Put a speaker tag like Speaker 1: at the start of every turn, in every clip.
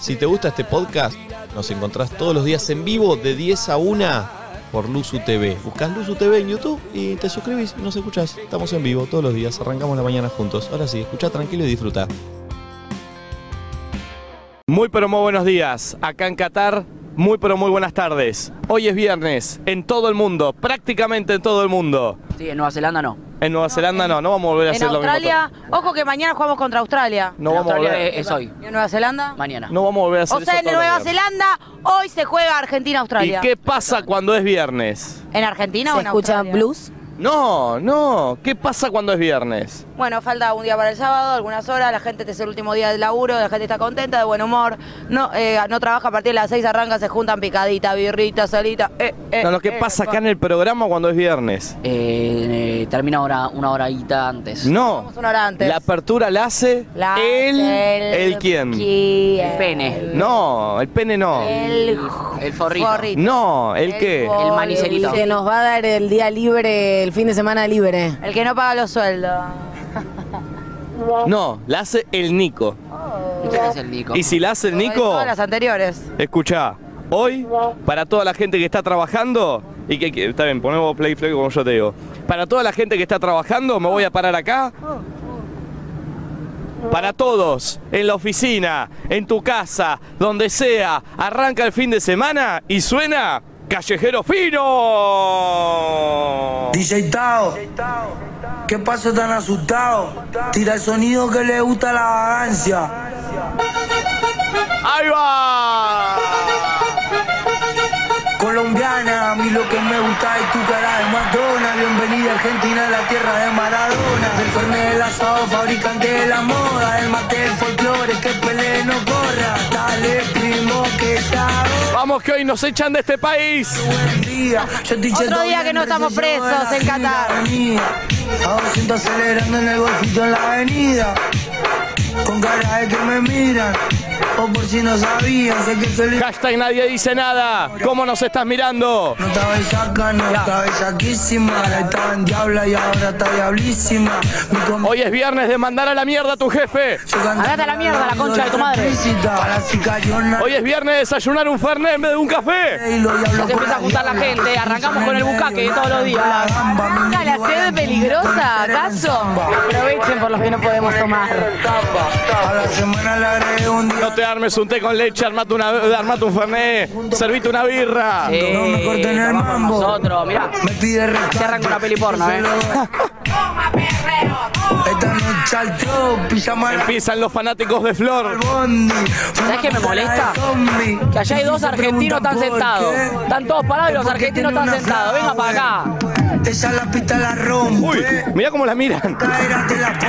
Speaker 1: Si te gusta este podcast, nos encontrás todos los días en vivo de 10 a 1 por Luzu TV. Buscás Luzu TV en YouTube y te suscribís y nos escuchás. Estamos en vivo todos los días, arrancamos la mañana juntos. Ahora sí, escucha tranquilo y disfruta.
Speaker 2: Muy pero muy buenos días, acá en Qatar, muy pero muy buenas tardes. Hoy es viernes, en todo el mundo, prácticamente en todo el mundo.
Speaker 3: Sí, en Nueva Zelanda no.
Speaker 2: En Nueva Zelanda no, no vamos a volver a
Speaker 4: En
Speaker 2: hacer lo
Speaker 4: Australia, ojo que mañana jugamos contra Australia.
Speaker 2: mismo. No
Speaker 3: En
Speaker 2: vamos a
Speaker 3: Australia
Speaker 2: volver,
Speaker 3: es, es hoy,
Speaker 4: ¿Y en Nueva Zelanda?
Speaker 3: mañana.
Speaker 2: no vamos a volver a hacer
Speaker 4: O sea,
Speaker 2: eso
Speaker 4: en
Speaker 2: todos los
Speaker 4: Nueva
Speaker 2: viernes.
Speaker 4: Zelanda hoy se juega
Speaker 2: ¿Y
Speaker 4: Argentina-Australia.
Speaker 2: qué pasa cuando es viernes?
Speaker 4: ¿En Argentina o
Speaker 5: ¿Se
Speaker 4: en
Speaker 5: escucha
Speaker 4: Australia?
Speaker 5: blues?
Speaker 2: No, no, ¿qué pasa cuando es viernes?
Speaker 4: Bueno, falta un día para el sábado, algunas horas, la gente este es el último día del laburo, la gente está contenta, de buen humor, no eh, no trabaja a partir de las seis, arranca, se juntan picadita, birrita, salita. Eh, eh,
Speaker 2: No, lo que
Speaker 4: eh,
Speaker 2: pasa
Speaker 4: pa-
Speaker 2: acá en el programa cuando es viernes.
Speaker 3: Eh, eh, termina ahora, una horita antes.
Speaker 2: No,
Speaker 4: Vamos una hora antes.
Speaker 2: la apertura la hace
Speaker 4: La- eh.
Speaker 2: él, el quién.
Speaker 4: quién.
Speaker 3: El pene.
Speaker 2: No, el pene no.
Speaker 4: El,
Speaker 3: El forrito.
Speaker 4: forrito.
Speaker 2: No, el
Speaker 4: El
Speaker 2: qué.
Speaker 4: bo-
Speaker 3: El manicerito.
Speaker 5: Se nos va a dar el día libre, el fin de semana libre.
Speaker 4: El que no paga los sueldos.
Speaker 2: No, la hace el Nico.
Speaker 3: Ese es el Nico.
Speaker 2: Y si la hace el Nico,
Speaker 4: Todas las anteriores.
Speaker 2: escuchá, hoy, para toda la gente que está trabajando, y que, que- está bien, ponemos play play como yo te digo. Para toda la gente que está trabajando, me voy a parar acá. Para todos, en la oficina, en tu casa, donde sea, arranca el fin de semana y suena Callejero Fino.
Speaker 6: DJ Tao, ¿qué pasó tan asustado? Tira el sonido que le gusta la vagancia.
Speaker 2: ¡Ahí va!
Speaker 6: Colombiana, a mí lo que me gusta es tu cara de Madonna. Bienvenida a Argentina, la tierra de Maradona. Del carne del asado, fabricante de la moda. El mate del folclore, que pelee no corra. Dale, primo, que está
Speaker 2: Vamos que hoy nos echan de este país.
Speaker 6: buen día. Yo te
Speaker 4: Otro
Speaker 6: todo
Speaker 4: día
Speaker 6: bien,
Speaker 4: que no estamos
Speaker 6: yo de la
Speaker 4: presos en Qatar.
Speaker 6: ciudadanía. Ahora siento acelerando en el golfito en la avenida. Con cara de que me miran. O por si no sabían, sé que soy
Speaker 2: Hashtag nadie dice nada. ¿Cómo nos estás mirando?
Speaker 6: No estaba bellaca, no estaba bellaquísima. La estaba en diabla y ahora está diablísima. Mi com-
Speaker 2: Hoy es viernes de mandar a la mierda a tu jefe.
Speaker 6: yo cantando
Speaker 4: Andate a la mierda, la concha de tu madre.
Speaker 6: explícita. Para cicayona.
Speaker 2: Hoy es viernes de desayunar un fernet en vez de un café.
Speaker 6: Y los diablos
Speaker 3: Se
Speaker 6: con
Speaker 3: empieza a
Speaker 6: la
Speaker 3: juntar la
Speaker 6: diabla.
Speaker 3: gente, arrancamos con el bucaque
Speaker 6: Medio,
Speaker 3: todos los
Speaker 6: nada,
Speaker 3: días.
Speaker 6: con la gamba, mi
Speaker 4: ¿Arranca la
Speaker 6: amigo,
Speaker 4: sede
Speaker 6: la
Speaker 4: peligrosa,
Speaker 6: cumbia,
Speaker 4: acaso?
Speaker 6: samba.
Speaker 5: Aprovechen por los que no podemos tomar.
Speaker 6: A la semana le agregué un día.
Speaker 2: No te armes un té con leche, armate, una, armate un fernet, servite una birra.
Speaker 3: Sí,
Speaker 6: No me corten el
Speaker 3: trabaja con
Speaker 6: mambo.
Speaker 3: Eh, Nosotros, mirá.
Speaker 6: Me pide rescate.
Speaker 3: Se arranca una peli porno, eh.
Speaker 6: Esta noche al top, pijama la
Speaker 2: Empiezan los fanáticos de Flor.
Speaker 6: bondi.
Speaker 3: ¿Sabes qué me molesta? Que allá hay dos argentinos están sentados. Están todos parados y los argentinos están sentados. Venga para acá.
Speaker 6: Esa la pista la rompe.
Speaker 2: Uy, mirá cómo la miran.
Speaker 6: Cadera de la parte.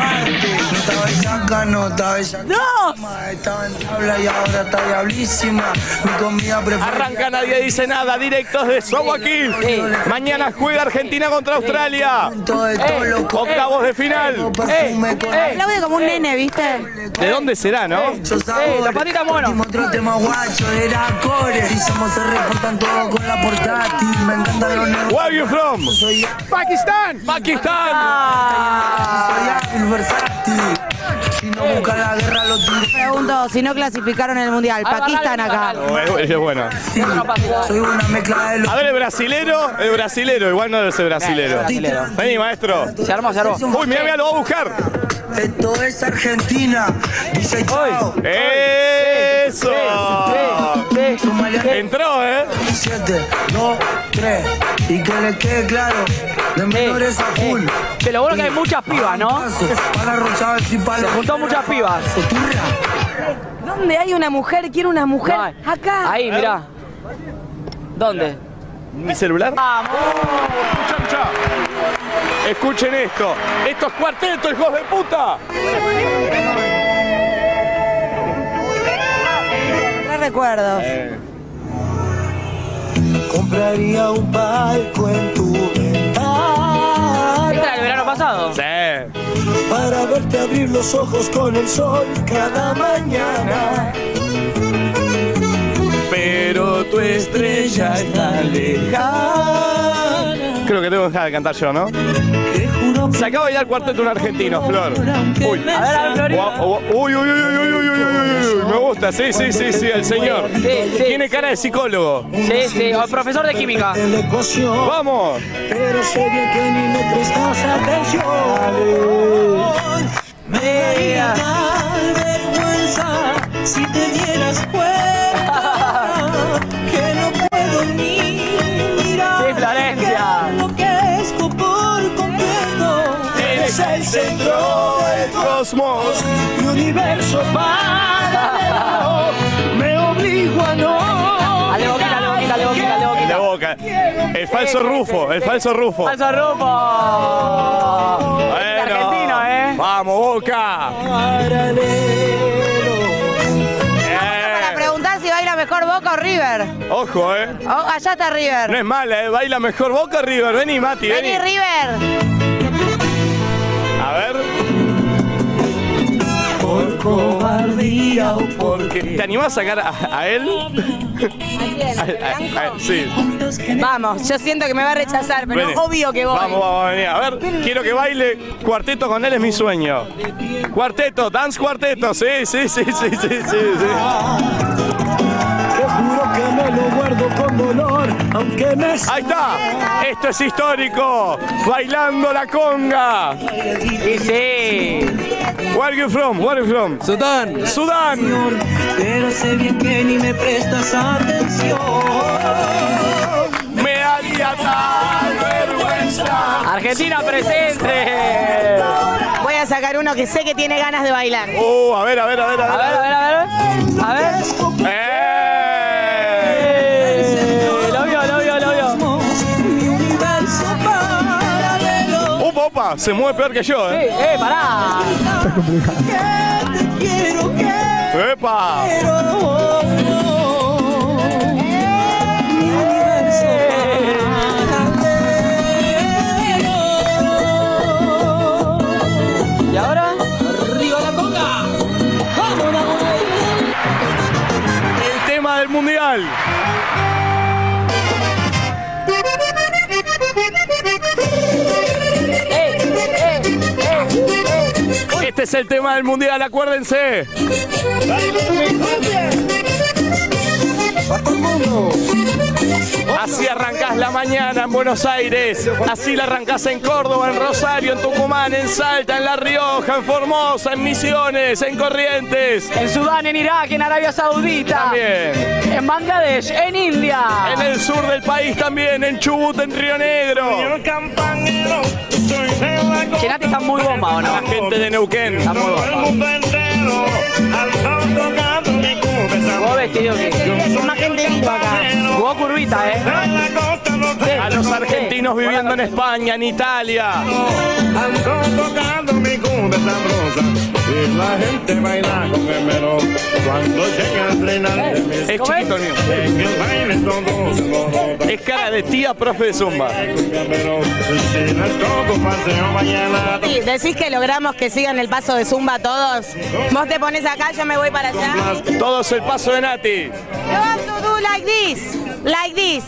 Speaker 6: No estaba bellaca, no estaba bellaca. Estaba en tabla y ahora está diablísima. Mi comida preferida.
Speaker 2: Arranca nadie dice nada, directos de Sowaquil.
Speaker 6: eh,
Speaker 2: Mañana juega Argentina contra Australia. Eh,
Speaker 6: Todo de todo loco. eh,
Speaker 2: Octavos de final. Eh,
Speaker 6: Perfume con
Speaker 3: Eh,
Speaker 6: Eh,
Speaker 4: Aplaude como un nene, ¿viste?
Speaker 2: ¿De dónde será, no?
Speaker 6: muchos sabores.
Speaker 3: la patita mono.
Speaker 6: Último trote más guacho era core. Si somos se reportan todo con la portátil. Me encantan los negocios.
Speaker 2: Where are you from?
Speaker 6: Soy
Speaker 2: Pakistán. Pakistán.
Speaker 6: soy ágil, versátil. Si no busca la guerra, lo tiro.
Speaker 4: Pregunto, si no clasificaron el mundial,
Speaker 3: Al
Speaker 4: Pakistán
Speaker 3: barral,
Speaker 4: acá.
Speaker 3: al
Speaker 2: Oh, es- es bueno.
Speaker 6: Soy una mezcla de los
Speaker 2: A ver, el brasilero, el brasilero, igual no es el brasilero.
Speaker 6: titulares.
Speaker 2: Vení, maestro.
Speaker 3: Se armó, se armó.
Speaker 2: Uy, mira, mira, lo va a buscar.
Speaker 6: Esto es Argentina. Dice chao.
Speaker 2: Eso.
Speaker 6: Súmale
Speaker 2: Entró, ¿eh?
Speaker 6: 7, 2, 3. Y que le quede claro. De menores a full.
Speaker 3: Te lo bueno que hay muchas pibas, ¿no?
Speaker 6: Paso, Para arrochar y para
Speaker 3: Se juntó muchas pibas.
Speaker 5: ¿Dónde hay una mujer? Quiero una mujer.
Speaker 3: No hay.
Speaker 5: Acá.
Speaker 3: Ahí, mirá. ¿Dónde?
Speaker 2: ¿Mi celular? Escuchá, escuchá. Escuchen esto. Esto es cuarteto, hijos de puta.
Speaker 4: Tres recuerdos.
Speaker 2: Eh.
Speaker 6: Compraría un palco en tu
Speaker 3: Esta
Speaker 6: ventana
Speaker 3: era el verano pasado.
Speaker 2: Sí.
Speaker 6: para verte abrir los ojos con el sol cada mañana.
Speaker 2: Pero tu estrella está lejana. Creo que tengo que dejar de cantar yo, ¿no? Se acaba de ir al cuarteto un argentino, Flor. Uy.
Speaker 3: A ver, a ver, Flori.
Speaker 2: Guau, guau. Uy, uy, uy, uy, uy, uy, uy, uy, uy, uy, me gusta. gusta, sí, sí, sí, sí, el señor.
Speaker 3: Sí, sí.
Speaker 2: Tiene cara de psicólogo.
Speaker 3: Sí, sí, o el profesor de química.
Speaker 2: ¡Vamos!
Speaker 6: Pero sé bien que ni me prestas atención. Me daría tal vergüenza si te dieras cuenta que no puedo ni mirar.
Speaker 3: Sí, Florencia.
Speaker 6: que enloquezco por completo. Eres el centro del cosmos, mi universo paralelo. Me obligo a no.
Speaker 3: Dale boquita, dale boquita, dale boquita, dale
Speaker 2: La
Speaker 3: boquita.
Speaker 2: boca. El falso rufo, el falso rufo.
Speaker 3: Falso Rufo.
Speaker 2: Bueno.
Speaker 3: Argentino, ¿eh?
Speaker 2: ¡Vamos, boca!
Speaker 4: Para
Speaker 2: Eh,
Speaker 4: preguntar si baila mejor Boca o River.
Speaker 2: ojo, eh.
Speaker 4: Oh, allá está
Speaker 2: No
Speaker 4: River.
Speaker 2: es mala, eh. Baila mejor boca o River. Vení, Mati,
Speaker 4: Vení,
Speaker 2: vení.
Speaker 4: River.
Speaker 2: A ver.
Speaker 6: Por cobardía o porque
Speaker 2: ¿Te animás a sacar a, a él? A- a- a- sí.
Speaker 5: Vamos, yo siento que me va a rechazar, pero
Speaker 2: Vení.
Speaker 5: obvio que voy.
Speaker 2: Vamos, vamos, vení. A ver, quiero que baile cuarteto con él, es mi sueño. Cuarteto, dance cuarteto. Sí, sí, sí, sí, sí, sí. sí.
Speaker 6: Te juro que me lo guardo con dolor, aunque me
Speaker 2: Ahí está. Esto es histórico. Bailando la conga.
Speaker 3: Y sí.
Speaker 2: Where are you from? Where are you from?
Speaker 7: Sudán.
Speaker 2: Sudán.
Speaker 6: señor, pero sé bien que ni me prestas atención.
Speaker 2: Me haría tal vergüenza.
Speaker 3: Argentina presente.
Speaker 5: Voy a sacar uno que sé que tiene ganas de bailar.
Speaker 2: Oh, a ver, a ver, a ver, a
Speaker 3: A
Speaker 2: ver.
Speaker 3: ver, a ver, a ver. A ver.
Speaker 2: ¡Eh!
Speaker 3: Eh, Lo vio, lo vio, lo vio.
Speaker 6: Mi universo paralelo
Speaker 2: Opa, opa, se mueve peor que yo,
Speaker 3: Sí,
Speaker 2: eh.
Speaker 3: eh, pará.
Speaker 6: que te quiero que
Speaker 5: eh.
Speaker 2: ¡Epa!
Speaker 6: quiero. Mi universo paralelo.
Speaker 3: ¿Y ahora?
Speaker 6: Arriba la conga. Vamos, vamos.
Speaker 2: El tema del mundial. Este es el tema del mundial, acuérdense. Así arrancás la mañana en Buenos Aires, así la arrancás en Córdoba, en Rosario, en Tucumán, en Salta, en La Rioja, en Formosa, en Misiones, en Corrientes.
Speaker 3: En Sudán, en Irak, en Arabia Saudita.
Speaker 2: También.
Speaker 3: En Bangladesh, en India.
Speaker 2: En el sur del país también, en Chubut, en Río Negro.
Speaker 3: Chenati está muy bomba, ¿o no?
Speaker 2: La gente de Neuquén.
Speaker 3: Está muy bomba. Vos vestido que...
Speaker 5: Más gente viva acá.
Speaker 3: Jugó curvita, ¿eh?
Speaker 2: A los argentinos viviendo en España, en Italia.
Speaker 8: tocando mi cumbia sabrosa y la gente baila con el melón cuando llega el final de mis
Speaker 2: Es chiquito el mío.
Speaker 8: en el baile todo se lo nota
Speaker 2: Es cara de tía, profe de zumba.
Speaker 8: con el melón si no es todo paseo mañana
Speaker 5: Sí, decís que logramos que sigan el paso de Zumba todos. Vos te pones acá, yo me voy para allá.
Speaker 2: Todos el paso de Nati.
Speaker 5: You have to do like this, like this.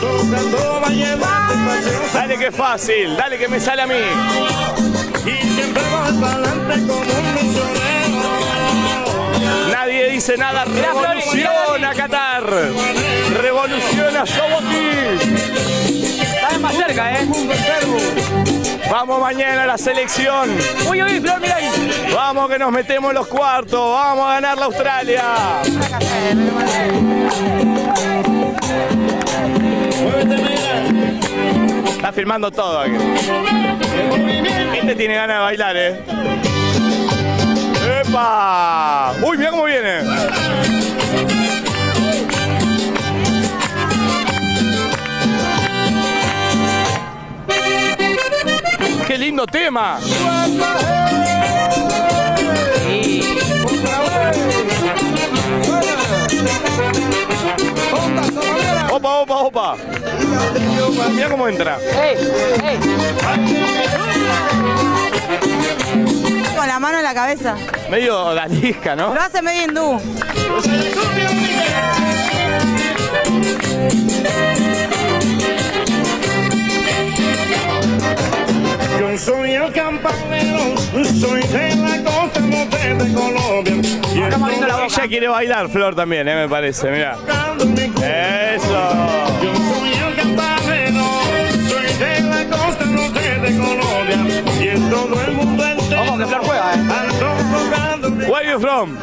Speaker 8: tocando mañana paseo
Speaker 2: Dale que es fácil, dale que me sale a mí.
Speaker 8: y siempre vas adelante como un misionero
Speaker 2: Nadie dice nada,
Speaker 3: Mirá, Flori,
Speaker 2: revoluciona Qatar. Revoluciona Sobotí.
Speaker 3: Está más cerca, ¿eh?
Speaker 2: Vamos mañana a la selección.
Speaker 3: Uy, uy, Flor, mira ahí.
Speaker 2: Vamos que nos metemos en los cuartos. Vamos a ganar la Australia. Está filmando todo aquí. Este tiene ganas de bailar, eh. ¡Epa! ¡Uy, mira cómo viene! ¡Qué lindo tema! Opa, opa, opa. Mira cómo entra.
Speaker 3: ¡Ey! ¡Ey!
Speaker 5: Con la mano en la cabeza.
Speaker 2: Medio dalisca, ¿no?
Speaker 5: Lo hace medio hindú.
Speaker 8: y un
Speaker 6: soy el campanero, soy de la costa norte de Colombia. Y
Speaker 9: Estamos
Speaker 6: estoy
Speaker 9: abriendo la boca.
Speaker 2: Ella quiere bailar, Flor, también, eh, me parece, mira.
Speaker 6: tocando mi cumbia.
Speaker 2: Eso.
Speaker 6: Yo soy el campanero, soy de la costa norte de Colombia. Y en todo el mundo entero.
Speaker 9: Ojo, que Flor juega, eh.
Speaker 6: ando tocando mi
Speaker 2: Where you from?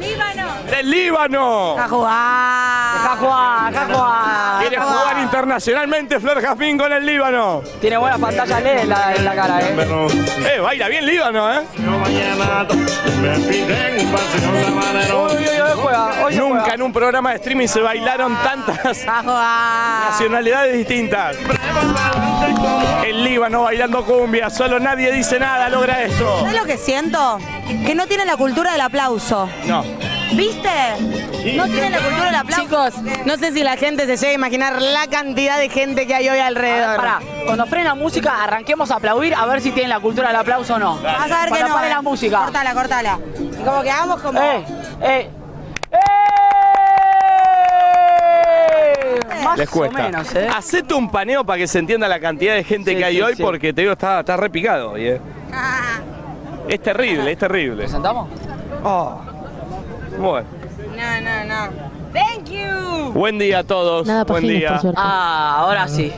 Speaker 2: Líbano. Del Líbano.
Speaker 10: A jugar.
Speaker 9: Acá juega, acá juega.
Speaker 2: Quiere jugar internacionalmente Flor Jazmín con el Líbano.
Speaker 9: Tiene buenas pantallas LED en la, en la cara, eh.
Speaker 6: cumbia.
Speaker 2: Eh, baila bien Líbano, eh.
Speaker 6: Yo vallenato, me piden un paseo sabanero.
Speaker 9: Uy, uy, uy, hoy juega, hoy se
Speaker 2: Nunca
Speaker 9: juega.
Speaker 2: en un programa de streaming se bailaron tantas
Speaker 10: A jugar.
Speaker 2: nacionalidades distintas. El Líbano bailando cumbia, solo nadie dice nada, logra esto.
Speaker 10: ¿Sabes lo que siento? Que no tiene la cultura del aplauso.
Speaker 2: No.
Speaker 10: ¿Viste? No tiene la cultura del aplauso. Chicos, no sé si la gente se llega a imaginar la cantidad de gente que hay hoy alrededor.
Speaker 9: Pará, cuando frena música, arranquemos a aplaudir a ver si tienen la cultura del aplauso o no.
Speaker 10: Vas a ver que
Speaker 9: Para,
Speaker 10: no.
Speaker 9: para
Speaker 10: eh.
Speaker 9: la música.
Speaker 10: Cortala, cortala. Y Como que hagamos como.
Speaker 9: ¡Eh! ¡Eh! ¡Eh! Más
Speaker 2: Les cuesta.
Speaker 9: o menos, ¿eh?
Speaker 2: Hacete un paneo para que se entienda la cantidad de gente
Speaker 9: Sí,
Speaker 2: que hay
Speaker 9: sí,
Speaker 2: hoy,
Speaker 9: sí.
Speaker 2: porque te digo, está, está repicado. hoy, eh.
Speaker 10: Ah,
Speaker 2: Es terrible, es terrible.
Speaker 9: ¿Presentamos?
Speaker 2: Oh. Bueno,
Speaker 10: No, no, no. Thank you.
Speaker 2: buen día a todos.
Speaker 11: Nada
Speaker 2: buen
Speaker 11: pajeros,
Speaker 2: día.
Speaker 11: por suerte.
Speaker 9: Ah, ahora sí.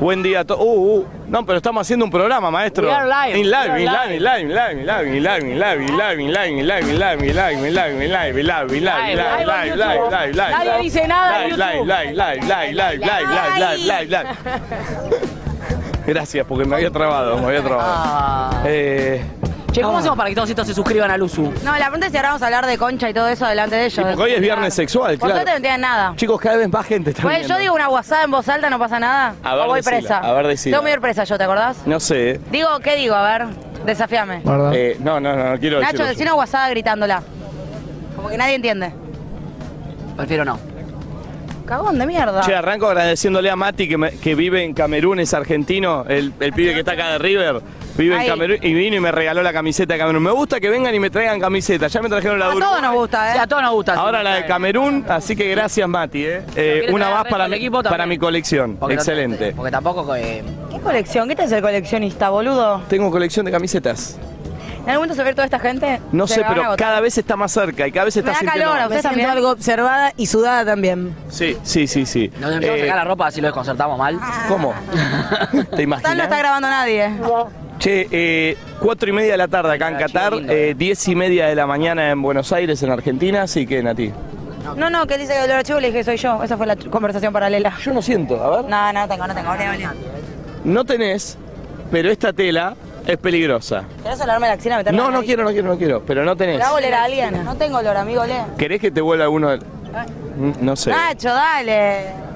Speaker 2: Buen día a todos. Uh, uh. No, pero estamos haciendo un programa, maestro.
Speaker 9: We are live,
Speaker 2: In live,
Speaker 9: we
Speaker 2: in
Speaker 9: are
Speaker 2: live, in live, in live, in live, in live, in live, in live, in live, in live, in live, in live, in live, in live, in live, in live, in
Speaker 9: Live, live
Speaker 2: live,
Speaker 9: on
Speaker 2: live,
Speaker 9: YouTube.
Speaker 2: live, live, live.
Speaker 9: Nadie dice nada en
Speaker 2: Live, live,
Speaker 9: YouTube.
Speaker 2: live, live, live, live, live, live, live, live, live. Gracias, porque me había trabado, me había trabado.
Speaker 9: Ah.
Speaker 2: Eh,
Speaker 9: Che, ¿cómo hacemos para que todos estos se suscriban a Luzu?
Speaker 5: No, la pregunta es si ahora vamos a hablar de concha y todo eso delante de ellos.
Speaker 2: porque hoy es viernes sexual,
Speaker 5: Por suerte
Speaker 2: claro.
Speaker 5: no tienen nada.
Speaker 2: Chicos, cada vez más gente está
Speaker 5: Pues yo
Speaker 2: viendo.
Speaker 5: digo una guasada en voz alta, no pasa nada.
Speaker 2: A ver,
Speaker 5: o voy
Speaker 2: decila,
Speaker 5: presa.
Speaker 2: a ver, decila.
Speaker 5: Tengo miedo de ir presa yo, ¿te acordás?
Speaker 2: No sé. eh.
Speaker 5: Digo, ¿qué digo? A ver, desafíame.
Speaker 2: Eh, no, no, no, no quiero
Speaker 5: Nacho,
Speaker 2: decirlo yo.
Speaker 5: decí una guasada gritándola. Como que nadie entiende.
Speaker 9: Prefiero no.
Speaker 5: Cagón de mierda.
Speaker 2: Che, arranco agradeciéndole a Mati que, me- que vive en Camerún, es argentino, el, el pibe que está acá de River, vive
Speaker 5: Ahí.
Speaker 2: en Camerún y vino y me regaló la camiseta de Camerún. Me gusta que vengan y me traigan camiseta, ya me trajeron la
Speaker 5: a
Speaker 2: de
Speaker 5: todos
Speaker 2: Uruguay.
Speaker 5: nos gusta,
Speaker 9: Sí,
Speaker 5: ¿eh?
Speaker 9: a todos nos gusta.
Speaker 2: Ahora
Speaker 9: sí.
Speaker 2: la de Camerún, así que gracias Mati, eh. Eh,
Speaker 9: quiere
Speaker 2: una
Speaker 9: traer
Speaker 2: más
Speaker 9: al resto
Speaker 2: para mi,
Speaker 9: del equipo
Speaker 2: para
Speaker 9: también.
Speaker 2: mi colección,
Speaker 9: Porque no-
Speaker 2: excelente.
Speaker 9: Porque tampoco. eh,
Speaker 5: ¿Qué colección? ¿Qué te hace el coleccionista, boludo?
Speaker 2: Tengo colección de camisetas.
Speaker 5: ¿En algún momento se ve toda esta gente?
Speaker 2: No
Speaker 5: Se
Speaker 2: sé,
Speaker 5: me van a
Speaker 2: pero
Speaker 5: agotar.
Speaker 2: cada vez está más cerca y cada vez está
Speaker 5: da
Speaker 2: sintiendo
Speaker 5: calor,
Speaker 2: más.
Speaker 10: Me
Speaker 5: ¿Ustedes
Speaker 10: siento
Speaker 5: también?
Speaker 10: algo observada y sudada también.
Speaker 2: Sí, sí, sí, sí.
Speaker 9: Nos empezamos
Speaker 2: Eh,
Speaker 9: a sacar la ropa así lo desconcertamos mal.
Speaker 2: ¿Cómo? ¿Te
Speaker 5: Tal no
Speaker 2: imaginas?
Speaker 5: está grabando nadie.
Speaker 2: Che, eh, cuatro y media de la tarde acá en
Speaker 9: Chico
Speaker 2: Qatar,
Speaker 9: lindo,
Speaker 2: eh, diez y media de la mañana en Buenos Aires, en Argentina, así que Nati.
Speaker 5: No, no, que él dice que lo archivo le dije soy yo. Esa fue la conversación paralela.
Speaker 2: Yo no siento, a ver.
Speaker 5: No, no tengo, no tengo. Olé, olé.
Speaker 2: No tenés, pero esta tela es peligrosa.
Speaker 5: ¿Querés olerme la axila? meterme
Speaker 2: No,
Speaker 5: la
Speaker 2: no
Speaker 5: nariz?
Speaker 2: quiero, no quiero, no quiero, pero no tenés.
Speaker 5: ¿Le hago oler a alguien? No tengo olor, amigo, olé.
Speaker 2: ¿Querés que te vuelva alguno? del- Mm, No sé.
Speaker 5: Nacho, dale.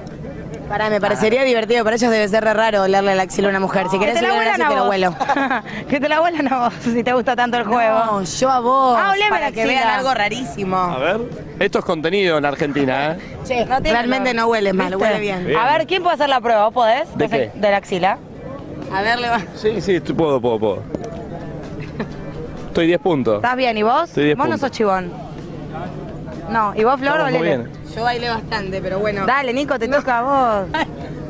Speaker 10: Pará, me parecería divertido. Para ellos debe ser re raro olerle la axila a una mujer. Si
Speaker 5: Que
Speaker 10: querés
Speaker 5: te la
Speaker 10: oler
Speaker 5: vuelan
Speaker 10: así,
Speaker 5: a
Speaker 10: te lo
Speaker 5: vos.
Speaker 10: vuelo.
Speaker 5: que te la vuelan a vos, si te gusta tanto el juego.
Speaker 10: No, yo a vos.
Speaker 5: Ah, oleme
Speaker 10: para
Speaker 5: la
Speaker 10: que
Speaker 5: axila.
Speaker 10: vean algo
Speaker 2: A
Speaker 10: rarísimo.
Speaker 2: ver. Esto es contenido en Argentina, ¿eh?
Speaker 5: No tiene
Speaker 10: Realmente
Speaker 5: olor.
Speaker 10: no huele mal,
Speaker 5: ¿Viste?
Speaker 10: huele bien.
Speaker 2: Bien.
Speaker 5: A ver, ¿quién puede hacer la prueba? ¿Vos podés?
Speaker 2: ¿De qué?
Speaker 5: la axila.
Speaker 10: A ver, le va.
Speaker 2: Sí, sí, tú- puedo, puedo, puedo. Estoy 10 puntos.
Speaker 5: ¿Estás bien? ¿Y vos?
Speaker 2: Estoy diez
Speaker 5: vos no
Speaker 2: puntos.
Speaker 5: sos chivón. No, ¿y vos, Flor?
Speaker 2: Estamos muy
Speaker 5: Olele.
Speaker 2: bien.
Speaker 10: Yo bailé bastante, pero bueno.
Speaker 5: Dale, Nico, te toca a vos.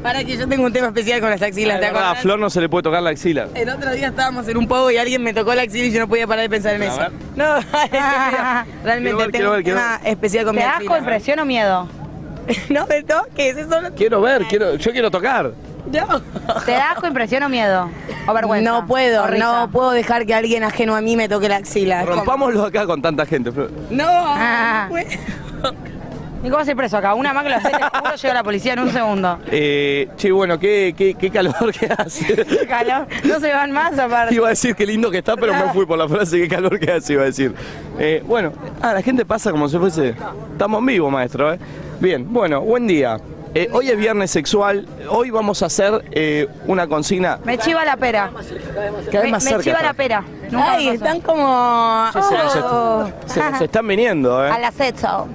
Speaker 10: Para que yo tengo un tema especial con las axilas, ¿te
Speaker 2: Ah, A
Speaker 10: acordás?
Speaker 2: Flor no se le puede tocar la axila.
Speaker 10: El otro día estábamos en un pogo y alguien me tocó la axila y yo no podía parar de pensar en
Speaker 2: A
Speaker 10: eso.
Speaker 2: ver.
Speaker 10: No, realmente
Speaker 2: Quiero ver, quiero
Speaker 10: tengo
Speaker 2: ver,
Speaker 10: un
Speaker 2: quiero
Speaker 10: tema especial con
Speaker 5: ¿Te
Speaker 10: mi
Speaker 5: da asco,
Speaker 10: axila.
Speaker 5: impresión o miedo?
Speaker 10: no, de toque, eso solo...
Speaker 2: Quiero ver, quiero, yo quiero tocar.
Speaker 10: No.
Speaker 5: ¿Te da asco, impresión o miedo? ¿O vergüenza?
Speaker 10: No puedo,
Speaker 5: ¿O risa?
Speaker 10: no puedo dejar que alguien ajeno a mí me toque la axila. Es como-
Speaker 2: Rompámoslo acá con tanta gente, Flor.
Speaker 10: No,
Speaker 5: Ah.
Speaker 10: bueno.
Speaker 5: Nico, vas a ir preso acá. Una más que lo haces, te juro, llega la policía en un segundo.
Speaker 2: Eh, che, bueno, qué, qué, qué calor que hace.
Speaker 5: Qué calor. No se van más aparte.
Speaker 2: Iba a decir qué lindo que está, pero me fui por la frase qué calor que hace, iba a decir. Eh, bueno, ah, la gente pasa como si fuese. Estamos en vivo, maestro. ¿eh? Bien, bueno, buen día. Eh, hoy es viernes sexual. Hoy vamos a hacer eh, una consigna
Speaker 5: Me chiva la pera.
Speaker 2: cada vez
Speaker 5: Me,
Speaker 2: más
Speaker 5: me
Speaker 2: cerca.
Speaker 5: chiva la
Speaker 2: está.
Speaker 5: pera. Nunca
Speaker 10: Ay,
Speaker 5: me pasó.
Speaker 10: están como...
Speaker 2: Se-
Speaker 5: Oh.
Speaker 2: Se, se están viniendo, ¿eh?
Speaker 5: Al acecho.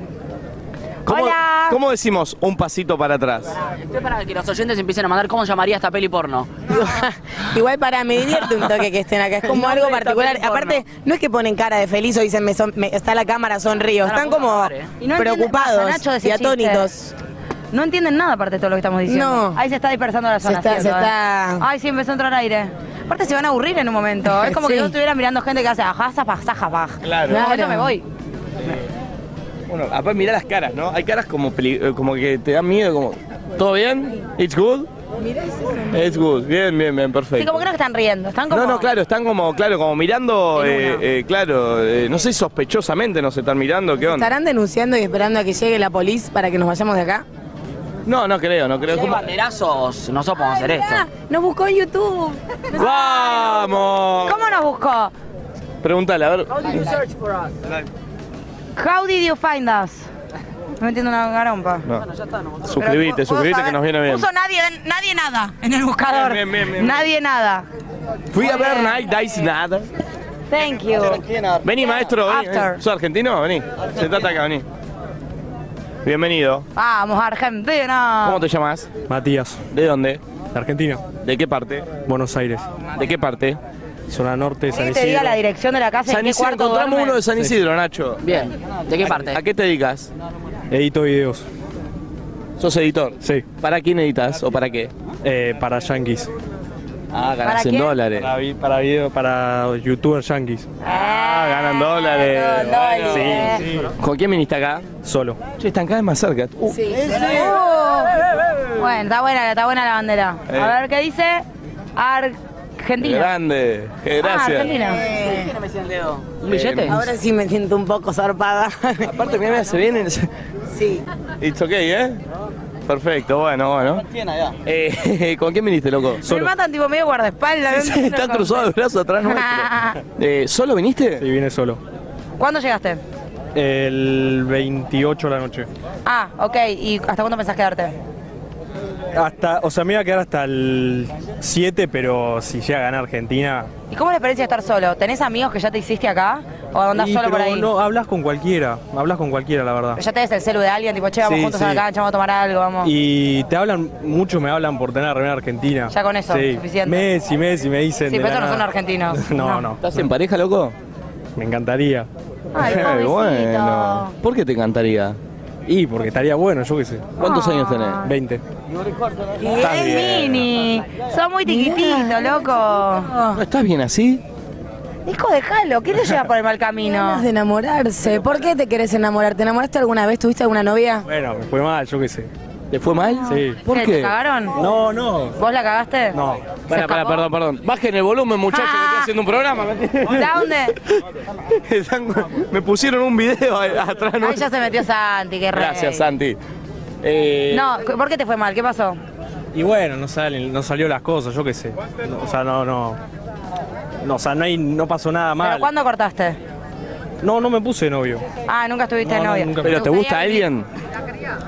Speaker 2: ¿Cómo,
Speaker 5: Hola.
Speaker 2: ¿Cómo decimos un pasito para atrás?
Speaker 9: Estoy para que los oyentes empiecen a mandar cómo llamaría esta peli porno.
Speaker 10: Igual para me divierte un toque que estén acá, es como
Speaker 9: No,
Speaker 10: algo
Speaker 9: pero está
Speaker 10: particular.
Speaker 9: bien porno.
Speaker 10: Aparte, no es que ponen cara de feliz o dicen me son- me- está la cámara, sonrío.
Speaker 9: Están a
Speaker 10: Están
Speaker 9: punto de
Speaker 10: como
Speaker 9: acabar, ¿eh?
Speaker 5: Y no entienden-
Speaker 10: preocupados
Speaker 5: pasa, Nacho, de ese
Speaker 10: y atónitos.
Speaker 5: chiste. No entienden nada aparte de todo lo que estamos diciendo.
Speaker 10: No.
Speaker 5: Ahí se está dispersando la
Speaker 10: Se
Speaker 5: zona.
Speaker 10: está-
Speaker 5: ¿cierto?
Speaker 10: se está-
Speaker 5: Ay, sí, empezó a entrar aire. Aparte se van a aburrir en un momento. Es como
Speaker 10: Sí.
Speaker 5: que yo estuviera mirando gente que hace ajá, zapa, zajapa.
Speaker 2: Claro.
Speaker 5: En un momento me voy.
Speaker 2: Bueno, aparte mirá las caras, ¿no? Hay caras como, peli- eh, como que te dan miedo, como, ¿todo bien? ¿It's good? It's good, bien, bien, bien, perfecto.
Speaker 5: Sí, como que no están riendo. Están como...
Speaker 2: No, no, claro, están como, claro, como mirando,
Speaker 5: En
Speaker 2: eh,
Speaker 5: una.
Speaker 2: eh, claro, eh, no sé, sospechosamente nos están mirando, ¿qué onda?
Speaker 10: ¿Estarán denunciando y esperando a que llegue la policía para que nos vayamos de acá?
Speaker 2: No, no creo, no creo.
Speaker 9: Hay
Speaker 2: ¿Cómo?
Speaker 9: banderazos, no somos hacer esto.
Speaker 10: Nos buscó en YouTube.
Speaker 2: ¡Vamos!
Speaker 5: ¿Cómo nos buscó?
Speaker 2: Pregúntale, a ver.
Speaker 5: How did you find us? No entiendo una garompa.
Speaker 2: Suscribite,
Speaker 5: Pero, ¿puedo
Speaker 2: suscribite que
Speaker 5: saber?
Speaker 2: nos viene bien.
Speaker 5: Puso nadie, nadie nada en el buscador.
Speaker 2: Bien, bien, bien, bien.
Speaker 5: Nadie nada.
Speaker 2: Fui a ver Night Dice Nada.
Speaker 5: Thank you.
Speaker 2: Vení, maestro, vení.
Speaker 5: After.
Speaker 2: vení. ¿Sos argentino? Vení. Se trata acá, vení. Bienvenido.
Speaker 5: Vamos, Argentina.
Speaker 2: ¿Cómo te llamas?
Speaker 7: Matías,
Speaker 2: ¿De dónde?
Speaker 7: de Argentina,
Speaker 2: ¿De qué parte?
Speaker 7: Buenos Aires,
Speaker 2: ¿De qué parte?
Speaker 7: zona norte,
Speaker 5: ¿Querés
Speaker 7: San
Speaker 5: que te diga
Speaker 7: Isidro.
Speaker 5: Este la dirección de la casa
Speaker 2: San
Speaker 5: y en qué
Speaker 2: Isidro,
Speaker 5: cuarto
Speaker 2: encontramos
Speaker 5: duerme?
Speaker 2: uno de San Isidro, Nacho.
Speaker 9: Bien, ¿de qué parte?
Speaker 2: ¿A qué te dedicas?
Speaker 7: Edito videos,
Speaker 2: ¿Sos editor?
Speaker 7: sí,
Speaker 2: ¿Para quién editas o para qué?
Speaker 7: eh, para yankees.
Speaker 2: Ah,
Speaker 5: ¿Para
Speaker 2: ganas en
Speaker 5: quién?
Speaker 2: dólares.
Speaker 7: Para, vi- para video, para youtubers yankees,
Speaker 2: Ah, ganan dólares.
Speaker 5: Ganan dólares.
Speaker 2: Bueno. ¿Con quién viniste acá?
Speaker 7: solo.
Speaker 2: Che, están cada vez más cerca. Uh,
Speaker 5: Oh. Bueno, está buena, está buena la bandera.
Speaker 2: Eh.
Speaker 5: A ver qué dice. Argentina.
Speaker 2: grande. Qué
Speaker 5: Ah,
Speaker 2: gracias. Eh.
Speaker 5: Argentina.
Speaker 9: ¿Un billete?
Speaker 10: Ahora sí me siento un poco zarpada.
Speaker 2: Aparte, mira, mira, se vienen.
Speaker 10: sí.
Speaker 2: It's okay, ¿eh? Perfecto, bueno, bueno. Eh, ¿Con quién viniste, loco?
Speaker 5: Me
Speaker 2: Solo.
Speaker 5: matan tipo medio guardaespaldas. no entiendo
Speaker 2: Están
Speaker 5: cómo.
Speaker 2: cruzados de brazos atrás nuestro. Eh, ¿Solo viniste?
Speaker 7: Sí, vine solo.
Speaker 5: ¿Cuándo llegaste?
Speaker 7: El 28 de la noche.
Speaker 5: Ah, ok. ¿Y hasta cuándo pensás quedarte?
Speaker 7: Hasta, o sea, me iba a quedar hasta el 7, pero si llega a ganar Argentina.
Speaker 5: ¿Y cómo es la experiencia de estar solo? ¿Tenés amigos que ya te hiciste acá? ¿O andás
Speaker 7: Y,
Speaker 5: solo
Speaker 7: pero
Speaker 5: por ahí?
Speaker 7: no, hablas con cualquiera, hablas con cualquiera, la verdad.
Speaker 5: Pero ya tenés el celu de alguien, tipo, che, vamos
Speaker 7: Sí,
Speaker 5: juntos
Speaker 7: sí.
Speaker 5: a la cancha, vamos a tomar algo, vamos.
Speaker 7: Y te hablan, muchos me hablan por tener la remera argentina.
Speaker 5: Ya con eso,
Speaker 7: Sí.
Speaker 5: suficiente.
Speaker 7: Messi, Messi, me dicen.
Speaker 5: Sí,
Speaker 7: de
Speaker 5: pero
Speaker 7: la
Speaker 5: esos no son
Speaker 7: nada.
Speaker 5: argentinos.
Speaker 7: No,
Speaker 5: No.
Speaker 7: no.
Speaker 2: ¿Estás en pareja, loco?
Speaker 7: Me encantaría.
Speaker 5: Ay,
Speaker 2: Eh,
Speaker 5: pobrecito.
Speaker 2: bueno. ¿Por qué te encantaría?
Speaker 7: Y porque estaría bueno, yo qué sé.
Speaker 2: ¿Cuántos años tenés?
Speaker 7: 20.
Speaker 5: Está es mini. Son muy tiquititos, loco.
Speaker 2: ¿No ¿Estás bien así?
Speaker 5: Hijo, déjalo. ¿Qué te lleva por el mal camino?
Speaker 10: Ganas de enamorarse. ¿Por qué te querés enamorar? ¿Te enamoraste alguna vez? ¿Tuviste alguna novia?
Speaker 7: Bueno, me fue mal, yo qué sé.
Speaker 2: ¿Te fue mal?
Speaker 7: Sí.
Speaker 2: ¿Por
Speaker 5: ¿Qué,
Speaker 2: qué?
Speaker 5: ¿Te cagaron?
Speaker 7: No, no.
Speaker 5: ¿Vos la cagaste?
Speaker 7: No.
Speaker 2: Para, para, perdón, perdón. Bajen el volumen, muchachos, que estoy haciendo un programa.
Speaker 5: ¿Dónde?
Speaker 2: Están- me pusieron un video a- atrás. ¿no?
Speaker 5: Ahí ya se metió Santi, qué rey.
Speaker 2: Gracias, Santi. Eh,
Speaker 5: No, ¿por qué te fue mal? ¿Qué pasó?
Speaker 7: Y bueno, no salen, no salió las cosas, yo qué sé. No, o sea, no, no. No, o sea, no, hay, no pasó nada
Speaker 5: ¿Pero
Speaker 7: mal.
Speaker 5: cuándo cortaste?
Speaker 7: No, no me puse de novio.
Speaker 5: Ah, nunca estuviste
Speaker 7: No,
Speaker 5: de
Speaker 7: no,
Speaker 5: novia.
Speaker 7: nunca.
Speaker 2: ¿Pero te gusta alguien?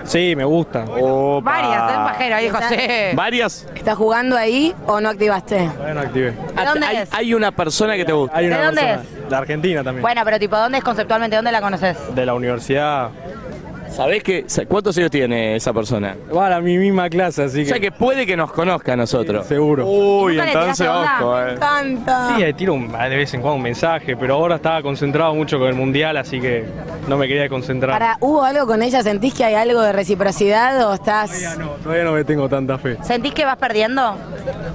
Speaker 7: Sí, me gusta.
Speaker 2: Opa.
Speaker 5: Varias, el pajero, ahí dijo, sí.
Speaker 2: Ah. ¿Varias?
Speaker 10: ¿Estás jugando ahí o no activaste?
Speaker 7: Todavía no activé.
Speaker 5: ¿De dónde
Speaker 2: hay,
Speaker 5: es?
Speaker 2: hay una persona que te gusta.
Speaker 7: Hay una
Speaker 5: ¿De dónde
Speaker 7: persona- De Argentina también.
Speaker 5: Bueno, pero tipo, ¿dónde es conceptualmente? ¿Dónde la conoces?
Speaker 7: De la universidad.
Speaker 2: ¿Sabés qué? Sa- ¿Cuántos años tiene esa persona?
Speaker 7: Va a la mi misma clase, así
Speaker 2: O
Speaker 7: que.
Speaker 2: sea que puede que nos conozca a nosotros.
Speaker 7: Seguro.
Speaker 2: Uy,
Speaker 5: ¿Nunca le
Speaker 2: entonces
Speaker 5: tiraste
Speaker 2: ojo,
Speaker 5: onda?
Speaker 2: eh.
Speaker 10: Canta.
Speaker 7: Sí, eh, tiro un- de vez en cuando un mensaje, pero ahora estaba concentrado mucho con el mundial, así que no me quería concentrar.
Speaker 10: Para, ¿Hubo algo con ella? ¿Sentís que hay algo de reciprocidad o
Speaker 7: Todavía
Speaker 10: estás...?
Speaker 7: no, todavía no me tengo tanta fe.
Speaker 5: ¿Sentís que vas perdiendo?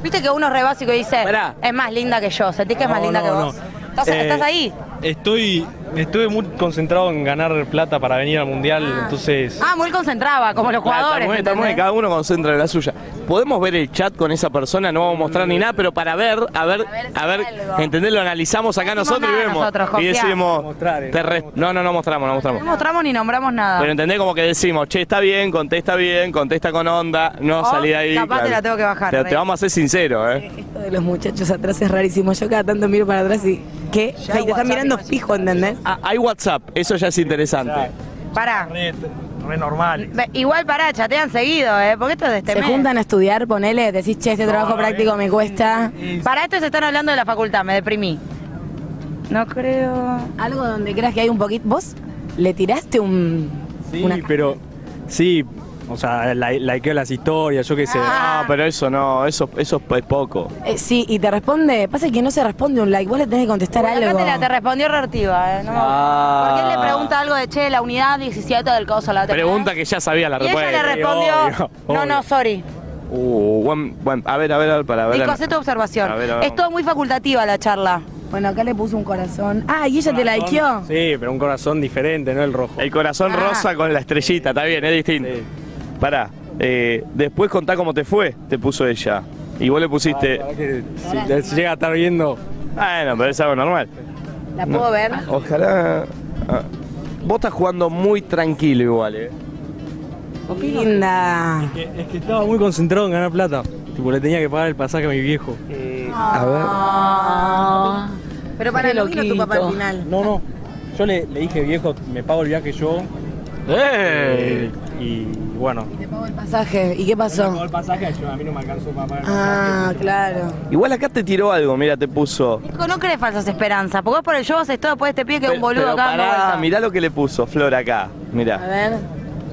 Speaker 5: Viste que uno es re básico y dice,
Speaker 2: Pará.
Speaker 5: es más linda que yo, sentís que es más
Speaker 7: No,
Speaker 5: linda
Speaker 7: no,
Speaker 5: que
Speaker 7: no.
Speaker 5: vos. ¿Estás,
Speaker 7: Eh,
Speaker 5: estás ahí?
Speaker 7: Estoy, estuve muy concentrado en ganar plata para venir al mundial, entonces.
Speaker 5: Ah, muy concentraba, como los
Speaker 2: Ah, está
Speaker 5: jugadores.
Speaker 2: muy bien, está muy bien,
Speaker 5: ¿entendés?
Speaker 2: cada uno concentra en la suya. ¿Podemos ver el chat con esa persona? No vamos a mostrar ni nada, pero para ver, a ver,
Speaker 5: ver si
Speaker 2: a ver,
Speaker 5: hay algo.
Speaker 2: ¿entendés? Lo analizamos acá
Speaker 5: No decimos
Speaker 2: nosotros y
Speaker 5: nada
Speaker 2: vemos.
Speaker 5: nosotros,
Speaker 2: y
Speaker 5: confiá.
Speaker 2: decimos,
Speaker 7: Mostrar, eh,
Speaker 2: te res- no, no, no mostramos, no mostramos.
Speaker 5: No mostramos ni nombramos nada.
Speaker 2: Pero entendés como que decimos, che, está bien, contesta bien, contesta con onda, no
Speaker 5: O
Speaker 2: salí de ahí.
Speaker 5: Oh, capaz te la tengo que bajar,
Speaker 2: Te,
Speaker 5: Rey.
Speaker 2: te vamos a ser sincero, ¿eh?
Speaker 10: Esto de los muchachos atrás es rarísimo. Yo cada tanto miro para atrás y... ¿Qué? O sea, te están mirando fijo, ¿entendés?
Speaker 2: Ah, hay WhatsApp, eso ya es interesante.
Speaker 5: Pará.
Speaker 7: Re, re normal.
Speaker 5: Ve- Igual pará, chatean seguido, ¿eh? Porque esto es de este
Speaker 10: ¿Se
Speaker 5: mes.
Speaker 10: juntan a estudiar, ponele? Decís, che, este trabajo
Speaker 2: eh.
Speaker 10: práctico me cuesta.
Speaker 5: Para esto se están hablando de la facultad, me deprimí. No creo.
Speaker 10: Algo donde creas que hay un poquito... ¿Vos le tiraste un...?
Speaker 7: Sí,
Speaker 10: una-
Speaker 7: pero. Sí, o sea, likeo las historias, yo qué sé.
Speaker 10: Ah.
Speaker 2: No, Ah, pero eso no, eso, eso es poco.
Speaker 10: Eh, sí, y te responde... Pasa que no se responde un like. Vos le tenés que contestar
Speaker 5: Bueno, acá
Speaker 10: algo.
Speaker 5: te, la- te respondió Rortiva, ¿eh? No me gusta.
Speaker 2: Ah.
Speaker 5: Porque él le pregunta algo de che, la unidad 17 del coso, la tenés?"
Speaker 2: Pregunta que ya sabía la
Speaker 5: Y ella
Speaker 2: respuesta.
Speaker 5: le respondió,
Speaker 7: obvio,
Speaker 5: no,
Speaker 7: obvio.
Speaker 5: no, sorry.
Speaker 2: Uh, buen, buen- a ver, a ver, a ver, para ver.
Speaker 10: Nico, hacé tu observación.
Speaker 2: A ver, a ver,
Speaker 10: es todo muy facultativa la charla.
Speaker 5: Bueno, acá le puso un corazón. Ah, y ella te likeó.
Speaker 7: Sí, pero un corazón diferente, no el rojo.
Speaker 2: El corazón
Speaker 5: Ah.
Speaker 2: rosa con la estrellita, está bien, es distinto.
Speaker 7: Sí.
Speaker 2: Pará, eh, después contá cómo te fue, te puso ella. Y vos le pusiste.
Speaker 7: Para que si les llega a estar viendo.
Speaker 2: Bueno, pero es algo normal.
Speaker 5: ¿La puedo ver?
Speaker 2: Ojalá. ah, Vos estás jugando muy tranquilo igual, eh. oh.
Speaker 10: Ah.
Speaker 6: Linda.
Speaker 7: Es que estaba muy concentrado en ganar plata. Tipo, le tenía que pagar el pasaje a mi viejo.
Speaker 10: Ah.
Speaker 2: A ver.
Speaker 6: Pero
Speaker 5: para, no vino tu papá al
Speaker 6: final.
Speaker 7: No, no. Yo le, le dije, viejo, me pago el viaje yo.
Speaker 2: ¡Eh!
Speaker 7: Y bueno.
Speaker 5: Te pago el pasaje. ¿Y qué
Speaker 7: Me pagó
Speaker 5: pasó?
Speaker 7: el pasaje, yo- a mí no me alcanzó para pagar el
Speaker 5: Ah,
Speaker 7: pasaje.
Speaker 5: claro.
Speaker 2: Igual acá te tiró algo, mira, te puso.
Speaker 10: Nico, no crees falsas esperanzas, porque vos por el show haces todo después te pie que es un boludo
Speaker 2: Pero
Speaker 10: acá. dando
Speaker 2: pará,
Speaker 10: vueltas.
Speaker 2: mirá lo que le puso Flor acá.
Speaker 5: A
Speaker 2: Mirá.
Speaker 5: ver.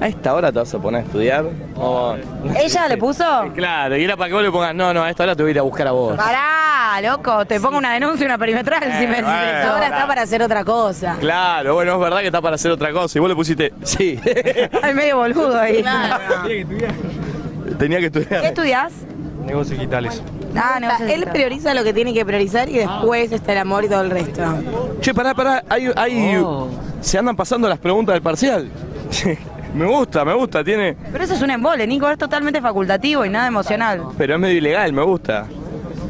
Speaker 2: ¿A esta hora te vas a poner a estudiar? O-
Speaker 10: ¿Ella le puso?
Speaker 2: Claro, y era para que vos le pongas, no, no, a esta hora te voy a ir a buscar a vos.
Speaker 10: Pará, loco, te pongo una denuncia y una perimetral si me decís
Speaker 2: Eh, bueno.
Speaker 10: eso.
Speaker 5: Ahora está para hacer otra cosa.
Speaker 2: Claro, bueno, es verdad que está para hacer otra cosa. Y vos le pusiste, sí.
Speaker 10: Ay, medio boludo ahí.
Speaker 2: Tenía que
Speaker 10: ¿Qué
Speaker 2: estudiar.
Speaker 10: estudias?
Speaker 7: Negocios digitales.
Speaker 10: Ah, no,
Speaker 5: Él prioriza lo que tiene que priorizar
Speaker 9: Ah.
Speaker 5: y después está el amor y todo el resto.
Speaker 2: Che, pará, pará, hay, hay-
Speaker 10: Oh.
Speaker 2: se andan pasando las preguntas del parcial. me gusta, me gusta, tiene.
Speaker 10: Pero eso es un embole, Nico, es totalmente facultativo y nada emocional.
Speaker 2: Pero es medio ilegal, me gusta.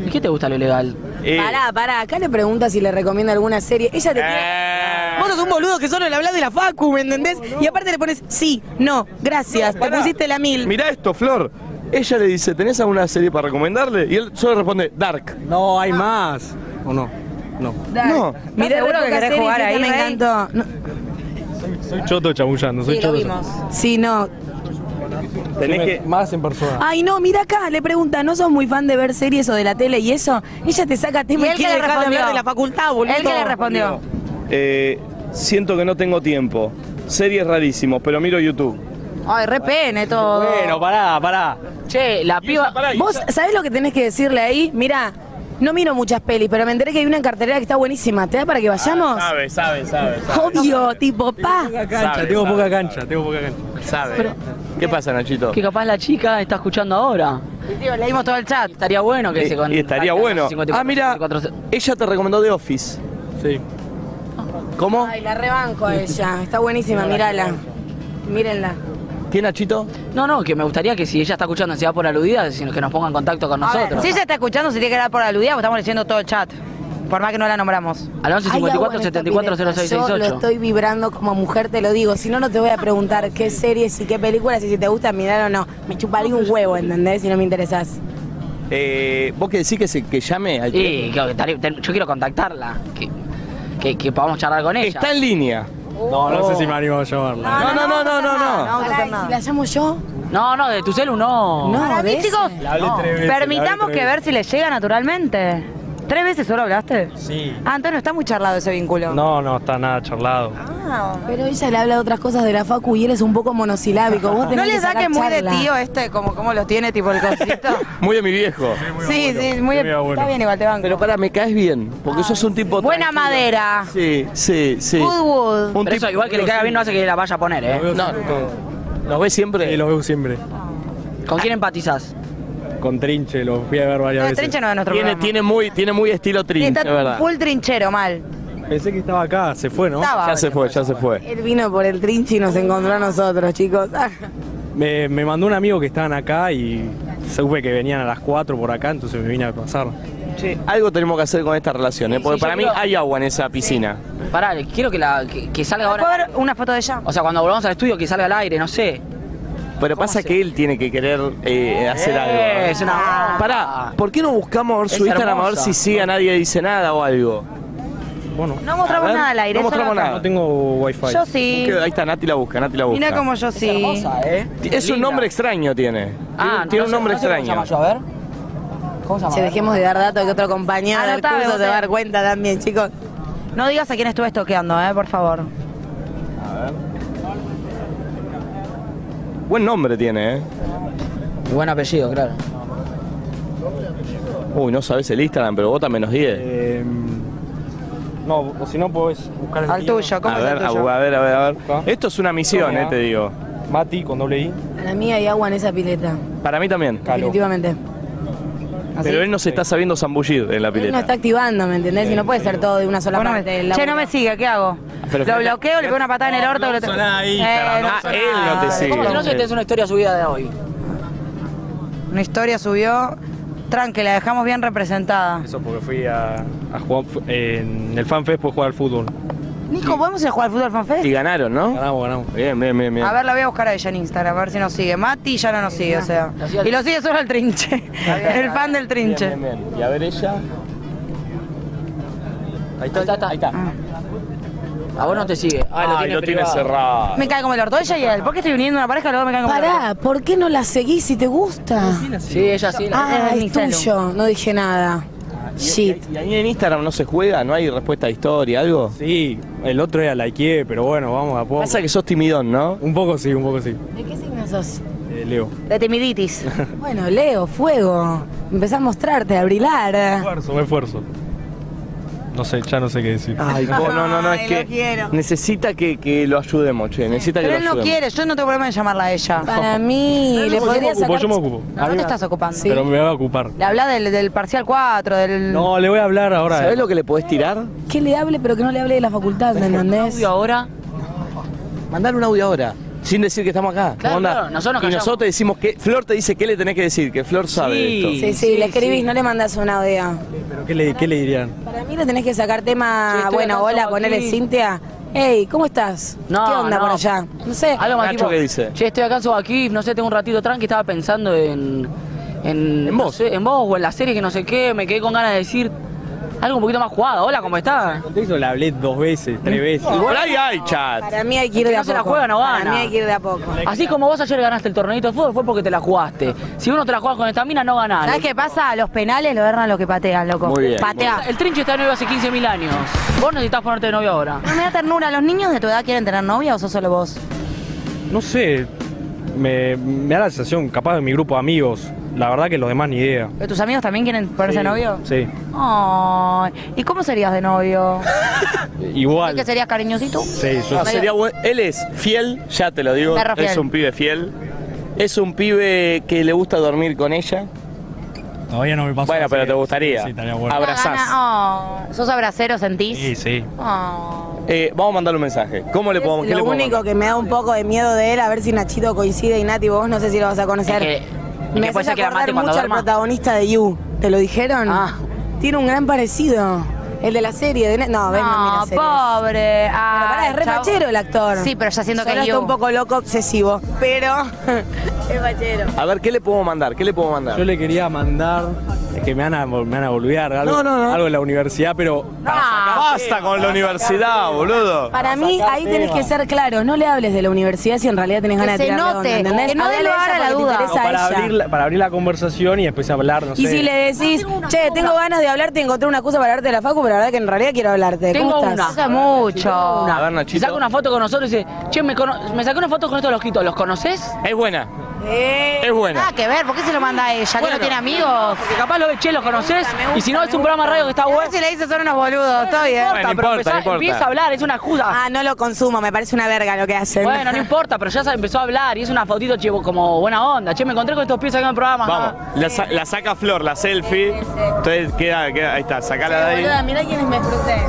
Speaker 9: ¿Y qué te gusta lo ilegal?
Speaker 2: Eh,
Speaker 5: Pará, pará. Acá le pregunta si le recomienda alguna serie. Ella te tiene...
Speaker 2: eh,
Speaker 6: Vos sos un boludo que solo le hablas de la facu, ¿me entendés? Y aparte le pones, sí, no, gracias, te
Speaker 2: pará.
Speaker 6: pusiste la mil.
Speaker 2: Mirá esto, Flor. Ella le dice, ¿tenés alguna serie para recomendarle? Y él solo responde, Dark.
Speaker 7: No, hay más. ¿O no? No.
Speaker 2: No.
Speaker 10: ¿Estás seguro que
Speaker 5: repocas
Speaker 10: querés
Speaker 5: series,
Speaker 10: jugar
Speaker 5: esta
Speaker 10: ahí,
Speaker 5: Me
Speaker 10: Rey?
Speaker 5: encantó. No,
Speaker 7: Soy choto chamullando, soy
Speaker 10: Sí, lo
Speaker 7: choto.
Speaker 10: vimos.
Speaker 5: sí, no.
Speaker 2: Tenés que.
Speaker 7: Más en persona.
Speaker 5: Ay, no, mira acá, le pregunta, ¿no sos muy fan de ver series o de la tele y eso? Ella te saca
Speaker 10: ¿Y
Speaker 5: tema y,
Speaker 10: él qué
Speaker 5: quiere
Speaker 10: le
Speaker 5: dejar de
Speaker 10: respondió?
Speaker 5: hablar de la facultad, boludo.
Speaker 10: ¿Él qué le respondió?
Speaker 2: eh, siento que no tengo tiempo. Series rarísimos, pero miro YouTube.
Speaker 10: Ay, re pene todo.
Speaker 7: Bueno, pará, pará.
Speaker 9: Che, la piba.
Speaker 5: Vos, ¿sabés lo que tenés que decirle ahí? Mirá, no miro muchas pelis, pero me enteré que hay una en cartelera que está buenísima. ¿Te da
Speaker 7: Ah,
Speaker 5: para que vayamos?
Speaker 2: Sabe, sabe, sabe.
Speaker 5: Obvio, tipo, pa.
Speaker 7: Cancha,
Speaker 2: Sabe,
Speaker 7: tengo
Speaker 2: sabe,
Speaker 7: poca cancha, tengo poca cancha.
Speaker 2: Sabe.
Speaker 9: eh,
Speaker 2: ¿Qué pasa, Nachito?
Speaker 9: Que capaz la chica está escuchando ahora.
Speaker 10: Tío, leímos todo el chat.
Speaker 9: Estaría bueno que
Speaker 2: Eh, Y,
Speaker 9: se con.
Speaker 2: y estaría bueno.
Speaker 9: 54,
Speaker 2: Ah, mira,
Speaker 9: 54.
Speaker 2: ella te recomendó The Office.
Speaker 7: Sí.
Speaker 2: ¿Cómo?
Speaker 5: Ay, la rebanco a ella. Está buenísima, mírala. Mírenla.
Speaker 2: ¿Qué, Nachito?
Speaker 9: No, no, que me gustaría que si ella está escuchando se va por aludida, sino que nos ponga en contacto con
Speaker 10: A ver,
Speaker 9: nosotros.
Speaker 10: si ella está escuchando, se tiene que dar por aludida, porque estamos leyendo todo el chat. Por más que no la nombramos.
Speaker 9: Al 11 54
Speaker 5: Ay, agua en
Speaker 9: 74
Speaker 5: esta pileta. Yo lo
Speaker 9: 0668.
Speaker 5: estoy vibrando como mujer, te lo digo. Si no, no te voy a preguntar qué series y qué películas y si te gusta mirar o no. Me chuparía un huevo, ¿entendés? Si no me interesás.
Speaker 2: Eh, ¿Vos que decís que, se, que llame al
Speaker 9: Sí, creo que estaría- ten- yo quiero contactarla. Que, que, que podamos charlar con ella. Oh.
Speaker 2: Está en línea.
Speaker 7: No, no sé si me animo a llamarla.
Speaker 2: No, no, no, no, no, no.
Speaker 10: vamos a hacer
Speaker 5: Pará, ¿y si la llamo yo?
Speaker 9: No, no, de tu celu no.
Speaker 5: No,
Speaker 10: Para mí,
Speaker 5: ¿ves?
Speaker 10: chicos,
Speaker 7: La hablé tres veces, la
Speaker 10: permitamos
Speaker 7: hablé tres
Speaker 10: que ver si le llega naturalmente. ¿Tres veces solo hablaste?
Speaker 7: Sí.
Speaker 10: Ah, entonces no está muy charlado ese vínculo.
Speaker 7: No, no, está nada charlado.
Speaker 10: Ah.
Speaker 5: Pero ella le habla de otras cosas de la facu y él es un poco monosilábico. Vos tenés
Speaker 10: ¿No le
Speaker 5: que
Speaker 10: da que
Speaker 5: sacar
Speaker 10: muy de
Speaker 5: charla.
Speaker 10: tío este, como, como los tiene, tipo el cosito?
Speaker 2: Muy de mi viejo.
Speaker 10: sí, sí,
Speaker 7: muy
Speaker 10: muy
Speaker 7: abuelo.
Speaker 10: Está bien, igual te banco.
Speaker 2: Pero para, me caes bien, porque
Speaker 9: Ah.
Speaker 2: sos un tipo.
Speaker 10: Buena
Speaker 2: tranquilo.
Speaker 10: madera.
Speaker 2: Sí, sí, sí.
Speaker 10: Good wood.
Speaker 2: Un
Speaker 9: Pero eso, igual que le caiga bien, no hace que la vaya a poner, ¿eh?
Speaker 2: No, ¿Nos ves siempre?
Speaker 7: Sí, lo veo siempre.
Speaker 9: ¿Con quién empatizás?
Speaker 7: Con Trinche, lo fui a ver
Speaker 10: No,
Speaker 7: varias
Speaker 10: el
Speaker 7: veces.
Speaker 10: trinche no es nuestro
Speaker 2: tiene,
Speaker 10: programa.
Speaker 2: tiene, muy, tiene muy estilo
Speaker 10: Sí,
Speaker 2: trin, es
Speaker 10: está
Speaker 2: verdad.
Speaker 10: full trinchero, mal.
Speaker 7: Pensé que estaba acá, se fue, ¿no?
Speaker 10: Estaba.
Speaker 2: Ya se fue, ya se fue.
Speaker 5: Él vino por el trinche y nos encontró a nosotros, chicos. Ah.
Speaker 7: Me, me mandó un amigo que estaban acá y supe que venían a las 4 por acá, entonces me vine a pasar.
Speaker 2: Che, algo tenemos que hacer con esta relación, ¿eh?
Speaker 9: Sí,
Speaker 2: porque
Speaker 9: sí,
Speaker 2: para
Speaker 9: yo
Speaker 2: mí
Speaker 9: creo-
Speaker 2: hay agua en esa piscina.
Speaker 9: Pará, quiero que, la, que, que salga
Speaker 10: ¿Puedo
Speaker 9: ahora.
Speaker 10: ver una foto de ella?
Speaker 9: O sea, cuando volvamos al estudio, que salga al aire, no sé.
Speaker 2: Pero pasa que él tiene que querer eh, hacer
Speaker 9: Eh,
Speaker 2: algo. ¿eh?
Speaker 9: es una-
Speaker 2: Pará, ¿por qué no buscamos a ver su
Speaker 9: Es
Speaker 2: Instagram a ver
Speaker 9: hermosa.
Speaker 2: si sigue nadie dice nada o algo?
Speaker 7: Bueno,
Speaker 10: No mostramos
Speaker 2: A ver,
Speaker 10: nada al aire.
Speaker 2: no
Speaker 10: solo
Speaker 2: mostramos
Speaker 10: acá.
Speaker 2: nada.
Speaker 7: no tengo wifi.
Speaker 10: Yo sí.
Speaker 2: Ahí está, Nati la busca, Nati la busca.
Speaker 10: Mira cómo yo
Speaker 9: Es
Speaker 10: sí.
Speaker 9: hermosa, ¿eh?
Speaker 2: Es un
Speaker 9: Linda.
Speaker 2: nombre extraño tiene.
Speaker 9: Ah,
Speaker 2: tiene, tiene un
Speaker 9: no sé-
Speaker 2: nombre
Speaker 9: no sé cómo
Speaker 2: extraño.
Speaker 9: se llama yo, a ver. ¿Cómo se llama?
Speaker 5: Che, dejemos de dar datos que otro compañero del
Speaker 10: Anotame,
Speaker 5: curso
Speaker 10: vos
Speaker 5: se va a
Speaker 10: tenés.
Speaker 5: dar cuenta también, chicos.
Speaker 10: No digas a quién estuve estoqueando, eh, por favor.
Speaker 2: Buen nombre tiene, ¿eh?
Speaker 9: Buen apellido, claro.
Speaker 2: Uy, no sabes el Instagram, pero vota menos 10.
Speaker 7: Eh, no, o si no podés buscar el
Speaker 10: Al
Speaker 7: mío.
Speaker 10: tuyo, ¿cómo
Speaker 2: a
Speaker 10: es
Speaker 2: ver,
Speaker 10: el tuyo?
Speaker 2: a ver, a ver, a ver.
Speaker 7: Acá.
Speaker 2: Esto es una misión,
Speaker 7: Mira.
Speaker 2: eh, te digo.
Speaker 7: Mati con doble I.
Speaker 5: A la mía hay agua en esa pileta.
Speaker 2: Para mí también.
Speaker 5: Definitivamente.
Speaker 2: Pero él no se está sabiendo zambullir en la
Speaker 5: Él no
Speaker 2: pileta.
Speaker 5: está activando, ¿me entendés? Y no puede ser todo de una sola parte. del
Speaker 10: Che, no
Speaker 5: laburo.
Speaker 10: me sigue, ¿qué hago?
Speaker 2: Pero
Speaker 10: ¿Lo
Speaker 2: fíjate-
Speaker 10: bloqueo? ¿Le pego una patada en el orto?
Speaker 7: no
Speaker 10: lo te- Eh,
Speaker 7: sonás ahí, cara, no
Speaker 5: ah,
Speaker 10: no
Speaker 7: sonás.
Speaker 2: Él no te
Speaker 10: sonás.
Speaker 2: sigue.
Speaker 9: ¿Cómo que no si
Speaker 2: Él.
Speaker 9: tenés una historia subida de hoy?
Speaker 10: Una historia subió. Tranqui, la dejamos bien representada.
Speaker 7: Eso porque fui a, a jugar fu- en el fanfest por jugar al fútbol.
Speaker 10: Nico, ¿podemos ir a jugar al fútbol
Speaker 2: Y
Speaker 10: fanfest?
Speaker 2: ganaron, ¿no?
Speaker 7: Ganamos, ganamos.
Speaker 2: Bien, bien, bien, bien.
Speaker 10: A ver, la voy a buscar a ella en Instagram, a ver si nos sigue. Mati ya no nos sigue, o sea. Y lo sigue solo el trinche. El fan del
Speaker 2: Bien,
Speaker 10: trinche.
Speaker 2: bien, bien. Y a ver ella.
Speaker 9: Ahí está, ahí está, ahí está. A vos no te sigue. Ah, lo
Speaker 2: Ay,
Speaker 9: tiene,
Speaker 2: lo tiene
Speaker 9: privado.
Speaker 2: cerrado.
Speaker 10: Me cae como el orto ella y él. ¿Por qué estoy uniendo una pareja? Luego me cae como el orto.
Speaker 5: Pará, ¿por qué no la seguís si te gusta?
Speaker 9: Sí, ella sí. la-
Speaker 5: Ah,
Speaker 10: Es mi
Speaker 5: es tuyo. No dije nada. Shit.
Speaker 2: ¿Y ahí en Instagram no se juega? ¿No hay respuesta a historia? ¿Algo?
Speaker 7: Sí, el otro era likeé, pero bueno, vamos a poco.
Speaker 2: Pasa que sos timidón, ¿no?
Speaker 7: Un poco sí, un poco sí.
Speaker 5: ¿De qué signo sos?
Speaker 7: Eh, Leo.
Speaker 10: De timiditis.
Speaker 5: Bueno, Leo, fuego. Empezá a mostrarte, a brillar.
Speaker 7: Esfuerzo, un esfuerzo. No sé, ya no sé qué decir.
Speaker 2: Ay, no, no, no, no, es
Speaker 10: Ay,
Speaker 2: que
Speaker 10: lo quiero.
Speaker 2: necesita que, que lo ayudemos, che, necesita que lo
Speaker 10: Pero él no
Speaker 2: ayudemos.
Speaker 10: quiere, yo no tengo problema en llamarla a ella.
Speaker 5: Para mí, le
Speaker 7: Yo me
Speaker 5: podría
Speaker 7: ocupo,
Speaker 5: sacar...
Speaker 7: yo me ocupo.
Speaker 10: No, no te estás ocupando.
Speaker 5: Sí.
Speaker 7: Pero me va a ocupar.
Speaker 5: Mm.
Speaker 10: Le habla del, del parcial 4, del.
Speaker 7: No, le voy a hablar ahora.
Speaker 2: ¿Sabés lo que le podés tirar?
Speaker 5: Que le hable, pero que no le hable de la facultad, ¿me entendés?
Speaker 9: Audio ahora?
Speaker 2: Mandar un audio ahora. Sin decir que estamos acá.
Speaker 9: Claro,
Speaker 2: ¿Cómo andás?
Speaker 9: claro, nosotros nos
Speaker 2: y
Speaker 9: callamos.
Speaker 2: nosotros te decimos que. Flor te dice qué le tenés que decir, que Flor sabe
Speaker 9: Sí.
Speaker 2: de esto.
Speaker 5: Sí, sí, le escribís, no le mandás un audio.
Speaker 7: ¿Pero qué le, qué le dirían?
Speaker 5: Para mí le tenés que sacar tema,
Speaker 9: Sí, estoy
Speaker 5: bueno,
Speaker 9: acá,
Speaker 5: hola,
Speaker 9: estamos
Speaker 5: ponele
Speaker 9: aquí.
Speaker 5: Cintia. Hey, ¿cómo estás?
Speaker 9: No,
Speaker 5: ¿Qué onda
Speaker 9: no.
Speaker 5: por allá? No sé.
Speaker 9: Algo más
Speaker 2: Nacho,
Speaker 9: tipo,
Speaker 2: ¿qué dice?
Speaker 9: Che, estoy acá en Sobaquí, no sé, tengo un ratito tranqui, estaba pensando en. En,
Speaker 2: En
Speaker 9: no
Speaker 2: vos.
Speaker 9: sé, en vos o en la serie que no sé qué, me quedé con ganas de decir algo un poquito más jugado. Hola, ¿cómo estás?
Speaker 7: Eso le hablé dos veces, tres veces.
Speaker 2: Por ahí hay chat.
Speaker 5: Para mí hay que ir
Speaker 9: El que
Speaker 5: de a
Speaker 9: no se la
Speaker 5: poco.
Speaker 9: juega no
Speaker 5: Para
Speaker 9: gana.
Speaker 5: mí hay que ir de a poco.
Speaker 9: Así como vos ayer ganaste el torneito de fútbol, fue porque te la jugaste. Si uno te la juega con esta mina, no ganás.
Speaker 10: ¿Sabes qué pasa? Los penales lo erran los que patean, loco.
Speaker 2: Muy bien.
Speaker 10: Patea.
Speaker 9: El trinche está de novio hace 15.000 años. Vos necesitas ponerte de novio ahora.
Speaker 10: No me da ternura. ¿Los niños de tu edad quieren tener novia o sos solo vos?
Speaker 7: No sé, me, me da la sensación, capaz de mi grupo de amigos. La verdad que los demás ni idea.
Speaker 10: ¿Pero ¿Tus amigos también quieren ponerse
Speaker 7: Sí,
Speaker 10: novio?
Speaker 7: Sí.
Speaker 10: Ay, ¿Y cómo serías de novio? ¿Y
Speaker 7: Igual.
Speaker 10: que serías cariñosito?
Speaker 7: Sí, yo
Speaker 2: No, Ah, sería buen- Él es fiel, ya te lo digo.
Speaker 10: Perro
Speaker 2: Es
Speaker 10: fiel.
Speaker 2: un pibe fiel. Es un pibe que le gusta dormir con ella.
Speaker 7: todavía no me pasó.
Speaker 2: Bueno,
Speaker 7: así
Speaker 2: pero
Speaker 7: que-
Speaker 2: te gustaría.
Speaker 7: Sí, estaría bueno.
Speaker 2: Abrazás.
Speaker 10: Ah, ¿Sos abracero, sentís?
Speaker 7: Sí, sí.
Speaker 10: Oh.
Speaker 2: Eh, vamos a mandarle un mensaje. ¿Cómo le podemos, qué le
Speaker 5: Lo
Speaker 2: podemos
Speaker 5: único
Speaker 2: mandar?
Speaker 5: que me da un poco de miedo de él, a ver si Nachito coincide y Nati, vos no sé si lo vas a conocer.
Speaker 9: Es que- es
Speaker 5: me
Speaker 9: que puede
Speaker 5: haces
Speaker 9: ser que la
Speaker 5: acordar
Speaker 9: mate cuando
Speaker 5: mucho al
Speaker 9: duerma.
Speaker 5: protagonista de You. ¿Te lo dijeron?
Speaker 9: Ah.
Speaker 5: Tiene un gran parecido. El de la serie. De... No, ves, no, mira
Speaker 10: No, pobre.
Speaker 5: Pero pará,
Speaker 10: Ah,
Speaker 5: es re
Speaker 10: chavo.
Speaker 5: fachero el actor.
Speaker 10: Sí, pero ya siento que
Speaker 5: Solo
Speaker 10: You.
Speaker 5: está un poco loco, obsesivo. Pero es fachero.
Speaker 2: A ver, ¿qué le podemos mandar? ¿Qué le podemos mandar?
Speaker 7: Yo le quería mandar, es que me van a, me van a boludear, algo,
Speaker 2: No, no, no.
Speaker 7: algo de la universidad, pero
Speaker 10: Ah.
Speaker 2: Basta con la universidad, boludo.
Speaker 5: Para mí, ahí tenés que ser claro. No le hables de la universidad si en realidad tenés ganas
Speaker 10: se
Speaker 5: de tirarle
Speaker 10: note,
Speaker 5: onda, ¿entendés?
Speaker 10: que no
Speaker 5: Hablale
Speaker 10: dé
Speaker 5: a ella
Speaker 10: lugar a la
Speaker 5: porque te
Speaker 10: duda.
Speaker 5: interesa
Speaker 7: o
Speaker 5: a
Speaker 7: para,
Speaker 5: ella.
Speaker 7: abrir la, para abrir la conversación y después hablar, no
Speaker 5: Y
Speaker 7: sé.
Speaker 5: si le decís, che, tengo ganas de hablarte, encontré una cosa para hablarte de la facu, pero la verdad que en realidad quiero hablarte.
Speaker 9: Tengo
Speaker 5: ¿Cómo
Speaker 9: una.
Speaker 5: estás?
Speaker 10: Pasa mucho.
Speaker 2: A ver,
Speaker 9: Si
Speaker 2: Nachito.
Speaker 9: saca una foto con nosotros y dice, che, me, cono- me saqué una foto con estos loquitos, ¿los conoces?
Speaker 2: Es buena,
Speaker 5: Eh,
Speaker 2: es buena.
Speaker 10: Nada que ver, ¿por qué se lo manda a ella? ¿Que
Speaker 2: Bueno.
Speaker 10: no tiene amigos?
Speaker 9: Porque capaz lo ves, che, los conoces. Y si no, es un programa de radio que está
Speaker 10: A ver
Speaker 9: bueno.
Speaker 10: si le dice son unos boludos, está bien.
Speaker 2: Bueno, no
Speaker 9: pero
Speaker 2: importa, no
Speaker 9: empezá-
Speaker 2: importa.
Speaker 9: empieza a hablar, es una excusa.
Speaker 5: Ah, no lo consumo, me parece una verga lo que hacen.
Speaker 9: Bueno, no importa, pero ya se empezó a hablar y es una fotito che, como buena onda. Che, me encontré con estos pies acá en el programa. Ah,
Speaker 2: Vamos, la, sa- la saca Flor, la selfie. Entonces queda, queda- ahí está, sacala de ahí.
Speaker 5: Mira quiénes me crucé.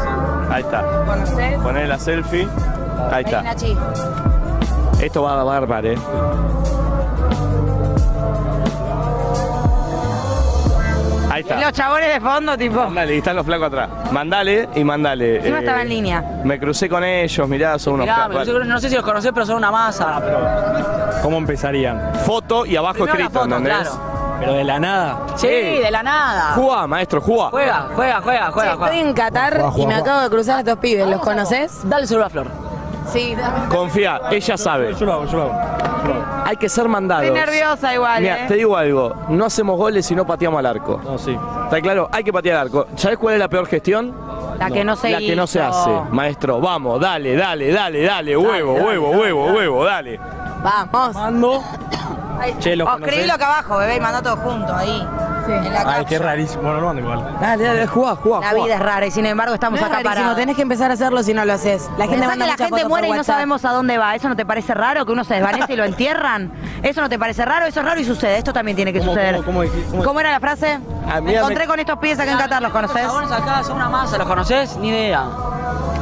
Speaker 2: Ahí está.
Speaker 5: ¿Conocés?
Speaker 2: Poné la selfie. Ahí está.
Speaker 5: Nachi.
Speaker 2: Esto va a bárbaro, eh. Ahí
Speaker 10: Y
Speaker 2: está.
Speaker 10: Los chabones de fondo, tipo.
Speaker 2: Mandale, y están los flacos atrás. Mandale y mandale.
Speaker 10: Encima
Speaker 2: eh,
Speaker 10: estaba en línea.
Speaker 2: Me crucé con ellos, mirá, son unos
Speaker 9: Mirá,
Speaker 2: flacos.
Speaker 9: me- yo creo- no sé si los conocés, pero son una masa.
Speaker 7: ¿Cómo empezarían?
Speaker 2: Foto y abajo
Speaker 9: Primero la
Speaker 2: escrito,
Speaker 9: foto,
Speaker 2: ¿entendés?
Speaker 9: claro.
Speaker 7: Pero de la nada.
Speaker 9: Sí, de la nada.
Speaker 2: Jugá, maestro, jugá.
Speaker 9: Juega, juega, juega, juega.
Speaker 5: Estoy
Speaker 9: juega.
Speaker 5: en Qatar
Speaker 7: Juega, juega,
Speaker 5: y me
Speaker 7: juega.
Speaker 5: acabo de cruzar a estos pibes. ¿Los conoces?
Speaker 9: Dale el celular a Flor.
Speaker 5: Sí, dame.
Speaker 2: Confía, ella sabe.
Speaker 7: Yo lo hago, yo lo hago.
Speaker 2: Hay que ser mandados.
Speaker 10: Estoy nerviosa igual,
Speaker 2: Mira,
Speaker 10: eh.
Speaker 2: te digo algo. No hacemos goles si no pateamos al arco.
Speaker 7: No, sí.
Speaker 2: Está claro, hay que patear al arco. ¿Sabés cuál es la peor gestión?
Speaker 10: La que no se
Speaker 2: la que no se
Speaker 10: hizo.
Speaker 2: hace, maestro. Vamos, dale, dale, dale, dale. Huevo, huevo, huevo, huevo, dale.
Speaker 5: Vamos. Oh,
Speaker 7: Mando. Che, los
Speaker 10: O escribilo
Speaker 7: conocés.
Speaker 10: acá abajo, bebé, y mandá todo junto ahí.
Speaker 5: En la
Speaker 7: Ay, qué
Speaker 5: capsule.
Speaker 7: rarísimo. Bueno, no ando igual.
Speaker 2: Dale, dale, jugá, jugá,
Speaker 5: La vida es rara y sin embargo estamos
Speaker 10: No es
Speaker 5: acá
Speaker 10: rarísimo,
Speaker 5: parados.
Speaker 10: tenés que empezar a hacerlo si no lo haces. La gente
Speaker 5: Pensá
Speaker 10: manda
Speaker 5: que la
Speaker 10: mucha
Speaker 5: gente
Speaker 10: foto
Speaker 5: muere y
Speaker 10: por
Speaker 5: no
Speaker 10: WhatsApp.
Speaker 5: sabemos a dónde va. ¿Eso no te parece raro? Que uno se desvanece y lo entierran. ¿Eso no te parece raro? Eso es raro y sucede. Esto también tiene que
Speaker 7: ¿Cómo,
Speaker 5: suceder.
Speaker 7: cómo, cómo dijiste? ¿Cómo?
Speaker 5: ¿Cómo era la frase?
Speaker 2: A mí
Speaker 5: Me
Speaker 2: ya me-
Speaker 5: encontré con estos pies acá en Qatar, ¿los conoces?
Speaker 9: Los acá son una masa, ¿los conoces? Ni idea.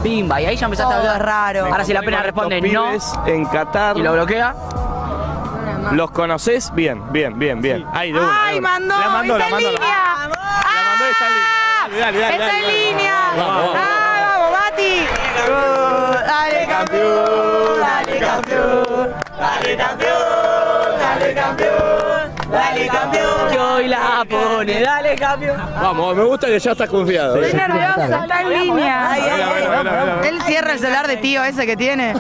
Speaker 9: Pimba, y ahí ya empezaste a
Speaker 5: Todo
Speaker 9: hablar
Speaker 5: es raro.
Speaker 9: Ahora si la pena responde no
Speaker 2: En Qatar.
Speaker 9: y lo bloquea.
Speaker 2: ¿Los conocés? Bien, bien, bien, bien. Ahí, de una.
Speaker 5: ¡Ay,
Speaker 2: de una.
Speaker 5: mandó!
Speaker 2: La mandó,
Speaker 5: ¡Está
Speaker 2: la
Speaker 5: en
Speaker 2: mandó.
Speaker 5: línea!
Speaker 2: La mandó y está en
Speaker 5: ¡Ah!
Speaker 2: línea. Dale, dale, dale,
Speaker 5: ¡Está en
Speaker 2: dale.
Speaker 5: línea!
Speaker 2: Vamos, vamos.
Speaker 5: ¡Ah, vamos, Bati! Uh, ¡Dale, campeón! ¡Dale, campeón! ¡Dale, campeón! ¡Dale, campeón! ¡Dale, campeón!
Speaker 9: Que hoy la pone, dale cambio.
Speaker 2: Vamos, me gusta que ya estás confiado.
Speaker 5: Estoy nerviosa, está en línea.
Speaker 2: Ay, ay, ay. Bueno, bueno, bueno.
Speaker 5: Él cierra el celular de tío ese que tiene.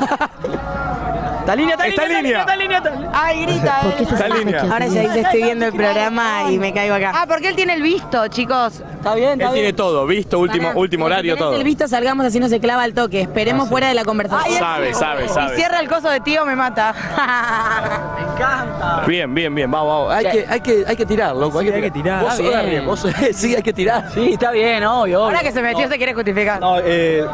Speaker 9: Está línea, está,
Speaker 2: Está
Speaker 9: línea, está línea, está línea.
Speaker 5: Ay, grita. eh.
Speaker 10: ¿Por qué
Speaker 5: él.
Speaker 10: estás
Speaker 2: Está en
Speaker 10: haciendo
Speaker 2: línea.
Speaker 10: esto? Ahora ya dice, estoy viendo el programa y me caigo acá.
Speaker 5: Ah, porque él tiene el visto, chicos.
Speaker 9: Está bien,
Speaker 2: Él
Speaker 9: está
Speaker 2: tiene
Speaker 9: bien.
Speaker 2: todo, visto, último,
Speaker 5: Pará.
Speaker 2: último horario,
Speaker 10: Si tenés
Speaker 2: todo. Ah,
Speaker 10: el visto, salgamos así no se clava el toque. Esperemos fuera de la conversación.
Speaker 2: Sabe, sabe,
Speaker 5: Y
Speaker 2: sabe.
Speaker 5: cierra el coso de tío, me mata.
Speaker 2: Bien, bien, bien, vamos, vamos. Hay que, hay que, hay que tirar, loco. Hay,
Speaker 7: Sí, hay que tirar.
Speaker 2: Vos
Speaker 9: Está
Speaker 2: sos
Speaker 9: bien.
Speaker 2: Gabriel, vos
Speaker 7: Eh,
Speaker 2: sos- sí, hay que tirar.
Speaker 9: Sí, está bien, obvio.
Speaker 5: Ahora
Speaker 9: obvio.
Speaker 5: que se metió se quiere justificar.
Speaker 7: No, eh,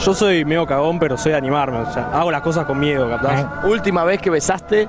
Speaker 7: yo soy medio cagón, pero soy de animarme. O sea, hago las cosas con miedo, ¿captás?
Speaker 2: Última vez que besaste.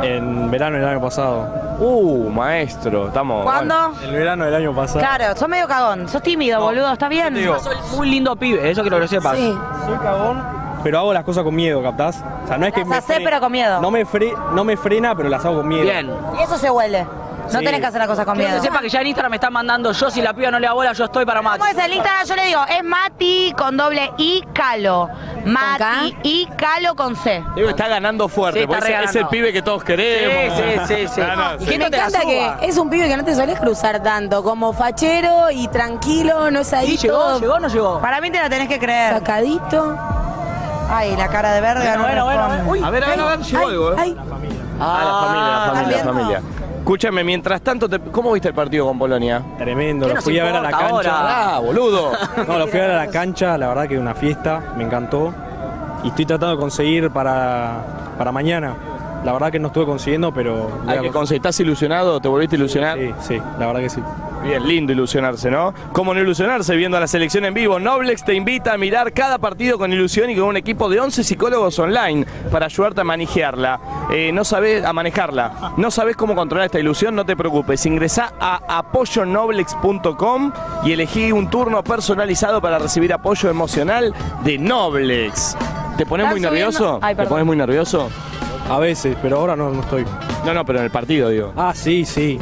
Speaker 7: En verano del año pasado.
Speaker 2: Uh, maestro, estamos.
Speaker 5: ¿Cuándo?
Speaker 7: El verano del año pasado.
Speaker 5: Claro, sos medio cagón, sos tímido, boludo, ¿estás bien?
Speaker 7: te digo.
Speaker 5: Sos-
Speaker 9: Soy un lindo pibe, eso quiero que lo sepas.
Speaker 10: Sí.
Speaker 7: Soy cagón, pero hago las cosas con miedo, ¿captás? O sea, no es que
Speaker 5: Las
Speaker 7: me
Speaker 5: hacés,
Speaker 7: frena-
Speaker 5: pero con miedo.
Speaker 7: No me, fre- no me frena, pero las hago con miedo.
Speaker 9: Bien.
Speaker 5: Y eso se huele. No
Speaker 7: Sí.
Speaker 5: tenés que hacer las cosas con
Speaker 9: Quiero
Speaker 5: miedo.
Speaker 9: que sepa que ya en Instagram me están mandando yo, si la piba no le da bola, yo estoy para
Speaker 5: ¿Cómo
Speaker 9: matar.
Speaker 5: es el Instagram? Yo le digo, es Mati con doble I calo. Mati
Speaker 10: K?
Speaker 5: y calo con C.
Speaker 2: Digo, está ganando fuerte,
Speaker 9: Sí, está
Speaker 2: porque ese- es,
Speaker 9: regalando.
Speaker 2: el pibe que todos queremos.
Speaker 9: Sí, sí, sí, sí.
Speaker 2: Ah, no,
Speaker 9: ¿Y
Speaker 2: sí.
Speaker 9: qué
Speaker 10: Me
Speaker 9: no te la
Speaker 10: encanta
Speaker 9: suba?
Speaker 10: que es un pibe que no te solés cruzar tanto, como fachero y tranquilo, no es ahí
Speaker 9: ¿Y llegó,
Speaker 10: todo
Speaker 9: llegó o no llegó?
Speaker 5: Para mí te la tenés que creer.
Speaker 10: sacadito.
Speaker 5: Ay, la cara de verga. no
Speaker 9: Bueno, bueno, bueno.
Speaker 5: responde.
Speaker 9: Uy,
Speaker 2: A ver, a ver, a ver, llegó
Speaker 10: Ay,
Speaker 2: algo, ¿eh?
Speaker 10: ay.
Speaker 2: Ah, la familia, la
Speaker 10: ¿están
Speaker 2: familia, la
Speaker 10: viendo?
Speaker 2: familia. Escúchame, mientras tanto, te- ¿cómo viste el partido con Polonia?
Speaker 7: Tremendo.
Speaker 9: ¿Qué
Speaker 7: Lo
Speaker 9: nos
Speaker 7: fui a ver a la
Speaker 9: importa
Speaker 7: cancha.
Speaker 9: ahora?
Speaker 2: Ah, boludo.
Speaker 7: No, lo fui a ver a la cancha, la verdad que una fiesta, me encantó. Y estoy tratando de conseguir para, para mañana. La verdad que no estuve consiguiendo, pero. voy a
Speaker 2: Hay que
Speaker 7: conseguir.
Speaker 2: conseguir. ¿Estás ilusionado? ¿Te volviste a ilusionar?
Speaker 7: Sí, sí, la verdad que sí.
Speaker 2: Bien, lindo ilusionarse, ¿no? ¿Cómo no ilusionarse viendo a la selección en vivo? Noblex te invita a mirar cada partido con ilusión y con un equipo de 11 psicólogos online para ayudarte a manejarla. Eh, no sabes a manejarla. No sabes cómo controlar esta ilusión, no te preocupes. Ingresá a apoyonoblex.com y elegí un turno personalizado para recibir apoyo emocional de Noblex. ¿Te pones
Speaker 5: Están
Speaker 2: muy
Speaker 5: subiendo-
Speaker 2: nervioso?
Speaker 5: Ay,
Speaker 2: ¿Te
Speaker 5: perdón.
Speaker 2: pones muy nervioso?
Speaker 7: A veces, pero ahora no, no estoy.
Speaker 2: No, no, pero en el partido, digo.
Speaker 7: Ah, sí, sí.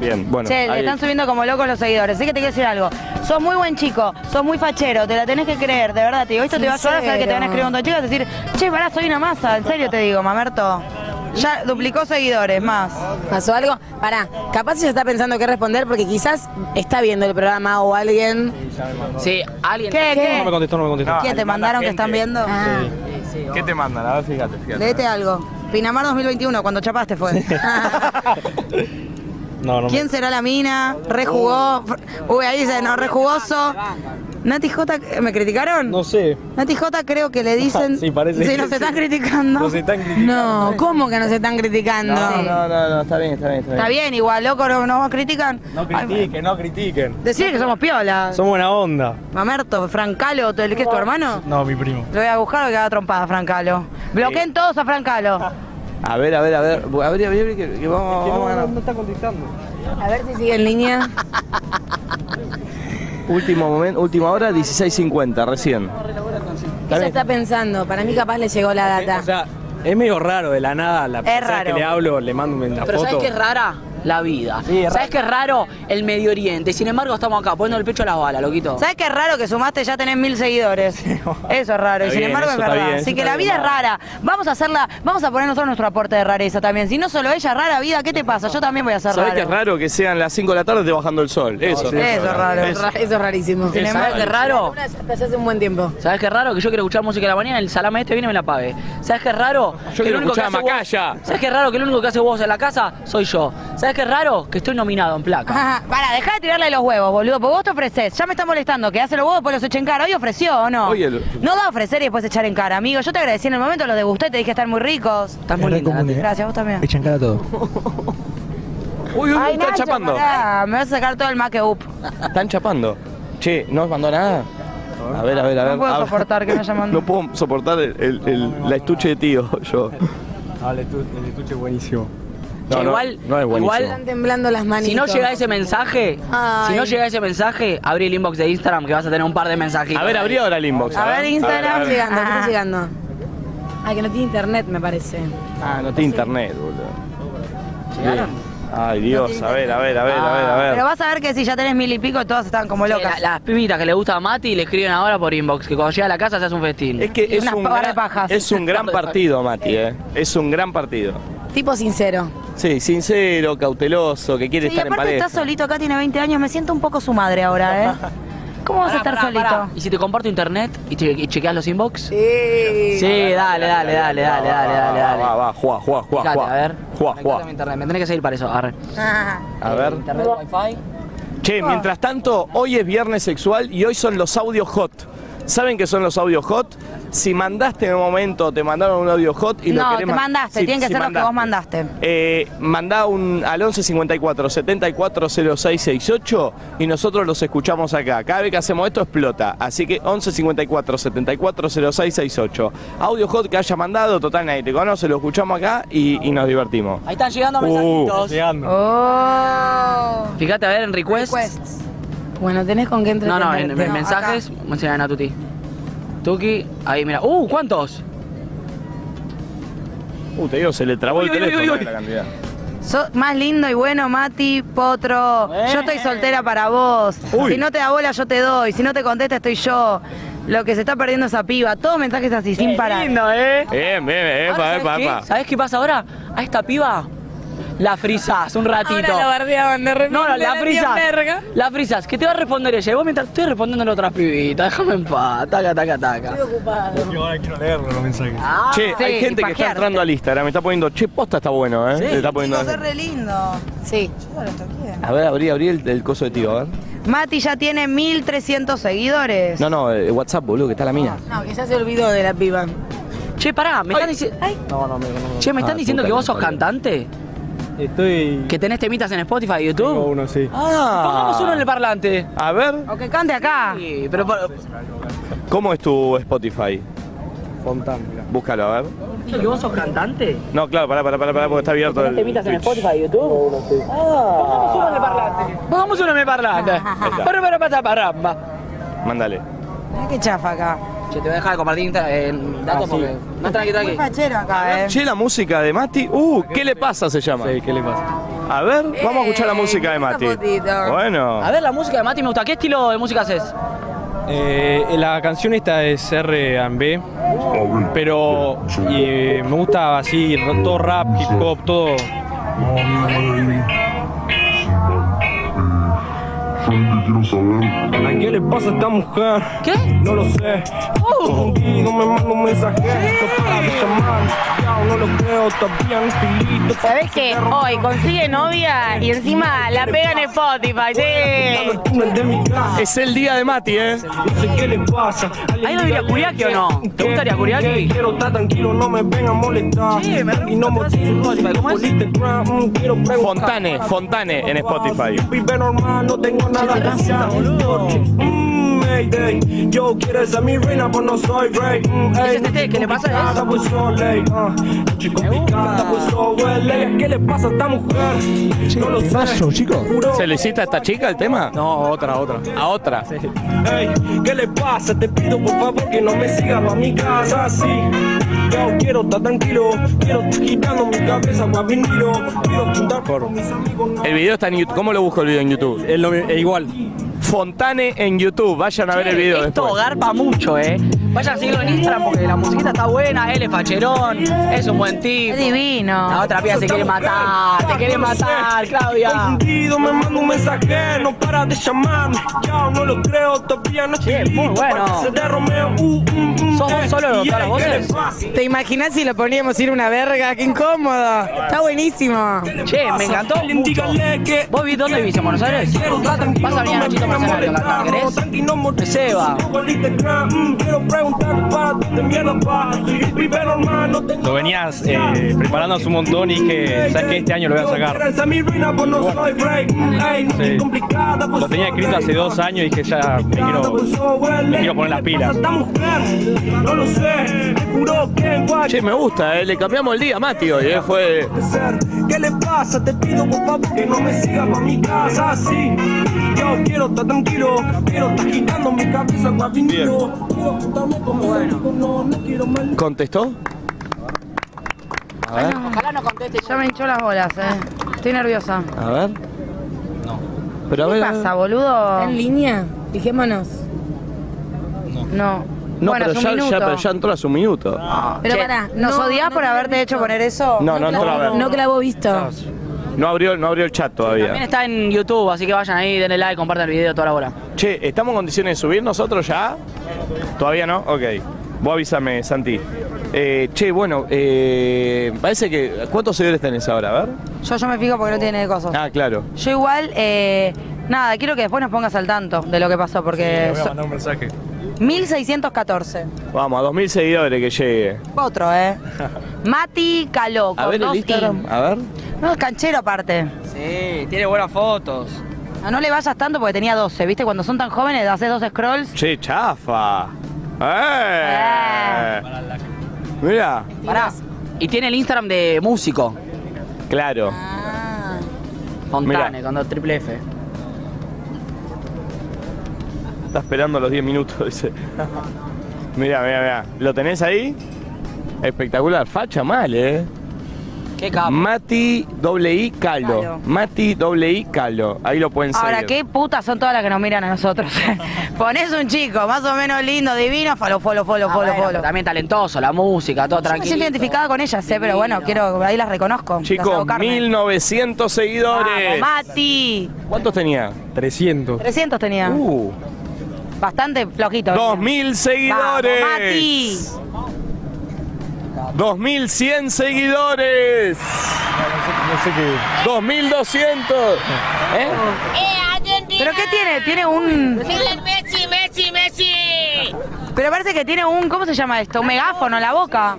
Speaker 2: Bien, bueno.
Speaker 5: Che, le
Speaker 2: ahí-
Speaker 5: están subiendo como locos los seguidores. Así que te quiero decir algo. Sos muy buen chico, sos muy fachero, te la tenés que creer, de verdad. Te digo, esto te va a llorar, sabes que te van a escribir un montón de chicas y decir, che, pará, soy una masa. En serio te digo, mamerto. Ya duplicó seguidores, más.
Speaker 10: ¿Pasó algo? Pará, capaz ella está pensando qué responder porque quizás está viendo el programa o alguien.
Speaker 9: Sí, alguien.
Speaker 5: ¿Qué,
Speaker 7: No me
Speaker 5: qué?
Speaker 7: contestó, no me contestó.
Speaker 5: ¿Quién te mandaron que están viendo?
Speaker 9: Ah,
Speaker 2: ¿Qué te mandan? A ver, fíjate, fíjate.
Speaker 5: Leete algo. Pinamar 2021, cuando chapaste fue.
Speaker 7: No, no me-
Speaker 5: ¿Quién será la mina? ¿Rejugó? Uy, ahí dice, no, rejugoso. Nati J, ¿me criticaron?
Speaker 7: No sé.
Speaker 5: Nati J creo que le dicen...
Speaker 7: Sí, parece
Speaker 5: Sí,
Speaker 7: que
Speaker 5: nos
Speaker 7: sí.
Speaker 5: están criticando.
Speaker 7: No se están criticando.
Speaker 10: No, ¿cómo que nos están criticando?
Speaker 2: no, no, no, está bien, está bien,
Speaker 5: Está bien, igual, loco, no nos critican.
Speaker 7: No critiquen, no critiquen.
Speaker 5: Decir que somos piola.
Speaker 7: Son buena onda.
Speaker 5: Mamerto, Francalo, ¿el que es tu hermano?
Speaker 7: No, mi primo.
Speaker 5: Lo voy a buscar o que haga trompada, Francalo. Bloqueen todos a Francalo.
Speaker 2: A ver, a ver, a ver. A ver, a ver, que, que vamos, vamos a ganar.
Speaker 7: está contestando.
Speaker 10: A ver si sigue en línea.
Speaker 2: Último momento, última hora, 16.50, recién.
Speaker 10: Ella está pensando, para mí capaz le llegó la
Speaker 7: O
Speaker 10: data.
Speaker 7: sea, es medio raro de la nada. La persona
Speaker 5: raro.
Speaker 7: que le hablo, le mando una
Speaker 9: Pero
Speaker 7: foto.
Speaker 9: ¿sabes qué es rara? La vida.
Speaker 7: Sí, es
Speaker 9: ¿Sabes
Speaker 7: raro.
Speaker 9: qué es raro? El Medio Oriente. Sin embargo, estamos acá poniendo el pecho a las balas, loquito.
Speaker 5: ¿Sabes qué es raro que sumaste ya tenés mil seguidores? Eso es raro, y
Speaker 2: Está
Speaker 5: sin
Speaker 2: bien,
Speaker 5: embargo es
Speaker 2: eso está
Speaker 5: verdad.
Speaker 2: bien, eso
Speaker 5: Así que
Speaker 2: está
Speaker 5: la
Speaker 2: bien,
Speaker 5: vida es
Speaker 2: nada.
Speaker 5: rara. Vamos a hacerla, vamos a poner nosotros nuestro aporte de rareza también. Si no solo ella, rara vida, ¿qué te pasa? Yo también voy a ser
Speaker 2: ¿Sabés que es
Speaker 5: raro.
Speaker 2: raro que sean las 5 de la tarde esté bajando el sol? Eso.
Speaker 5: Eso es raro.
Speaker 10: Ra- Eso es rarísimo.
Speaker 5: Sin
Speaker 9: ¿Sabes
Speaker 5: embargo,
Speaker 9: qué es raro?
Speaker 10: Una ya pasó hace un buen tiempo.
Speaker 9: ¿Sabes qué es raro? Que yo quiero escuchar música de la mañana, el salame este viene y me la pague. ¿Sabes qué es raro?
Speaker 2: Yo
Speaker 9: que
Speaker 2: quiero
Speaker 9: lo único que
Speaker 2: escuchar a
Speaker 9: hace vos-
Speaker 2: Macaya.
Speaker 9: ¿Sabes qué es raro? Que lo único que hace vos en la casa soy yo. ¿Sabes qué es raro? Que estoy nominado en placa.
Speaker 5: Para, dejá de tirarle los huevos, boludo, porque vos te ofreces. Ya me está molestando que hace los huevos, pues los echa en cara. Hoy ofreció o no.
Speaker 2: Hoy el-
Speaker 5: No da a ofrecer y después echar en cara, amigo. Yo te agradecí en el momento, los degusté, te dije que están muy ricos.
Speaker 9: Estás muy linda. Nati.
Speaker 5: Gracias, vos también.
Speaker 12: Echan cara a todo.
Speaker 2: Uy, uy, uy,
Speaker 5: Ay,
Speaker 2: están
Speaker 5: Nacho,
Speaker 2: chapando.
Speaker 5: pará, Ah, Me vas a sacar todo el make up.
Speaker 2: Están chapando. Che, ¿no os mandó nada? A ver, a ver, a ver.
Speaker 5: No puedo
Speaker 2: a ver.
Speaker 5: soportar que me hayan mandado.
Speaker 2: No puedo soportar el, el- el- la estuche de tío, yo.
Speaker 6: Ah, el estu- el estuche es buenísimo.
Speaker 2: No,
Speaker 9: Che,
Speaker 2: no,
Speaker 9: igual-
Speaker 2: no es buenísimo.
Speaker 9: igual-
Speaker 7: Están temblando las manitos.
Speaker 9: Si no llega ese mensaje,
Speaker 7: Ay.
Speaker 9: si no llega ese mensaje, abrí el inbox de Instagram que vas a tener un par de mensajitos.
Speaker 2: A ver, abrí ahora el inbox.
Speaker 7: A ver, Instagram.
Speaker 2: a ver.
Speaker 7: llegando, ¿qué
Speaker 5: Ah.
Speaker 7: está llegando? Ah, que no tiene internet, me parece.
Speaker 2: Ah, no tiene internet, boludo.
Speaker 9: ¿Llegaron?
Speaker 2: Ay, Dios, a ver, a ver, a ver, a ver, a ver.
Speaker 5: Pero vas a ver que si ya tenés mil y pico, todas están como
Speaker 9: Che,
Speaker 5: locas.
Speaker 9: la- las pibitas Ah, que le gusta a Mati le escriben ahora por inbox, que cuando llega a la casa se hace un festín.
Speaker 2: Es que es
Speaker 5: unas
Speaker 2: un,
Speaker 5: par de
Speaker 2: gran,
Speaker 5: pajas.
Speaker 2: es un gran partido, Mati, eh. Es un gran partido.
Speaker 7: Tipo sincero.
Speaker 2: Sí, sincero, cauteloso, que quiere
Speaker 5: Sí,
Speaker 2: estar en
Speaker 5: aparte
Speaker 2: pareja.
Speaker 5: está solito, acá tiene 20 años, me siento un poco su madre ahora, ¿eh? ¿Cómo vas a estar
Speaker 9: Pará, pará,
Speaker 5: solito?
Speaker 9: pará. ¿Y si te comparto internet y, che- y chequeas los inbox? Sí. Sí, dale, dale, dale, dale, dale, dale, dale.
Speaker 2: Ah, Va, va, va, juá, juá, juá,
Speaker 9: Fíjate,
Speaker 2: juá.
Speaker 9: a ver.
Speaker 2: Juá,
Speaker 9: Conectate
Speaker 2: juá.
Speaker 9: a mi internet. Me tenés que seguir para eso. Arre.
Speaker 7: Ah.
Speaker 2: A
Speaker 5: Eh,
Speaker 2: ver.
Speaker 9: Internet, wifi.
Speaker 5: Ah.
Speaker 2: Che, mientras tanto, hoy es viernes sexual y hoy son los audios hot. ¿Saben qué son los audios hot? Si mandaste en un momento, te mandaron un audio hot y lo
Speaker 5: no,
Speaker 2: querés
Speaker 5: te
Speaker 2: ma-
Speaker 5: mandaste,
Speaker 2: Sí,
Speaker 5: tienen que
Speaker 2: sí
Speaker 5: ser los que vos mandaste.
Speaker 2: Eh, mandá un al 11 54 74 06 68 y nosotros los escuchamos acá. Cada vez que hacemos esto explota. Así que 11 54 74 06 68. Audio hot que haya mandado, total nadie te conoce, lo escuchamos acá y, y nos divertimos.
Speaker 9: Ahí están llegando
Speaker 2: Uh,
Speaker 9: mensajitos.
Speaker 6: Llegando.
Speaker 5: Oh.
Speaker 9: Fíjate, a ver, en request.
Speaker 7: Requests. Bueno, tenés con qué
Speaker 9: No,
Speaker 7: entretenerte.
Speaker 9: no, en, en mensajes. Mensaje a Tuti. Tuki, ahí mira. ¡Uh! ¿Cuántos?
Speaker 2: Uh, te digo, se le trabó el
Speaker 9: Uy, uy, uy,
Speaker 2: teléfono
Speaker 9: uy, uy.
Speaker 2: de la cantidad.
Speaker 5: Sos más lindo y bueno, Mati, Potro. Yo estoy soltera para vos.
Speaker 2: Uy.
Speaker 5: Si no te da bola, yo te doy. Si no te contesta, estoy yo. Lo que se está perdiendo esa piba. Todos mensajes así, sin parar.
Speaker 9: ¿eh?
Speaker 2: Bien, bien, bien, epa,
Speaker 9: ¿sabes,
Speaker 2: epa,
Speaker 9: qué?
Speaker 2: epa.
Speaker 9: ¿Sabes qué pasa ahora? A esta piba la frisás un ratito.
Speaker 7: Ahora la bardeaban de repente.
Speaker 9: No, no, la
Speaker 7: tía
Speaker 9: frisas.
Speaker 7: verga.
Speaker 9: La frisas, que te va a responder ella. Y vos mientras estoy respondiendo a la otra pibita, déjame en paz. Taca, taca, taca.
Speaker 6: Yo ahora quiero leer los mensajes.
Speaker 9: Ah,
Speaker 2: Che, hay
Speaker 5: sí,
Speaker 2: gente que está
Speaker 5: pajearte.
Speaker 2: entrando al Instagram, me está poniendo, che, posta está bueno, ¿eh? Le está poniendo...
Speaker 5: re lindo.
Speaker 7: Sí.
Speaker 2: A ver, abrí, abrí el, el coso de tío, a ver.
Speaker 5: Mati ya tiene 1300 seguidores.
Speaker 2: No, no, eh, WhatsApp, boludo, que está la mía.
Speaker 7: No, que ya se olvidó de la piba.
Speaker 9: Che, pará, me están diciendo.
Speaker 2: No, no, no, no.
Speaker 9: Che, me están
Speaker 2: Ah,
Speaker 9: diciendo
Speaker 2: puta
Speaker 9: que vos sos
Speaker 2: madre.
Speaker 9: cantante,
Speaker 6: Estoy.
Speaker 9: que tenés temitas en Spotify y
Speaker 6: Tengo
Speaker 9: YouTube.
Speaker 6: uno, sí.
Speaker 2: Ah.
Speaker 9: Pongamos uno en el parlante.
Speaker 2: A ver,
Speaker 5: O que cante acá.
Speaker 9: Sí, pero por-
Speaker 2: ¿cómo es tu Spotify?
Speaker 6: Fontán, mirá.
Speaker 2: Búscalo, a ver.
Speaker 9: ¿Que vos sos cantante?
Speaker 2: No, claro, pará, pará, pará, pará porque está abierto el Twitch.
Speaker 9: y YouTube? Pongamos uno en el parlante. Pongamos uno en el parlante.
Speaker 2: está.
Speaker 9: Para, para, para, para, para.
Speaker 2: Mándale.
Speaker 5: Mirá qué chafa acá.
Speaker 9: Che, te voy a dejar de compartir Insta- eh,
Speaker 2: Ah,
Speaker 9: datos porque. No, tranqui,
Speaker 5: Muy
Speaker 9: tranqui.
Speaker 5: fachero acá, eh.
Speaker 2: Che, la música de Mati. Uh, ¿qué le pasa se llama?
Speaker 6: Sí, ¿qué le pasa?
Speaker 2: A ver, vamos a escuchar la
Speaker 7: Eh,
Speaker 2: música de
Speaker 7: mira
Speaker 2: Mati.
Speaker 7: esa fotito.
Speaker 2: Bueno.
Speaker 9: A ver, la música de Mati me gusta. ¿Qué estilo de música haces?
Speaker 6: Eh, la canción esta es R&B, pero eh, me gusta así, ro- todo rap, hip hop, todo. ¿A qué le pasa a esta mujer?
Speaker 9: ¿Qué? Oh.
Speaker 6: No lo sé. Confundido, me manda un mensaje. no para de llamar. Ya, no lo creo, todavía no estoy listo.
Speaker 13: ¿Sabes qué? Hoy consigue novia y encima la pega en Spotify. Sí.
Speaker 6: Tú no eres de mi casa.
Speaker 2: Es el día de Mati, ¿eh?
Speaker 6: No sé qué le pasa.
Speaker 9: ¿Ahí no diría Kuriaki o no? ¿Te gustaría Kuriaki?
Speaker 6: Quiero estar tranquilo, no me vengan a molestar.
Speaker 9: Sí, me re
Speaker 6: Y no
Speaker 9: gusta, te vas a Spotify, ¿cómo es?
Speaker 6: molestan, mm, quiero preguntar.
Speaker 2: Fontane, Fontane en Spotify.
Speaker 6: Vive normal, no tengo nada que hacer. Mm, Mayday, yo quiero ser mi reina, pero no soy rey. Mm, ey,
Speaker 9: es este, ¿qué le pasa a eso?
Speaker 6: complicada, pues, so ley, ah. Noche complicada, pues, so ley. ¿Qué le pasa a esta mujer? No lo sé. Juro,
Speaker 2: ¿Se le hiciste a esta chica el tema?
Speaker 6: No, otra, otra.
Speaker 2: A otra.
Speaker 6: Ey, ¿qué le pasa? Te pido por favor que no me sigas pa' mi casa así. Yo quiero estar tranquilo, quiero estar quitando mi cabeza pa' vinilo. Quiero juntar con mis amigos. no-
Speaker 2: El video está en YouTube. ¿Cómo lo busco el video en YouTube?
Speaker 6: Es, lo, es igual.
Speaker 2: Fontane en YouTube. Vayan a ver el video
Speaker 9: Esto
Speaker 2: después.
Speaker 9: garpa mucho, eh. Vayan a seguirlo en Instagram porque la musiquita está buena, él es facherón, es un buen
Speaker 5: Es
Speaker 9: tipo. La
Speaker 5: divino.
Speaker 9: otra piba se quiere matar, Ah, te quiere matar, Claudia.
Speaker 6: Confundido, me manda un mensaje, no para de llamarme. Ya no lo creo, todavía no estoy
Speaker 9: Sí, muy
Speaker 6: listo
Speaker 9: bueno.
Speaker 6: para que se derrame. Uh, mm, mm,
Speaker 9: ¿Sos vos
Speaker 6: ey,
Speaker 9: solo,
Speaker 6: y,
Speaker 9: todas las
Speaker 6: ey, ¿qué le
Speaker 9: voces?
Speaker 6: pasa?
Speaker 7: ¿Te imaginas si lo poníamos ir una verga? ¡Qué incómodo! Está buenísimo.
Speaker 9: Che, me encantó mucho. ¿Vos vi- dónde vivís? ¿En Buenos Aires? Vas a venir a Nachito Mercenario a cantar, ¿querés?
Speaker 6: ¿querés?
Speaker 9: Seba.
Speaker 6: Quiero mm, preguntar para dónde
Speaker 7: Lo venías eh, preparando hace un montón y dije, ¿sabes qué? Este año lo voy a sacar. Sí. Lo tenía escrito hace dos años y dije, ya me quiero, me quiero poner las pilas.
Speaker 2: Che, me gusta, eh, le cambiamos el día, Mati, hoy, eh, fue...
Speaker 6: ¿Qué le pasa? Te pido por favor que no me sigas a mi casa así. Yo quiero estar tranquilo, quiero estar quitando mi cabeza más vinilo. Quiero juntarme con mis amigos, no, no quiero más
Speaker 2: ¿Contestó? A ver,
Speaker 5: Ojalá no conteste. Ya me hinchó las bolas, eh. Estoy nerviosa.
Speaker 2: a ver. No. Pero a
Speaker 5: ¿Qué
Speaker 2: ver, a ver.
Speaker 5: pasa, boludo?
Speaker 14: ¿En línea? Fijémonos.
Speaker 5: No.
Speaker 2: No,
Speaker 5: bueno, es
Speaker 2: pero,
Speaker 5: un
Speaker 2: ya, ya-
Speaker 5: minuto.
Speaker 2: pero ya entró hace un minuto.
Speaker 14: Pero
Speaker 5: Che,
Speaker 14: pará.
Speaker 5: ¿Nos
Speaker 14: no-
Speaker 5: odiás
Speaker 14: no
Speaker 5: por
Speaker 14: te
Speaker 5: haberte
Speaker 14: había
Speaker 5: hecho
Speaker 14: visto.
Speaker 5: poner eso?
Speaker 2: No, no entró a ver.
Speaker 14: No que la vos visto.
Speaker 2: No abrió, no abrió el chat
Speaker 9: También
Speaker 2: todavía.
Speaker 9: está en YouTube, así que vayan ahí, denle like, compartan el video, toda la bola.
Speaker 2: Che, ¿estamos en condiciones de subir nosotros ya? ¿Todavía no? Ok. Vos avísame, Santi. Eh, che, bueno, eh, parece que. ¿Cuántos seguidores tenés ahora? A ver.
Speaker 5: Yo, yo me fijo porque no tiene cosas.
Speaker 2: Ah, claro.
Speaker 5: Yo igual, eh, nada, quiero que después nos pongas al tanto de lo que pasó, porque... so-
Speaker 7: un mensaje.
Speaker 5: 1614.
Speaker 2: Vamos, a 2000 seguidores que llegue.
Speaker 5: Otro, ¿eh? Mati Caló,
Speaker 2: A
Speaker 5: con
Speaker 2: ver el
Speaker 5: dos
Speaker 2: Instagram, a ver.
Speaker 5: I. No, es canchero aparte.
Speaker 9: Sí, tiene buenas fotos.
Speaker 5: No, no le vayas tanto porque tenía 12, ¿viste? Cuando son tan jóvenes, haces dos scrolls.
Speaker 2: Che, chafa. ¡Eh! Mira,
Speaker 9: Pará. Y tiene el Instagram de músico. Ah.
Speaker 2: claro.
Speaker 9: Fontane,
Speaker 2: Mirá.
Speaker 9: con dos triple F.
Speaker 2: Está esperando los 10 minutos, dice. Mira, mira, mira. ¿Lo tenés ahí? Espectacular. Facha mal, eh.
Speaker 9: Qué capo.
Speaker 2: Mati doble I Calo.
Speaker 5: Calo.
Speaker 2: Mati doble I Calo. Ahí lo pueden seguir.
Speaker 5: Ahora, qué putas son todas las que nos miran a nosotros. Ponés un chico más o menos lindo, divino, falo, folo, folo,
Speaker 9: Ah,
Speaker 5: folo,
Speaker 9: bueno,
Speaker 5: folo.
Speaker 9: pero También talentoso, la música, todo
Speaker 5: Yo me
Speaker 9: tranquilo.
Speaker 5: siento identificada con ellas, ¿eh? pero bueno, quiero, ahí las reconozco. las
Speaker 2: Chicos,
Speaker 5: hago carne.
Speaker 2: 1900
Speaker 5: Vamos,
Speaker 2: seguidores.
Speaker 5: Mati.
Speaker 2: ¿Cuántos tenía?
Speaker 7: 300.
Speaker 5: 300 tenía.
Speaker 2: Uh,
Speaker 5: Bastante flojito.
Speaker 2: 2000 seguidores.
Speaker 5: Vamos, Mati.
Speaker 2: 2100 seguidores.
Speaker 7: No sé qué.
Speaker 2: 2200. ¿Eh?
Speaker 5: ¿Pero qué tiene? Tiene
Speaker 10: Mm.
Speaker 5: un...
Speaker 10: Messi, Messi, Messi.
Speaker 5: Pero parece que tiene un... ¿Cómo se llama esto? Un megáfono en la boca.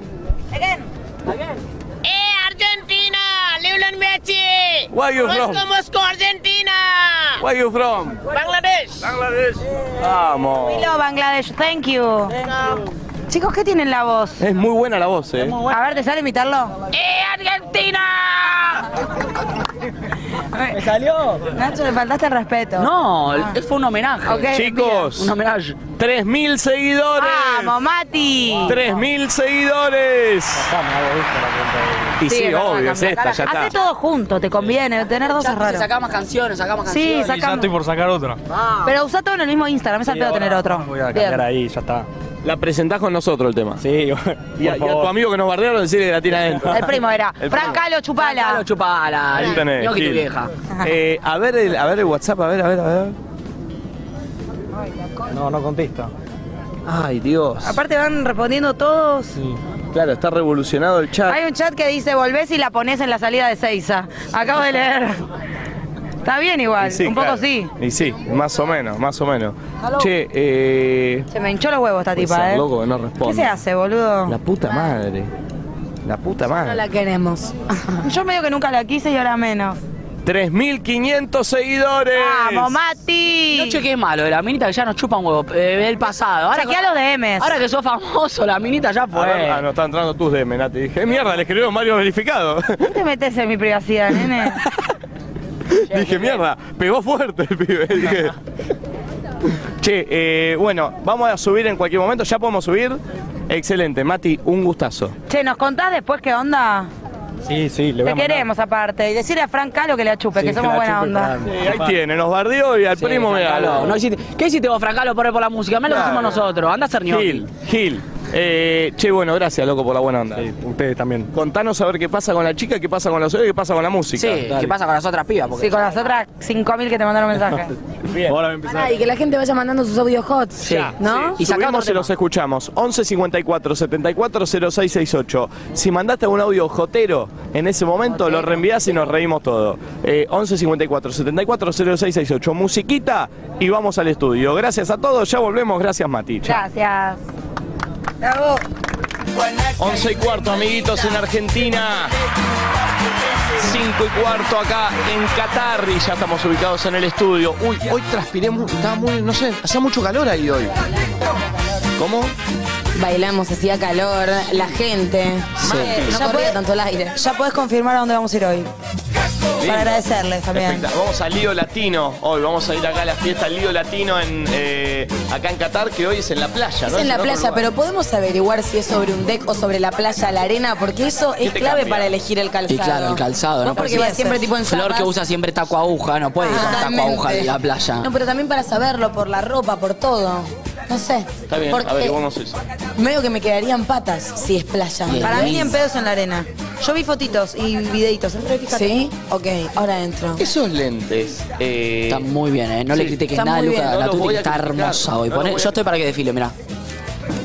Speaker 10: Eh, Argentina, Lionel Messi.
Speaker 2: Where you from?
Speaker 10: Moscú, Moscú, Argentina.
Speaker 2: Where you from?
Speaker 10: Bangladesh.
Speaker 2: Vamos.
Speaker 5: Hello, Bangladesh. Thank you. Chicos, ¿qué tienen la voz?
Speaker 2: Es muy buena la voz, ¿eh?
Speaker 5: A ver, ¿te sale imitarlo?
Speaker 10: Eh, Argentina.
Speaker 5: ¿Me salió? Nacho, le faltaste el respeto.
Speaker 9: No, el- fue un homenaje.
Speaker 5: Ok,
Speaker 2: Chicos,
Speaker 9: Ah. Un homenaje.
Speaker 2: 3000 seguidores.
Speaker 5: Vamos, Mati.
Speaker 2: 3000 seguidores. Y sí,
Speaker 5: es verdad,
Speaker 2: obvio, es
Speaker 5: cambia.
Speaker 2: esta, ya
Speaker 5: Hacé
Speaker 2: está.
Speaker 5: todo junto, te conviene. Tener dos es
Speaker 9: Ya
Speaker 5: raro.
Speaker 9: sacamos canciones, sacamos
Speaker 5: Sí,
Speaker 9: canciones.
Speaker 7: Ya
Speaker 5: sacamos.
Speaker 7: estoy por sacar otra.
Speaker 5: Pero usá todo en el mismo Instagram, es al pedo tener otro.
Speaker 7: Voy a
Speaker 5: Bien.
Speaker 7: cambiar ahí, ya está.
Speaker 2: La presentás con nosotros el tema.
Speaker 7: Sí,
Speaker 2: Y a, y a tu amigo que nos bardearon, decirle que la tira adentro.
Speaker 5: El primo era.
Speaker 2: primo.
Speaker 5: Francalo,
Speaker 9: Chupala.
Speaker 5: chupala.
Speaker 9: chupala.
Speaker 2: Ahí tenés,
Speaker 9: Gnocchi tu
Speaker 2: Gil.
Speaker 9: vieja.
Speaker 2: Eh, a, ver el, a ver el WhatsApp, a ver, a ver, a ver.
Speaker 7: No, no contesta.
Speaker 2: Ay, Dios.
Speaker 5: Aparte van respondiendo todos.
Speaker 2: Claro, está revolucionado el chat.
Speaker 5: Hay un chat que dice volvés y la ponés en la salida de Seiza. Acabo de leer. Está bien igual,
Speaker 2: Y sí,
Speaker 5: un poco
Speaker 2: claro.
Speaker 5: sí.
Speaker 2: Y sí, más o menos, más o menos. Che, eh.
Speaker 5: Se me hinchó los huevos esta
Speaker 2: puede
Speaker 5: tipa,
Speaker 2: ser
Speaker 5: ¿eh?
Speaker 2: loco que no responde.
Speaker 5: ¿Qué se hace, boludo?
Speaker 2: La puta madre. La puta
Speaker 14: No
Speaker 2: madre.
Speaker 14: la queremos.
Speaker 5: Yo medio que nunca la quise y ahora menos.
Speaker 2: 3.500 seguidores.
Speaker 5: ¡Vamos, Mati!
Speaker 9: No cheques malo, de la minita que ya nos chupa un huevo. eh, el pasado. Ahora,
Speaker 5: Chequea los DMs.
Speaker 9: ahora que sos famoso, la minita ya
Speaker 2: A ver, ah,
Speaker 9: fue.
Speaker 2: no, está entrando tus DM, Nati. Dije, mierda, le escribieron varios verificados.
Speaker 5: No te metes en mi privacidad, nene.
Speaker 2: Dije, mierda, pegó fuerte el pibe. Dije. Che, eh, bueno, vamos a subir en cualquier momento, ya podemos subir. Excelente, Mati, un gustazo.
Speaker 5: che, ¿nos contás después qué onda?
Speaker 7: Sí, sí, le voy
Speaker 5: Te
Speaker 7: a mandar.
Speaker 5: queremos aparte. Y decirle a Fran Calo que le achupe,
Speaker 7: Sí,
Speaker 5: que somos
Speaker 7: la
Speaker 5: buena
Speaker 7: chupe,
Speaker 5: onda.
Speaker 7: claro.
Speaker 2: Eh, ahí tiene, nos bardeó y al
Speaker 9: Sí,
Speaker 2: primo me
Speaker 9: Francalo,
Speaker 2: da.
Speaker 9: no hiciste- ¿Qué hiciste vos, Francalo, por, por la música? Más lo que
Speaker 2: Claro.
Speaker 9: hicimos nosotros. Anda a hacer gnocchi.
Speaker 2: Gil, Gil. Eh, che, bueno, gracias, loco, por la buena onda.
Speaker 7: Sí, ustedes también.
Speaker 2: Contanos a ver qué pasa con la chica, qué pasa con la suegra y qué pasa con la música.
Speaker 9: Sí,
Speaker 7: dale.
Speaker 9: ¿qué pasa con las otras pibas? Porque
Speaker 5: Sí, con las otras 5.000 que te mandaron mensajes.
Speaker 2: Bien.
Speaker 7: Ahora voy a empezar.
Speaker 14: Pará, y que la gente vaya mandando sus audios hot. ¿No?
Speaker 9: Y
Speaker 2: Y
Speaker 9: sacá
Speaker 2: sacamos
Speaker 9: otro
Speaker 2: y los escuchamos. 11 54 74 0668. Si mandaste un audio jotero en ese momento, lo reenvías y nos reímos todo. Eh, 11 54 74 0668. Musiquita y vamos al estudio. Gracias a todos. Ya volvemos. Gracias, Mati. Chao.
Speaker 5: Gracias.
Speaker 2: 11 y cuarto, amiguitos, en Argentina. 5 y cuarto acá en Qatar y ya estamos ubicados en el estudio. Uy, hoy transpiré, mu- estaba muy, no sé, hacía mucho calor ahí hoy. ¿Cómo?
Speaker 5: Bailamos, hacía calor, la gente. Mal, no corría tanto el aire.
Speaker 15: Ya podés confirmar a dónde vamos a ir hoy. Para agradecerles también.
Speaker 2: Espectac- Vamos al Lío Latino hoy, vamos a ir acá a la fiesta Lío Latino en, eh, acá en Qatar, que hoy es en la playa,
Speaker 5: Es
Speaker 2: ¿no?
Speaker 5: en la
Speaker 2: otro
Speaker 5: playa,
Speaker 2: lugar.
Speaker 5: pero podemos averiguar si es sobre un deck o sobre la playa, la arena, porque eso es
Speaker 9: te
Speaker 5: clave
Speaker 9: cambia?
Speaker 5: para elegir el calzado.
Speaker 9: Y claro, el calzado, ¿no?
Speaker 5: Vos porque vas siempre tipo en
Speaker 9: Flor que
Speaker 5: zapas.
Speaker 9: usa siempre taco aguja, no puede ir con taco
Speaker 5: Totalmente.
Speaker 9: aguja de la playa.
Speaker 5: No, pero también para saberlo, por la ropa, por todo. No sé.
Speaker 9: Está bien,
Speaker 5: Porque
Speaker 9: averiguamos
Speaker 2: eso.
Speaker 5: Medio que me quedarían patas si es playa.
Speaker 15: Para mí ni en pedos en la arena. Yo vi fotitos y videitos. Entré, fíjate.
Speaker 5: ¿Sí? Ok, ahora entro.
Speaker 2: Esos lentes. eh,
Speaker 9: Está muy bien, ¿eh? No le
Speaker 2: sí.
Speaker 9: critiques
Speaker 2: Está
Speaker 9: nada,
Speaker 2: muy
Speaker 9: Luca.
Speaker 2: bien. No
Speaker 9: la
Speaker 2: los
Speaker 9: tuya
Speaker 2: voy a
Speaker 9: está
Speaker 2: criticar.
Speaker 9: hermosa hoy.
Speaker 2: No los
Speaker 9: Poné-
Speaker 2: voy a
Speaker 9: yo estoy para que desfile, mirá.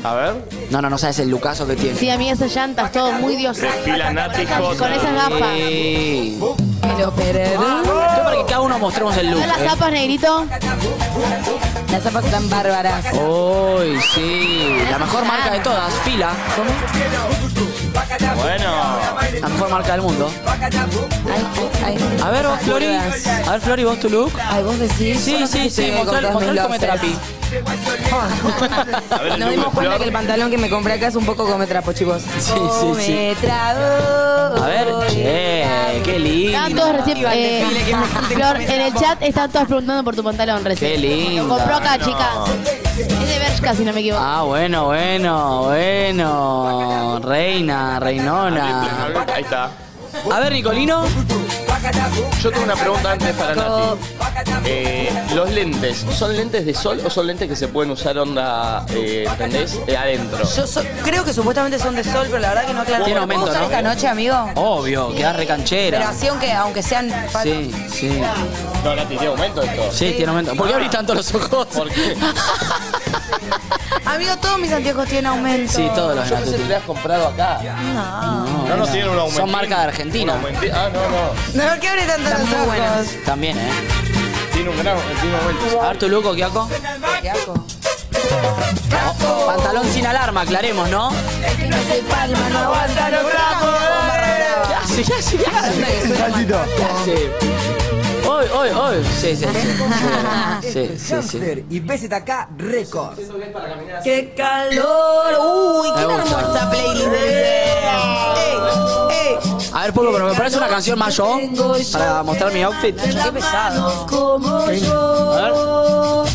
Speaker 2: A ver.
Speaker 9: No, no, no sabes el Lucaso que tiene.
Speaker 10: Sí, a mí esas llantas, todo muy dios.
Speaker 2: Desfila Nati
Speaker 10: Con
Speaker 2: Jota.
Speaker 10: esas gafas.
Speaker 9: Sí.
Speaker 5: Pero, pero.
Speaker 9: Yo para que cada uno mostremos el look.
Speaker 10: ¿No las
Speaker 9: ¿eh?
Speaker 10: zapas, negrito?
Speaker 5: Las zapas están bárbaras.
Speaker 9: Uy, sí. La mejor marca de todas, fila.
Speaker 2: Bueno.
Speaker 9: La mejor marca del mundo. A ver vos, Flori. A ver, Flori, vos tu look.
Speaker 5: Ay, vos decís.
Speaker 9: Sí,
Speaker 5: Yo no sé
Speaker 9: sí,
Speaker 5: si
Speaker 9: sí.
Speaker 5: me
Speaker 9: Mostrá el-
Speaker 5: compras
Speaker 9: mostrá
Speaker 5: mis
Speaker 9: el come
Speaker 5: loses.
Speaker 9: trapi.
Speaker 2: ver,
Speaker 5: Nos
Speaker 2: el
Speaker 5: dimos
Speaker 2: look de
Speaker 5: cuenta
Speaker 2: Flor.
Speaker 5: que el pantalón que me compré acá es un poco come trapo, chicos. Sí,
Speaker 15: Oh,
Speaker 9: sí, sí. A ver, che, qué
Speaker 10: Estaban
Speaker 9: lindo.
Speaker 10: todos recién. eh, Flor, en el chat están todos preguntando por tu pantalón recién.
Speaker 9: Qué lindo.
Speaker 10: Lo compró acá,
Speaker 9: No.
Speaker 10: chicas. Es de Bershka, si no me equivoco.
Speaker 9: Ah, bueno, bueno, bueno. Reina, reinona.
Speaker 2: Ahí está.
Speaker 9: A ver, Nicolino.
Speaker 2: Yo tengo una pregunta antes para Nati. Eh, los lentes, ¿son lentes de sol o son lentes que se pueden usar onda, eh, ¿entendés? Eh, adentro.
Speaker 15: Yo so- creo que supuestamente son de sol, pero la verdad que no aclaro.
Speaker 9: Tiene
Speaker 15: ¿Lo puedo
Speaker 9: aumento,
Speaker 15: usar
Speaker 9: ¿no?
Speaker 15: esta noche, amigo?
Speaker 9: Obvio, quedás
Speaker 15: Pero
Speaker 9: recanchera.
Speaker 15: así, aunque, aunque sean... pa-
Speaker 9: Sí, sí.
Speaker 2: No, Nati, tiene aumento esto.
Speaker 9: Sí, tiene aumento. ¿Por qué
Speaker 5: Ah.
Speaker 9: abrís tanto los ojos?
Speaker 2: ¿Por qué?
Speaker 15: Amigo, todos mis anteojos tienen aumento.
Speaker 9: Sí, todos los
Speaker 2: Yo pensé que
Speaker 9: gatos.
Speaker 2: te has comprado acá.
Speaker 15: No.
Speaker 2: No, no tienen un aumento.
Speaker 9: Son marca de Argentina.
Speaker 2: Ah, no, no.
Speaker 15: No, ¿por qué abre tanto los ojos?
Speaker 9: También, ¿eh?
Speaker 2: Tiene un gran tiene un aumento.
Speaker 9: A ver tu loco, Kiako. Oh, Pantalón sin alarma, aclaremos, ¿no? ¿Qué hace? ¿Qué hace? ¿Qué hace? ¿Qué hace? Hoy, hoy, hoy. Sí, sí, sí. Sí, sí, sí.
Speaker 16: Y BZK Records.
Speaker 17: ¡Qué calor! ¡Uy,
Speaker 9: Me
Speaker 17: qué
Speaker 9: gusta.
Speaker 17: hermosa playlist! ¡Ey, ey!
Speaker 9: A ver, Polo, pero me parece una canción más yo para mostrar mi outfit.
Speaker 17: ¡Qué pesado! Como yo,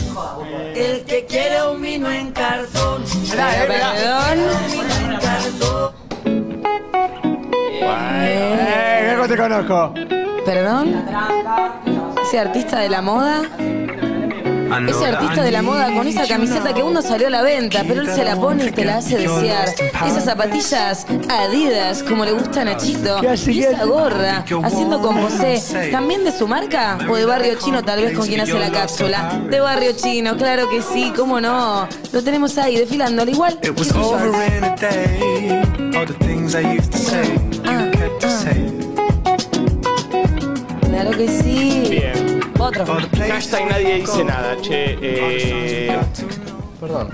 Speaker 17: el que quiere un vino en cartón.
Speaker 5: Pero,
Speaker 6: Eh, Diego, te conozco.
Speaker 5: ¿Perdón? ¿Ese artista de la moda? Ese Este artista de la moda con esa camiseta que uno salió a la venta, pero él se la pone y te la hace desear. Esas zapatillas adidas, como le gusta a Nachito. Y esa gorra, haciendo con José. ¿También de su marca? ¿O de Barrio Chino, tal vez, con quien hace la cápsula? De Barrio Chino, claro que sí, cómo no. Lo tenemos ahí, desfilando, al igual. que
Speaker 7: It was
Speaker 5: sus shorts.
Speaker 7: over in a day. All the things I used to say, you kept to
Speaker 15: Ah.
Speaker 7: say.
Speaker 5: Claro que sí.
Speaker 2: Bien.
Speaker 5: Otro.
Speaker 2: Hashtag nadie dice nada, che. Eh, perdón.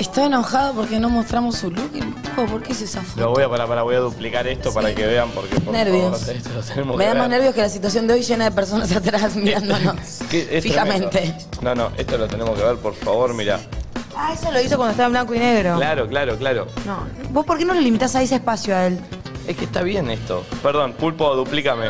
Speaker 5: Está enojado porque no mostramos su look. el loco, ¿Por qué se zafó?
Speaker 2: Lo voy a para, para, voy a duplicar esto para que vean porque por
Speaker 5: Nervios.
Speaker 2: favor, esto lo tenemos
Speaker 5: Me
Speaker 2: que
Speaker 5: da más
Speaker 2: ver.
Speaker 5: nervios que la situación de hoy llena de personas atrás mirándonos.
Speaker 2: Que es tremendo.
Speaker 5: Fijamente.
Speaker 2: No, no, esto lo tenemos que ver, por favor, mira.
Speaker 15: Ah, eso lo hizo cuando estaba en blanco y negro.
Speaker 2: Claro, claro, claro.
Speaker 15: No. ¿Vos por qué no le limitás a ese espacio a él?
Speaker 2: Es que está bien esto. Perdón, pulpo, duplícame.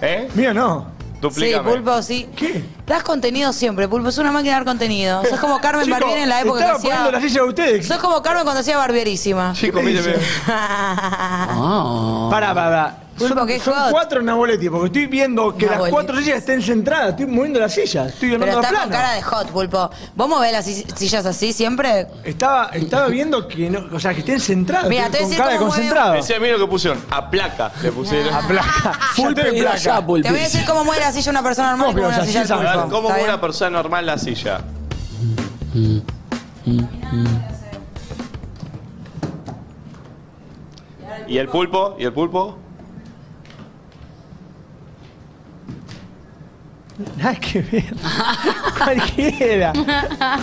Speaker 2: ¿Eh?
Speaker 6: Mío no.
Speaker 2: Duplícame.
Speaker 15: Sí, Pulpo, sí. ¿Qué? Das contenido siempre, Pulpo. Es una máquina de dar contenido. Sos como Carmen
Speaker 6: Chico,
Speaker 15: Barbieri en la época
Speaker 6: estaba
Speaker 15: que hacía...
Speaker 6: poniendo la silla de ustedes.
Speaker 15: Sos como Carmen cuando hacía Barbierísima.
Speaker 2: Chico, míreme.
Speaker 6: Pará, pará, pará.
Speaker 15: Pulpo,
Speaker 6: Son,
Speaker 15: qué
Speaker 6: son
Speaker 15: hot.
Speaker 6: cuatro Naboleti, porque estoy viendo que las
Speaker 15: Naboletti.
Speaker 6: cuatro sillas estén centradas. Estoy moviendo las sillas. Estoy
Speaker 15: Pero
Speaker 6: ganando
Speaker 15: está
Speaker 6: la
Speaker 15: con
Speaker 6: plana.
Speaker 15: cara de hot, Pulpo. ¿Vos movés las si- sillas así siempre?
Speaker 6: Estaba, estaba viendo que no, o sea, que estén centradas.
Speaker 15: Mira,
Speaker 6: estoy
Speaker 15: te voy a
Speaker 6: con cara
Speaker 15: decir
Speaker 6: de
Speaker 15: cómo mueve-
Speaker 6: concentrado.
Speaker 2: Decía, mira lo que pusieron. A placa le pusieron. A
Speaker 15: Ah,
Speaker 2: placa.
Speaker 6: Full
Speaker 2: pedí
Speaker 6: placa.
Speaker 2: allá,
Speaker 15: Te voy a decir cómo mueve la silla una persona normal y cómo mueve la silla del
Speaker 2: A ver,
Speaker 15: Pulpo.
Speaker 2: ¿Cómo
Speaker 15: ¿Está
Speaker 2: mueve
Speaker 15: bien?
Speaker 2: una persona normal la silla? ¿Y el pulpo? ¿Y el pulpo?
Speaker 18: Nada que ver. cualquiera.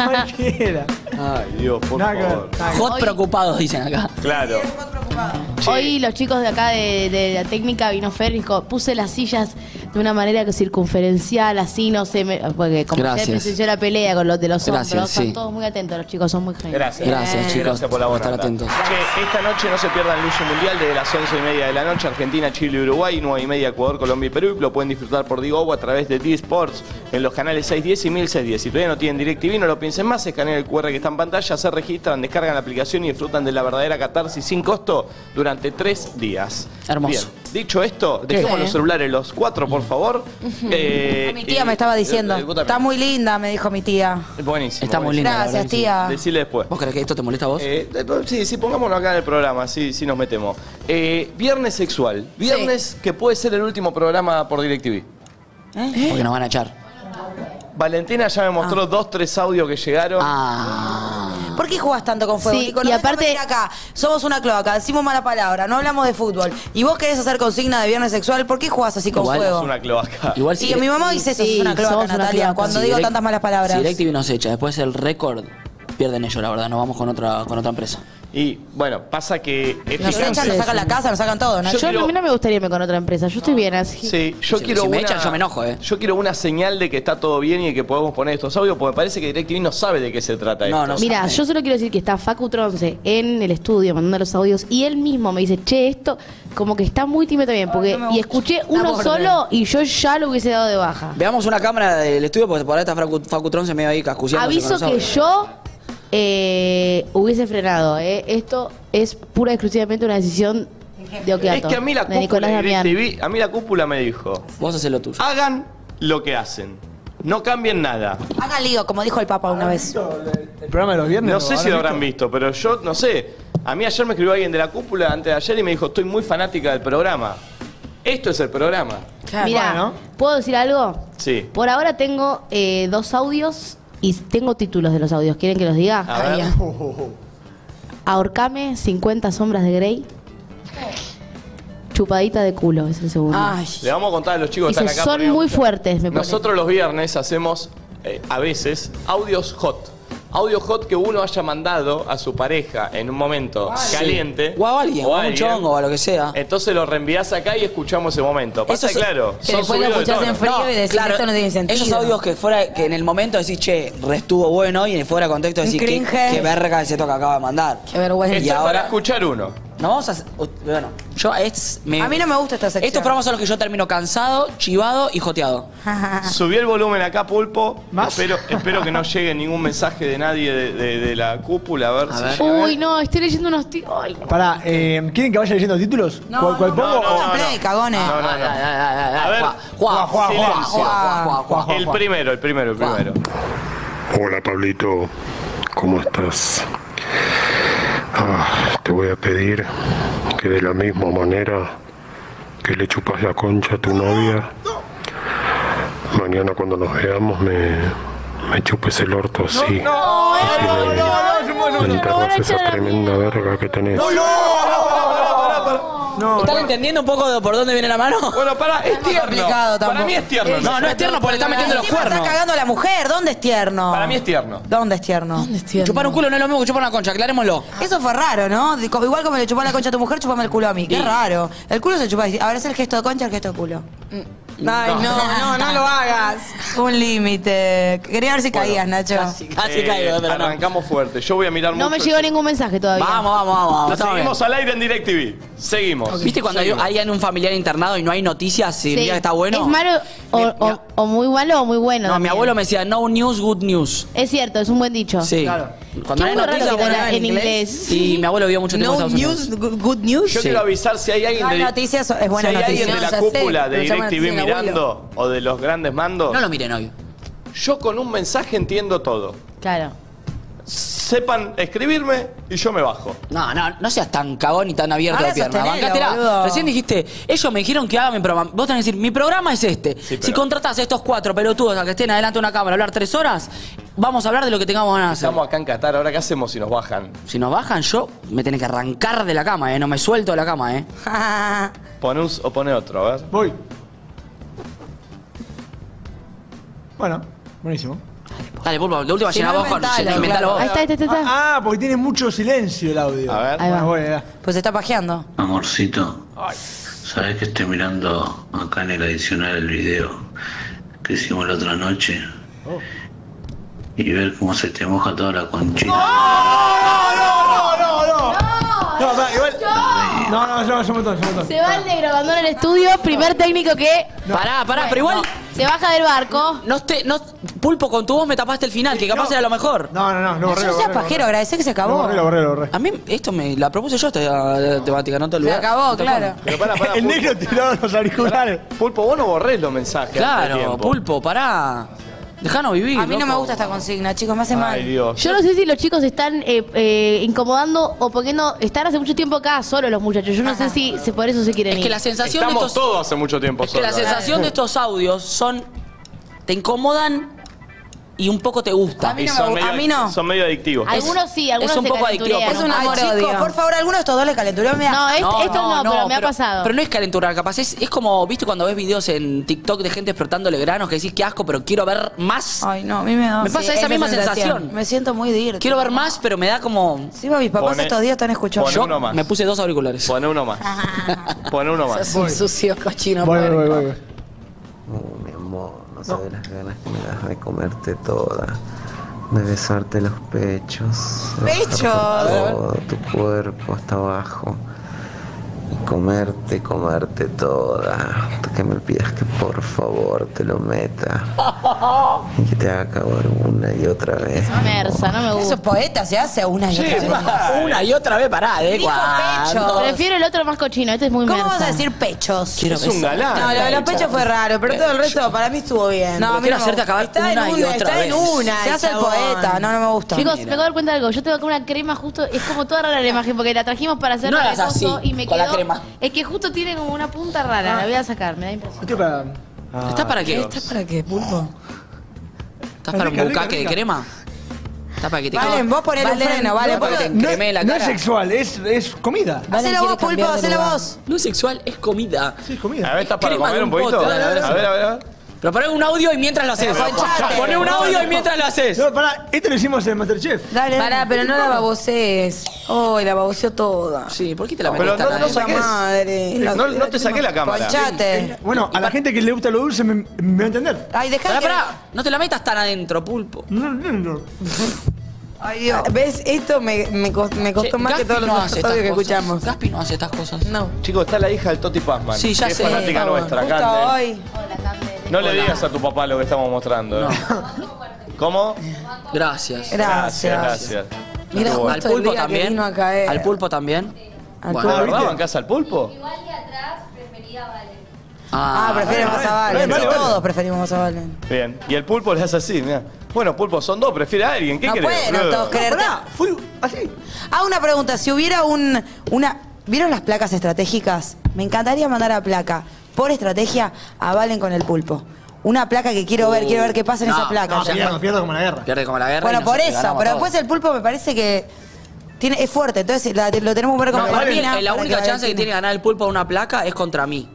Speaker 18: cualquiera.
Speaker 2: Ay, Dios, por
Speaker 18: Nada que ver,
Speaker 2: favor.
Speaker 18: nada que
Speaker 9: Hot
Speaker 10: Hoy-
Speaker 9: preocupados, dicen acá.
Speaker 2: Claro.
Speaker 10: Hoy los chicos de acá de, de la técnica vinoférico puse las sillas de una manera que circunferencial, así, no sé, me- porque como
Speaker 9: Gracias.
Speaker 10: se presenció la pelea con los de los hombros,
Speaker 9: Gracias,
Speaker 10: son
Speaker 9: sí.
Speaker 10: todos muy atentos, los chicos son muy Eh, geniales.
Speaker 9: Gracias, chicos,
Speaker 2: Gracias por la
Speaker 9: por
Speaker 2: buena
Speaker 9: estar
Speaker 2: onda.
Speaker 9: atentos.
Speaker 2: Che, esta noche no se pierdan Lucio Mundial desde las 11 y media de la noche. Argentina, Chile, Uruguay, 9 y media, Ecuador, Colombia y Perú. Y Lo pueden disfrutar por Digo o a través de D-Sports en los canales 610 y 1610. Si todavía no tienen DirecTV, no lo piensen más. Escanean el QR que está en pantalla, se registran, descargan la aplicación y disfrutan de la verdadera catarsis sin costo durante tres días.
Speaker 9: Hermoso.
Speaker 2: Dicho esto, dejemos
Speaker 5: Sí.
Speaker 2: los celulares los cuatro, por favor. Eh,
Speaker 5: Ah, Mi tía
Speaker 2: y-
Speaker 5: me estaba diciendo.
Speaker 2: Eh, vos también.
Speaker 5: Está muy linda, me dijo mi tía.
Speaker 2: Buenísimo.
Speaker 5: Está muy
Speaker 2: buenísimo.
Speaker 5: linda, la Gracias, verdad que sí. tía.
Speaker 2: Decile después. ¿Vos
Speaker 9: crees que esto te molesta a vos?
Speaker 2: sí, sí, pongámonos acá en el programa, sí, sí nos metemos. Eh, viernes sexual. Viernes que puede ser el último programa por DirecTV.
Speaker 9: ¿Eh? Porque nos van a echar.
Speaker 2: Valentina ya me mostró dos, tres audios que llegaron.
Speaker 9: Ah.
Speaker 5: ¿Por qué jugás tanto con fuego?
Speaker 10: Sí,
Speaker 5: Nico? Nos
Speaker 10: y aparte-
Speaker 5: vamos a ir acá somos una cloaca, decimos mala palabra, no hablamos de fútbol. Y vos querés hacer consigna de viernes sexual, ¿por qué jugás así con
Speaker 9: Igual
Speaker 5: fuego?
Speaker 9: es
Speaker 2: una cloaca.
Speaker 9: Igual
Speaker 5: Y mi mamá dice eso, sos una cloaca,
Speaker 10: somos una
Speaker 5: Natalia,
Speaker 10: cloaca.
Speaker 5: cuando
Speaker 9: Si
Speaker 5: digo
Speaker 9: direct-
Speaker 5: tantas malas palabras.
Speaker 9: Si DirecTV nos echa, después el récord, pierden ellos, la verdad. Nos vamos con otra, con otra empresa.
Speaker 2: Y bueno, pasa que.
Speaker 5: Nos echan, nos sacan la casa, nos sacan todo, ¿no?
Speaker 10: Yo, no- a mí no me gustaría irme con otra empresa, yo estoy bien así.
Speaker 2: Sí, yo
Speaker 9: Si-
Speaker 2: quiero
Speaker 9: si me
Speaker 2: una,
Speaker 9: echan, yo me enojo, ¿eh?
Speaker 2: Yo quiero una señal de que está todo bien y de que podemos poner estos audios, porque me parece que DirecTV no sabe de qué se trata esto.
Speaker 10: Mira, yo solo quiero decir que está Facu Tronce en el estudio mandando los audios y él mismo me dice, che, esto como que está muy tímido también, porque y escuché uno
Speaker 9: borde.
Speaker 10: solo y yo ya lo hubiese dado de baja.
Speaker 9: Veamos una cámara del estudio porque por ahí está Facu, Facu Tronce medio ahí cascuciando.
Speaker 10: Aviso que yo eh, hubiese frenado, eh. esto es pura y exclusivamente una decisión de
Speaker 2: es
Speaker 10: Okiato.
Speaker 2: que a mí la
Speaker 10: de
Speaker 2: cúpula
Speaker 10: Nicolás
Speaker 2: de
Speaker 10: Damián.
Speaker 2: DirecTV, a mí la cúpula me dijo.
Speaker 9: Vos haces lo tuyo.
Speaker 2: Hagan lo que hacen. No cambien nada.
Speaker 5: Hagan lío, como dijo el Papa una vez.
Speaker 18: El programa de los viernes.
Speaker 2: No sé si lo habrán visto, pero yo no sé. A mí ayer me escribió alguien de la cúpula antes de ayer y me dijo, estoy muy fanática del programa. Esto es el programa.
Speaker 10: Mirá, ¿puedo decir algo?
Speaker 2: Sí.
Speaker 10: Por ahora tengo eh, dos audios y tengo títulos de los audios. ¿Quieren que los diga?
Speaker 2: A ver.
Speaker 10: Ahorcame, 50 sombras de Grey. Chupadita de culo, es el segundo.
Speaker 2: Le vamos a contar a los chicos que
Speaker 10: Dice,
Speaker 2: están acá.
Speaker 10: son
Speaker 2: porque
Speaker 10: muy fuertes, me parece.
Speaker 2: Nosotros los viernes hacemos, eh, a veces, audios hot. Audio hot que uno haya mandado a su pareja en un momento
Speaker 9: Sí.
Speaker 2: caliente.
Speaker 9: O a alguien, o a un chongo, o a lo que sea.
Speaker 2: Entonces lo reenvías acá y escuchamos ese momento. Pasa
Speaker 9: es-
Speaker 2: claro.
Speaker 9: que
Speaker 2: son
Speaker 9: después lo
Speaker 2: subidos de
Speaker 9: escuchás
Speaker 2: tono.
Speaker 9: en frío y decís, esto no tiene sentido. Esos audios que fuera que en el momento decís, che, re estuvo bueno y fuera de contexto decís, qué,
Speaker 2: Cringe.
Speaker 9: qué verga es esto que acaba de mandar. Qué vergüenza. Y
Speaker 2: Esto es para
Speaker 9: ahora,
Speaker 2: escuchar uno.
Speaker 9: no vamos a... hacer- o- Bueno, yo es... me-
Speaker 5: A mí no me gusta esta sección.
Speaker 9: Estos programas son los que yo termino cansado, chivado y joteado.
Speaker 2: Subí el volumen acá, Pulpo. Espero, espero que no llegue ningún mensaje de nadie de, de- de la cúpula. A ver si llega.
Speaker 10: Uy, no, estoy leyendo unos tíos. Ay, no.
Speaker 18: Pará, eh, ¿quieren que vaya leyendo títulos?
Speaker 10: No,
Speaker 18: ¿Cuál, cuál
Speaker 10: no,
Speaker 18: pongo?
Speaker 2: no,
Speaker 6: Ah,
Speaker 2: no, no.
Speaker 5: cagones.
Speaker 2: No,
Speaker 9: Ah,
Speaker 2: no, no. A ver,
Speaker 9: Juá, juá, juá,
Speaker 2: silencio.
Speaker 9: juá, juá, juá, juá,
Speaker 2: El
Speaker 9: juá.
Speaker 2: primero, el primero, el primero.
Speaker 6: Hola Pablito, ¿cómo estás? Ah, te voy a pedir que de la misma manera que le chupas la concha a tu novia, mañana cuando nos veamos me, me chupes el orto así.
Speaker 2: No, no, no,
Speaker 6: no, no, esa tremenda verga que tenés.
Speaker 9: ¿Están entendiendo un poco de por dónde viene la mano?
Speaker 2: Bueno, para, es
Speaker 9: tierno.
Speaker 5: complicado tampoco.
Speaker 9: Para mí es tierno. No, no es tierno porque le está metiendo los
Speaker 5: Encima
Speaker 9: cuernos.
Speaker 5: Está cagando a la mujer, ¿dónde es tierno?
Speaker 2: Para mí es tierno.
Speaker 5: ¿Dónde es tierno? ¿Dónde es tierno?
Speaker 9: Chupar un culo no es lo mismo que chupar una concha, aclarémoslo.
Speaker 5: Eso fue raro, ¿no? De- co- Igual como le chupó la concha a tu mujer, chupame el culo a mí. Qué raro. El culo se chupa. Ahora es el gesto de concha, el gesto de culo.
Speaker 19: Ay, no, no, no lo hagas.
Speaker 5: Un límite. Quería ver si caías, Nacho.
Speaker 2: Eh, Arrancamos fuerte. Yo voy a mirar
Speaker 10: No
Speaker 2: mucho.
Speaker 10: me llegó ningún mensaje todavía.
Speaker 9: Vamos, vamos, vamos.
Speaker 2: Lo
Speaker 9: está bien.
Speaker 2: seguimos al aire en DirecTV. Seguimos.
Speaker 9: ¿Viste cuando hay,
Speaker 2: Seguimos.
Speaker 9: hay en un familiar internado y no hay noticias? Si
Speaker 10: Sí.
Speaker 9: el día que está bueno.
Speaker 10: ¿Es malo o, o- o muy malo o muy bueno?
Speaker 9: no, mi
Speaker 10: también.
Speaker 9: abuelo me decía, no news, good news.
Speaker 10: Es cierto, es un buen dicho.
Speaker 9: Sí. Cuando
Speaker 10: Qué
Speaker 9: hay
Speaker 10: bueno raro
Speaker 9: noticias,
Speaker 10: que
Speaker 9: bueno,
Speaker 10: era en inglés.
Speaker 9: Sí, mi abuelo vio mucho tiempo en Estados Unidos.
Speaker 5: good, good news.
Speaker 2: Yo quiero avisar si hay alguien
Speaker 5: No hay
Speaker 2: de,
Speaker 5: noticias, es buena
Speaker 2: si hay
Speaker 5: noticia.
Speaker 2: alguien de
Speaker 5: Ya
Speaker 2: la
Speaker 5: sé,
Speaker 2: cúpula de
Speaker 5: lo llaman así
Speaker 2: DirecTV
Speaker 5: el abuelo.
Speaker 2: mirando o de los grandes mandos.
Speaker 9: No lo miren hoy.
Speaker 2: Yo con un mensaje entiendo todo.
Speaker 10: Claro.
Speaker 2: Sepan escribirme y yo me bajo.
Speaker 9: No, no, no seas tan cagón y tan abierto
Speaker 2: Ahora
Speaker 9: de pierna.
Speaker 2: sostenelo,
Speaker 9: Bancátela.
Speaker 2: boludo.
Speaker 9: Recién dijiste, ellos me dijeron que haga mi programa. Vos tenés que decir, mi programa es este. Si contratás a estos cuatro pelotudos a que estén adelante de una cámara a hablar tres horas, vamos a hablar de lo que tengamos ganas de hacer.
Speaker 2: Estamos acá en Qatar, ahora qué hacemos si nos bajan.
Speaker 9: Si nos bajan, yo me tenés que arrancar de la cama, ¿eh? No me suelto de la cama, ¿eh?
Speaker 2: Pone un s- o pone otro, a ver.
Speaker 18: Voy.
Speaker 20: Bueno, buenísimo.
Speaker 9: Dale, Pulpo, la última llena vos con. llena- inventalo vos.
Speaker 20: Ah, ah, porque tiene mucho silencio el audio. A ver,
Speaker 21: Ahí
Speaker 6: Ah,
Speaker 21: va.
Speaker 5: Pues está pajeando.
Speaker 21: Amorcito, ¿sabes que estoy mirando acá en el adicional el video que hicimos la otra noche? Y ver cómo se te moja toda la conchita.
Speaker 20: No, no, no. No, pará, igual. No, no, no, es un montón, es un montón.
Speaker 10: Se va el negro, abandona el estudio, primer técnico que.
Speaker 9: Pará, pará, pero igual.
Speaker 10: Se baja del barco.
Speaker 9: No esté. No, Pulpo, con tu voz me tapaste el final, que capaz era lo mejor.
Speaker 20: No, no, no,
Speaker 9: no
Speaker 5: borré, No seas borré, pajero, borré. agradecé que se acabó. No, borré, lo
Speaker 9: A mí esto me la propuse yo esta eh, temática, no te olvides.
Speaker 5: acabó, claro.
Speaker 9: Pero pará,
Speaker 2: El negro tirado los auriculares. Pulpo, vos no borrés los mensajes.
Speaker 9: Claro,
Speaker 2: Pulpo,
Speaker 9: pará. Dejanos vivir.
Speaker 5: A mí no me
Speaker 9: loco.
Speaker 5: gusta esta consigna, chicos, me hace mal.
Speaker 10: Yo no sé si los chicos están eh, eh, incomodando o poniendo. Están hace mucho tiempo acá solos los muchachos. Yo no sé si se- por eso se quieren
Speaker 9: Es
Speaker 10: ir.
Speaker 9: que la sensación
Speaker 2: Estamos
Speaker 9: de estos.
Speaker 2: todos hace mucho tiempo
Speaker 9: Es que la
Speaker 2: solos, ¿eh?
Speaker 9: sensación de estos audios son. Te incomodan y un poco te gusta.
Speaker 2: Y son medio- Son medio adictivos.
Speaker 10: Algunos sí, algunos
Speaker 9: Es un
Speaker 10: se
Speaker 9: poco adictivo.
Speaker 10: calenturean. Es un
Speaker 5: Ay,
Speaker 10: amor,
Speaker 5: chicos,
Speaker 10: odio.
Speaker 5: por favor, alguno de estos dos le calenturó. Mira.
Speaker 10: No, es- esto no, pero me ha pasado.
Speaker 9: Pero no es calentura, capaz es, es como, viste, cuando ves videos en TikTok de gente explotándole granos que decís que asco, pero quiero ver más.
Speaker 5: Ay, no, a mí me da.
Speaker 9: Me pasa
Speaker 5: sí,
Speaker 9: esa misma sensación.
Speaker 5: Me siento muy dirta.
Speaker 9: Quiero ver más, pero me da como.
Speaker 5: Sí, mis papás
Speaker 9: Pone-
Speaker 5: estos días están escuchando.
Speaker 9: Yo me puse dos auriculares. Pone
Speaker 2: uno más. Pone uno más.
Speaker 5: sucio cochino.
Speaker 22: Mi amor, no sabes las ganas que me das de comerte toda, de besarte los pechos, de bajar por
Speaker 5: Pechos.
Speaker 22: todo tu cuerpo hasta abajo, y comerte, comerte toda, hasta que me pidas que por favor te lo meta y que te haga acabar una y otra vez.
Speaker 10: Mersa, no me gusta.
Speaker 5: Esos poetas se hace una y otra vez.
Speaker 9: Una y otra vez, pará, Ah, de
Speaker 5: Dijo
Speaker 9: cuándo.
Speaker 5: pechos.
Speaker 10: Prefiero el otro más cochino, este es muy
Speaker 5: ¿Cómo
Speaker 10: mersa.
Speaker 5: vas a decir pechos?
Speaker 9: Quiero Es un besar. galán.
Speaker 5: No, lo de los
Speaker 9: Pechos.
Speaker 5: pechos fue raro, pero todo el resto para mí estuvo bien.
Speaker 9: No, a mí
Speaker 5: Quiero
Speaker 9: no me gusta. Está en una,
Speaker 5: Está en una. Se hace el poeta. No, no me gusta.
Speaker 10: Chicos, me acabo de dar cuenta de algo. Yo tengo acá una crema justo. Es como toda rara la
Speaker 5: Ah.
Speaker 10: imagen porque la trajimos para hacer
Speaker 9: No
Speaker 10: la
Speaker 9: hagas
Speaker 10: coso
Speaker 9: así,
Speaker 10: y me
Speaker 9: con la
Speaker 10: quedó-
Speaker 9: crema.
Speaker 10: Es que justo tiene como una punta rara.
Speaker 5: Ah.
Speaker 10: La voy a sacar, me da impresión.
Speaker 20: ¿Qué para? Ah.
Speaker 9: ¿Estás para qué?
Speaker 5: ¿Estás para qué, pulpo?
Speaker 9: ¿Estás para un
Speaker 20: Rica, rica,
Speaker 9: bucaque de
Speaker 20: rica.
Speaker 9: crema? ¿Estás para que te
Speaker 5: Valen, vos ponele un
Speaker 9: Valen,
Speaker 5: freno,
Speaker 9: ¿no?
Speaker 5: Valen,
Speaker 9: Para
Speaker 5: vos-
Speaker 9: que te
Speaker 20: No,
Speaker 9: encremé la
Speaker 20: no es
Speaker 9: cara.
Speaker 20: sexual, es, es comida.
Speaker 5: Hacela vos, pulpo, hacela vos.
Speaker 9: No es sexual, es comida.
Speaker 20: Sí, es comida.
Speaker 2: A ver, ¿estás para
Speaker 9: Crema
Speaker 2: comer
Speaker 9: de
Speaker 2: un poquito?
Speaker 9: pote, dale, dale,
Speaker 2: A ver, a ver, a ver. Eh,
Speaker 9: Pero poné un audio y mientras lo haces. Poné un audio y mientras lo haces.
Speaker 20: No, pará, esto lo hicimos en Masterchef.
Speaker 5: Dale.
Speaker 23: Pará, pero no la babosees. Oh, la baboseó toda.
Speaker 9: Sí, ¿por qué te
Speaker 20: la metiste Pero no- tan no ahí?
Speaker 23: la
Speaker 20: saques-
Speaker 23: madre.
Speaker 20: No- no te saqué la cámara.
Speaker 5: Ponchate.
Speaker 20: Bueno, a la gente que le gusta lo dulce me, me va a entender.
Speaker 5: Ay, dejá
Speaker 9: Pará,
Speaker 5: que-
Speaker 9: pará, no te la metas tan adentro, pulpo.
Speaker 20: No, no, no.
Speaker 5: Ay, Dios. ¿Ves? Esto me, me cost- me
Speaker 9: Che,
Speaker 5: costó más que
Speaker 9: Gaspi
Speaker 5: todos los
Speaker 9: no
Speaker 5: otros
Speaker 9: hace
Speaker 5: audios que
Speaker 9: estas cosas.
Speaker 5: escuchamos.
Speaker 9: Gaspi no hace estas cosas.
Speaker 5: No.
Speaker 2: Chicos, está la hija del Toti Pazman.
Speaker 9: Sí, ya
Speaker 2: que
Speaker 9: sé.
Speaker 2: Es fanática
Speaker 9: Por
Speaker 2: nuestra,
Speaker 5: Justo
Speaker 2: Cande.
Speaker 5: hoy.
Speaker 2: No le digas a tu papá lo que estamos mostrando. ¿eh? ¿Cómo?
Speaker 9: Gracias.
Speaker 2: Gracias.
Speaker 5: Mirá,
Speaker 2: Estuvo bueno.
Speaker 9: al
Speaker 5: justo el
Speaker 9: pulpo
Speaker 5: día que
Speaker 9: también.
Speaker 5: vino a caer.
Speaker 9: Al pulpo también.
Speaker 5: Al
Speaker 9: Bueno,
Speaker 2: ¿De
Speaker 9: ¿viste?
Speaker 2: verdad bancás al pulpo?
Speaker 5: Ah, prefieren más a Valen.
Speaker 2: Vale,
Speaker 5: Sí,
Speaker 2: vale.
Speaker 5: todos preferimos más a Valen.
Speaker 2: Bien. Y el pulpo le hace así, mirá. Bueno, pulpo, son dos, prefiere a alguien. ¿Qué
Speaker 5: No
Speaker 2: querés?
Speaker 5: pueden
Speaker 2: boludo?
Speaker 5: todos querer.
Speaker 20: fui así.
Speaker 5: Ah, una pregunta. Si hubiera un, una... ¿Vieron las placas estratégicas? Me encantaría mandar a placa, por estrategia, a Valen con el pulpo. Una placa que quiero ver, quiero ver qué pasa en
Speaker 9: No,
Speaker 5: esa placa.
Speaker 9: no,
Speaker 5: Ya.
Speaker 20: Pierdo, pierdo como la guerra.
Speaker 9: Pierde como la guerra.
Speaker 5: bueno,
Speaker 9: y
Speaker 5: por
Speaker 9: nosotros
Speaker 5: eso.
Speaker 9: ganamos
Speaker 5: Pero
Speaker 9: todo.
Speaker 5: después el pulpo me parece que tiene, es fuerte. Entonces la- lo tenemos que ver como
Speaker 9: No, para mí,
Speaker 5: Valentina,
Speaker 9: eh, la
Speaker 5: para
Speaker 9: única chance que
Speaker 5: Valentina-
Speaker 9: tiene de ganar el pulpo a una placa es contra mí.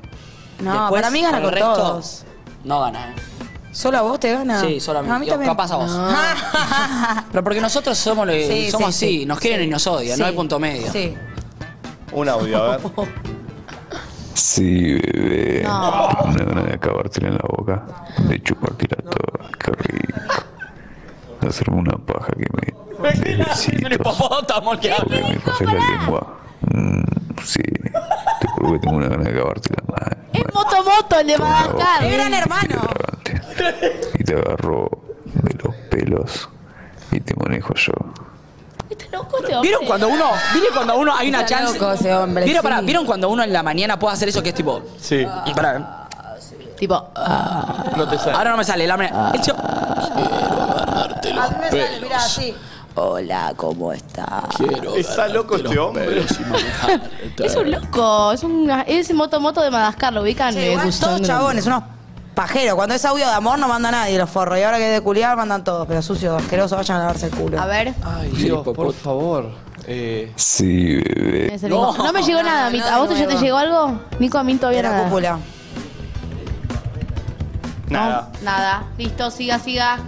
Speaker 5: No,
Speaker 9: Después,
Speaker 5: para mí gana
Speaker 9: el
Speaker 5: con
Speaker 9: resto,
Speaker 5: todos.
Speaker 9: No gana. ¿eh?
Speaker 5: ¿Solo a vos te gana?
Speaker 9: Sí, solo a mí.
Speaker 5: No, a mí
Speaker 9: Yo-
Speaker 5: también. Ah,
Speaker 9: capaz a vos. Ah, Pero porque nosotros somos, los-
Speaker 5: Sí,
Speaker 9: somos
Speaker 5: sí,
Speaker 9: así,
Speaker 5: sí.
Speaker 9: nos quieren y nos odian, no
Speaker 5: Sí.
Speaker 9: hay punto medio.
Speaker 5: Sí.
Speaker 2: Un audio, a ver.
Speaker 24: Sí, bebé.
Speaker 5: No.
Speaker 24: Una gana de acabártela en la boca, de chupártela toda, qué rico. De hacerme una paja que me dé
Speaker 9: Un
Speaker 24: besitos,
Speaker 20: Oh,
Speaker 9: hipopótamo que
Speaker 24: porque me pasé la lengua. Mm, sí, te juro que tengo una gana de acabártela mal.
Speaker 10: Es motomoto el de Madagascar.
Speaker 5: Es gran hermano.
Speaker 24: Y te agarro de los pelos y te manejo yo.
Speaker 9: ¿Vieron cuando uno, vieron cuando uno hay una
Speaker 5: Está
Speaker 9: chance?
Speaker 5: loco ese hombre,
Speaker 9: ¿Vieron,
Speaker 5: sí.
Speaker 9: pará, ¿Vieron cuando uno en la mañana puede hacer eso que es tipo?
Speaker 2: Sí.
Speaker 9: Pará.
Speaker 10: Tipo,
Speaker 2: No te sale.
Speaker 9: Ahora no me sale, Ah. la mañana. El chico-
Speaker 5: A mí me sale, mirá, así. Hola, ¿cómo estás?
Speaker 2: Está loco este hombre.
Speaker 10: es un loco, es un es motomoto de Madagascar, lo ubican.
Speaker 5: Sí,
Speaker 10: Me
Speaker 5: igual
Speaker 10: gustó
Speaker 5: todos
Speaker 10: un gran-
Speaker 5: chabones, unos pajeros. Cuando es audio de amor no manda nadie los forros. Y ahora que es de culiar mandan todos. Pero sucios, asquerosos, vayan a lavarse el culo.
Speaker 10: A ver.
Speaker 2: Dios, por favor. Eh,
Speaker 24: Sí, bebé.
Speaker 10: Me salió. No, me llegó nada, Mica. ¿A vos ya te llegó algo? Nico, a mí todavía
Speaker 5: Era
Speaker 10: nada.
Speaker 5: cúpula.
Speaker 2: Nada.
Speaker 10: Nada. Listo, siga, siga.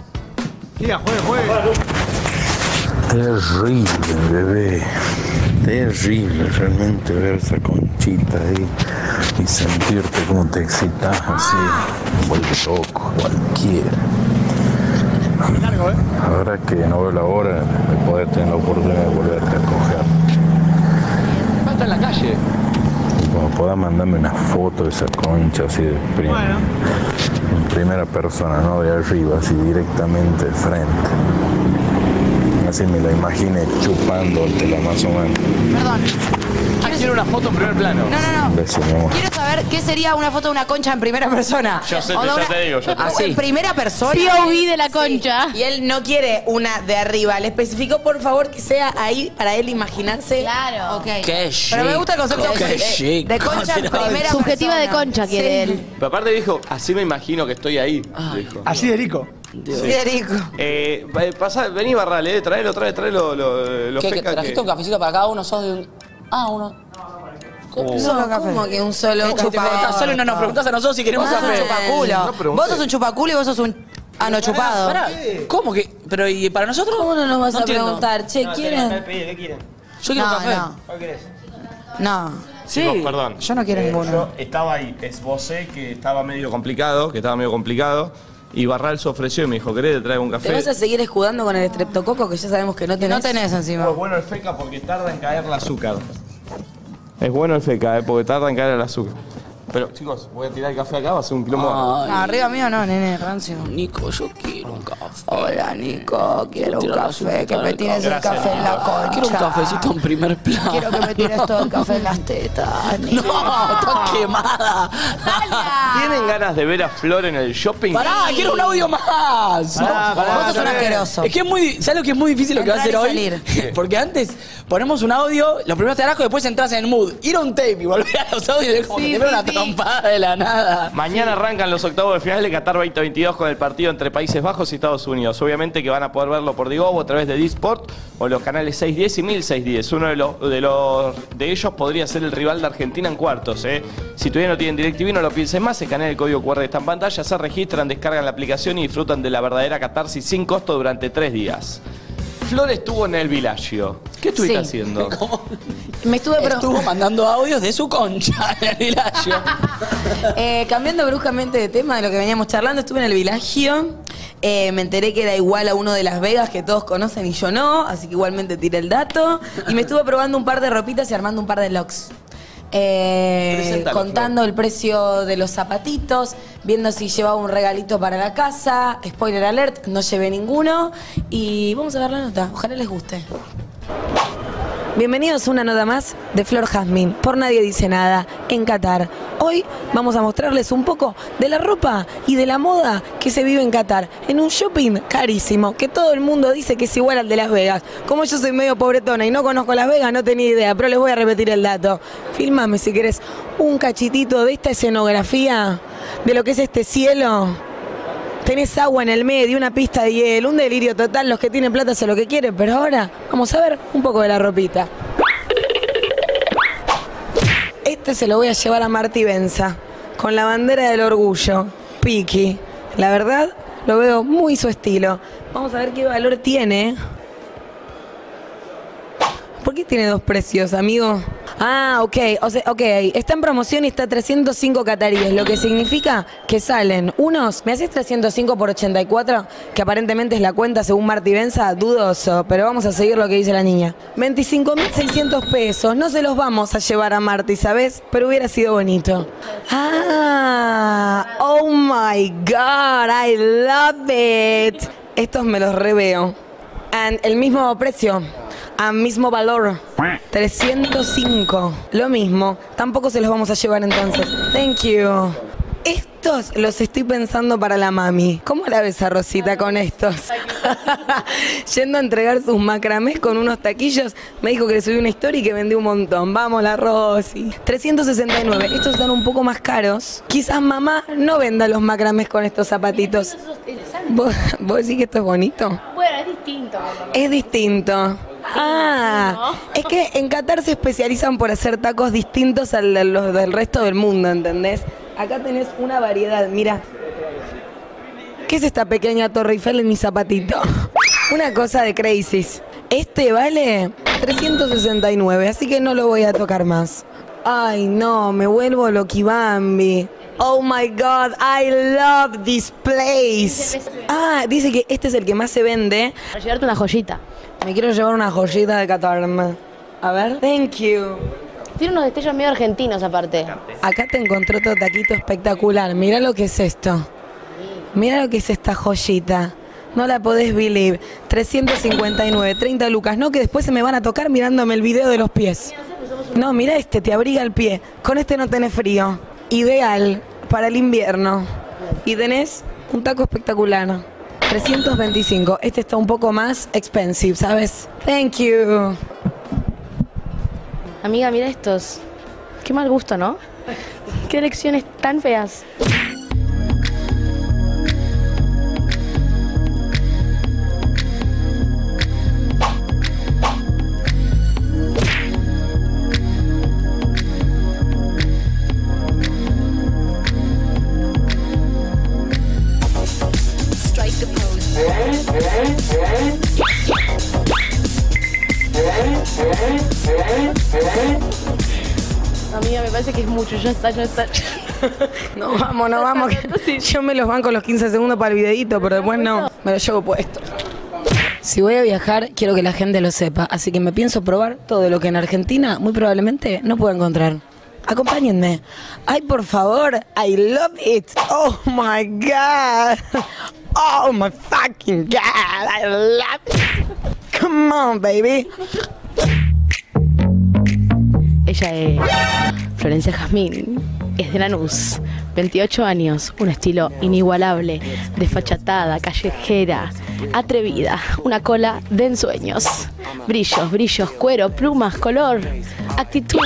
Speaker 25: Siga, juegue, juegue.
Speaker 6: Terrible, bebé. Terrible realmente ver esa conchita ahí y sentirte como te excitas así. Me vuelve loco, cualquiera. Ahora que no veo la hora de poder tener la oportunidad de volverte a coger.
Speaker 2: Falta en la calle.
Speaker 6: Y Cuando puedas mandarme una foto de esa concha así de prim- en primera persona, no de arriba, así directamente de frente. Así me la imaginé chupándotela más o menos.
Speaker 11: Perdón.
Speaker 2: Ah, Quiero una foto en primer plano.
Speaker 11: No, no, no.
Speaker 6: Un beso, mi amor.
Speaker 11: Quiero saber qué sería una foto de una concha en primera persona.
Speaker 6: Yo sé,
Speaker 11: O de
Speaker 6: ya
Speaker 11: una-
Speaker 6: te digo, ya te digo.
Speaker 11: O En primera persona.
Speaker 10: POV de la concha.
Speaker 5: Y él no quiere una de arriba. Le especificó, por favor, que sea ahí para él imaginarse.
Speaker 10: Claro.
Speaker 5: Qué Pero me gusta el concepto
Speaker 2: Qué
Speaker 5: de, de-
Speaker 2: chic.
Speaker 5: de concha en primera
Speaker 10: Subjetiva de
Speaker 5: persona.
Speaker 10: concha quiere
Speaker 5: Sí.
Speaker 10: él.
Speaker 2: Pero aparte dijo, así me imagino que estoy ahí. dijo.
Speaker 5: ah,
Speaker 25: Así de rico.
Speaker 2: Sí. Eh, pa- pasá, vení Barral, eh, traelo, trae, traelo lo, lo
Speaker 9: ¿Qué, que
Speaker 2: feca
Speaker 9: ¿Trajiste
Speaker 2: que-
Speaker 9: un cafecito para cada uno? ¿Sos de un...? Ah, uno.
Speaker 2: Oh.
Speaker 5: No, ¿cómo que un solo
Speaker 9: Te preguntás solo y no nos preguntás a nosotros si queremos
Speaker 11: Vos sos un
Speaker 9: café.
Speaker 11: chupaculo. vos sos un chupaculo y vos sos un
Speaker 9: Ah,
Speaker 11: ano chupado.
Speaker 9: Pará, ¿Cómo que? Pero ¿y para nosotros?
Speaker 5: ¿Cómo no nos vas
Speaker 9: No
Speaker 5: a
Speaker 9: entiendo.
Speaker 5: preguntar? Che,
Speaker 11: No,
Speaker 5: ¿quieren?
Speaker 11: tenés
Speaker 5: ¿Qué quieren?
Speaker 9: Yo quiero
Speaker 11: No,
Speaker 9: café.
Speaker 11: no.
Speaker 9: ¿Cuál querés?
Speaker 11: No.
Speaker 2: Chicos, perdón. Eh,
Speaker 11: Yo no quiero ninguno.
Speaker 2: Yo estaba ahí, esbocé que estaba medio complicado, que estaba medio complicado. Y Barral se ofreció y me dijo, ¿querés te traigo un
Speaker 5: ¿Te
Speaker 2: café?
Speaker 5: vas a seguir escudando con el estreptococo que ya sabemos que no tenés? No tenés
Speaker 2: encima. bueno el feca porque tarda en caer la azúcar. Es bueno el feca, eh, porque tarda en caer el azúcar. Pero chicos, voy a tirar el café acá, va a ser un quilombo.
Speaker 11: No, arriba mío no, nene, rancio.
Speaker 9: Nico, yo quiero un café.
Speaker 11: Hola, Nico, quiero un café, que me tienes el café en la concha.
Speaker 9: Quiero un cafecito en primer plano.
Speaker 11: Quiero que me tires todo el café en las tetas.
Speaker 9: No, está quemada.
Speaker 2: ¿Tienen ganas de ver a Flor en el shopping?
Speaker 9: Pará, quiero un audio más.
Speaker 2: Pará, pará, Vos sos un
Speaker 9: pará.
Speaker 2: asqueroso.
Speaker 9: Es que es muy. ¿Sabes lo que es muy difícil lo que va a hacer
Speaker 2: Entrar
Speaker 9: hoy?
Speaker 2: y salir.
Speaker 9: Porque antes ponemos un audio, los primeros te y después entras en el mood. Ir a un tape y volver a los audios y es como que te pega una trompada de la nada.
Speaker 2: Mañana arrancan los octavos de final de Qatar 2022 con el partido entre Países Bajos y Estados Unidos. Obviamente que van a poder verlo por Digo a través de Disport o los canales 610 y 1610. Uno de los, de los de ellos podría ser el rival de Argentina en cuartos. ¿eh? Si todavía no tienen DirecTV, no lo piensen más. Escanean el código QR que está en pantalla, se registran, descargan la aplicación y disfrutan de la verdadera catarsis sin costo durante tres días. Flor estuvo en el Villaggio. ¿Qué estuviste
Speaker 9: Sí.
Speaker 2: haciendo?
Speaker 5: Me estuve
Speaker 9: Estuvo mandando audios de su concha en el villaggio.
Speaker 5: Eh, cambiando bruscamente de tema de lo que veníamos charlando, estuve en el Vilagio. eh, me enteré que era igual a uno de Las Vegas que todos conocen y yo no, así que igualmente tiré el dato. Y me estuve probando un par de ropitas y armando un par de locks. Eh,
Speaker 11: Preséntalo,
Speaker 5: contando el precio de los zapatitos, viendo si llevaba un regalito para la casa. Spoiler alert, no llevé ninguno. Y vamos a ver la nota, ojalá les guste. Bienvenidos a una nota más de Flor Jazmín, por Nadie Dice Nada, en Qatar. Hoy vamos a mostrarles un poco de la ropa y de la moda que se vive en Qatar, en un shopping carísimo, que todo el mundo dice que es igual al de Las Vegas. Como yo soy medio pobretona y no conozco Las Vegas, no tenía idea, pero les voy a repetir el dato. Filmame si querés un cachitito de esta escenografía, de lo que es este cielo. Tenés agua en el medio, una pista de hielo, un delirio total, los que tienen plata hacen lo que quieren, pero ahora vamos a ver un poco de la ropita. Este se lo voy a llevar a Marti Benza, con la bandera del orgullo, Piki. La verdad, lo veo muy su estilo. Vamos a ver qué valor tiene. ¿Por qué tiene dos precios, amigo? Ah, ok, o sea, ok, está en promoción y está a 305 cataríes, lo que significa que salen unos, ¿me haces 305 por 84? Que aparentemente es la cuenta según Marti Benza, dudoso, pero vamos a seguir lo que dice la niña. 25.600 pesos, no se los vamos a llevar a Marti, ¿sabes? Pero hubiera sido bonito. Ah, oh my god, I love it. Estos me los reveo. And el mismo precio, al mismo valor, 305. Lo mismo, tampoco se los vamos a llevar entonces. Thank you. Estos los estoy pensando para la mami. ¿Cómo la ves a Rosita con estos? Yendo a entregar sus macramés con unos taquillos, me dijo que le subí una historia y que vendí un montón. Vamos, la Rosy. 369. Estos están un poco más caros. Quizás mamá no venda los macramés con estos zapatitos. ¿Vos, vos decís que esto es bonito?
Speaker 10: Bueno, es distinto.
Speaker 5: Es distinto. Ah, es que en Qatar se especializan por hacer tacos distintos a los del resto del mundo, ¿entendés? Acá tenés una variedad, mira. ¿Qué es esta pequeña Torre Eiffel en mi zapatito? Una cosa de crisis. Este vale 369, así que no lo voy a tocar más. Ay, no, me vuelvo loquibambi. Oh my god, I love this place. Ah, dice que este es el que más se vende. Para llevarte una joyita. Me quiero llevar una joyita de Catarma. A ver. Thank you.
Speaker 10: Tiene unos destellos medio argentinos aparte.
Speaker 5: Acá te encontré otro taquito espectacular. Mira lo que es esto. Mira lo que es esta joyita. No la podés believe. 359, 30 lucas. No, que después se me van a tocar mirándome el video de los pies. No, mira este, te abriga el pie. Con este no tenés frío. Ideal para el invierno. Y tenés un taco espectacular. 325. Este está un poco más expensive, ¿sabes? Thank you.
Speaker 10: Amiga, mira estos. Qué mal gusto, ¿no? Qué elecciones tan feas.
Speaker 11: Strike the pose.
Speaker 10: Amiga, me parece que es mucho. Ya está, ya está.
Speaker 5: No vamos, no vamos. que Yo me los banco los 15 segundos para el videito, pero después no. Me los llevo puesto. Si voy a viajar, quiero que la gente lo sepa. Así que me pienso probar todo lo que en Argentina muy probablemente no pueda encontrar. Acompáñenme. Ay, por favor. I love it. Oh my God. Oh my fucking God. I love it. Come on, baby.
Speaker 10: Ella es Florencia Jazmín, es de Lanús, 28 años, un estilo inigualable, desfachatada, callejera, atrevida, una cola de ensueños, brillos, brillos, cuero, plumas, color, actitud,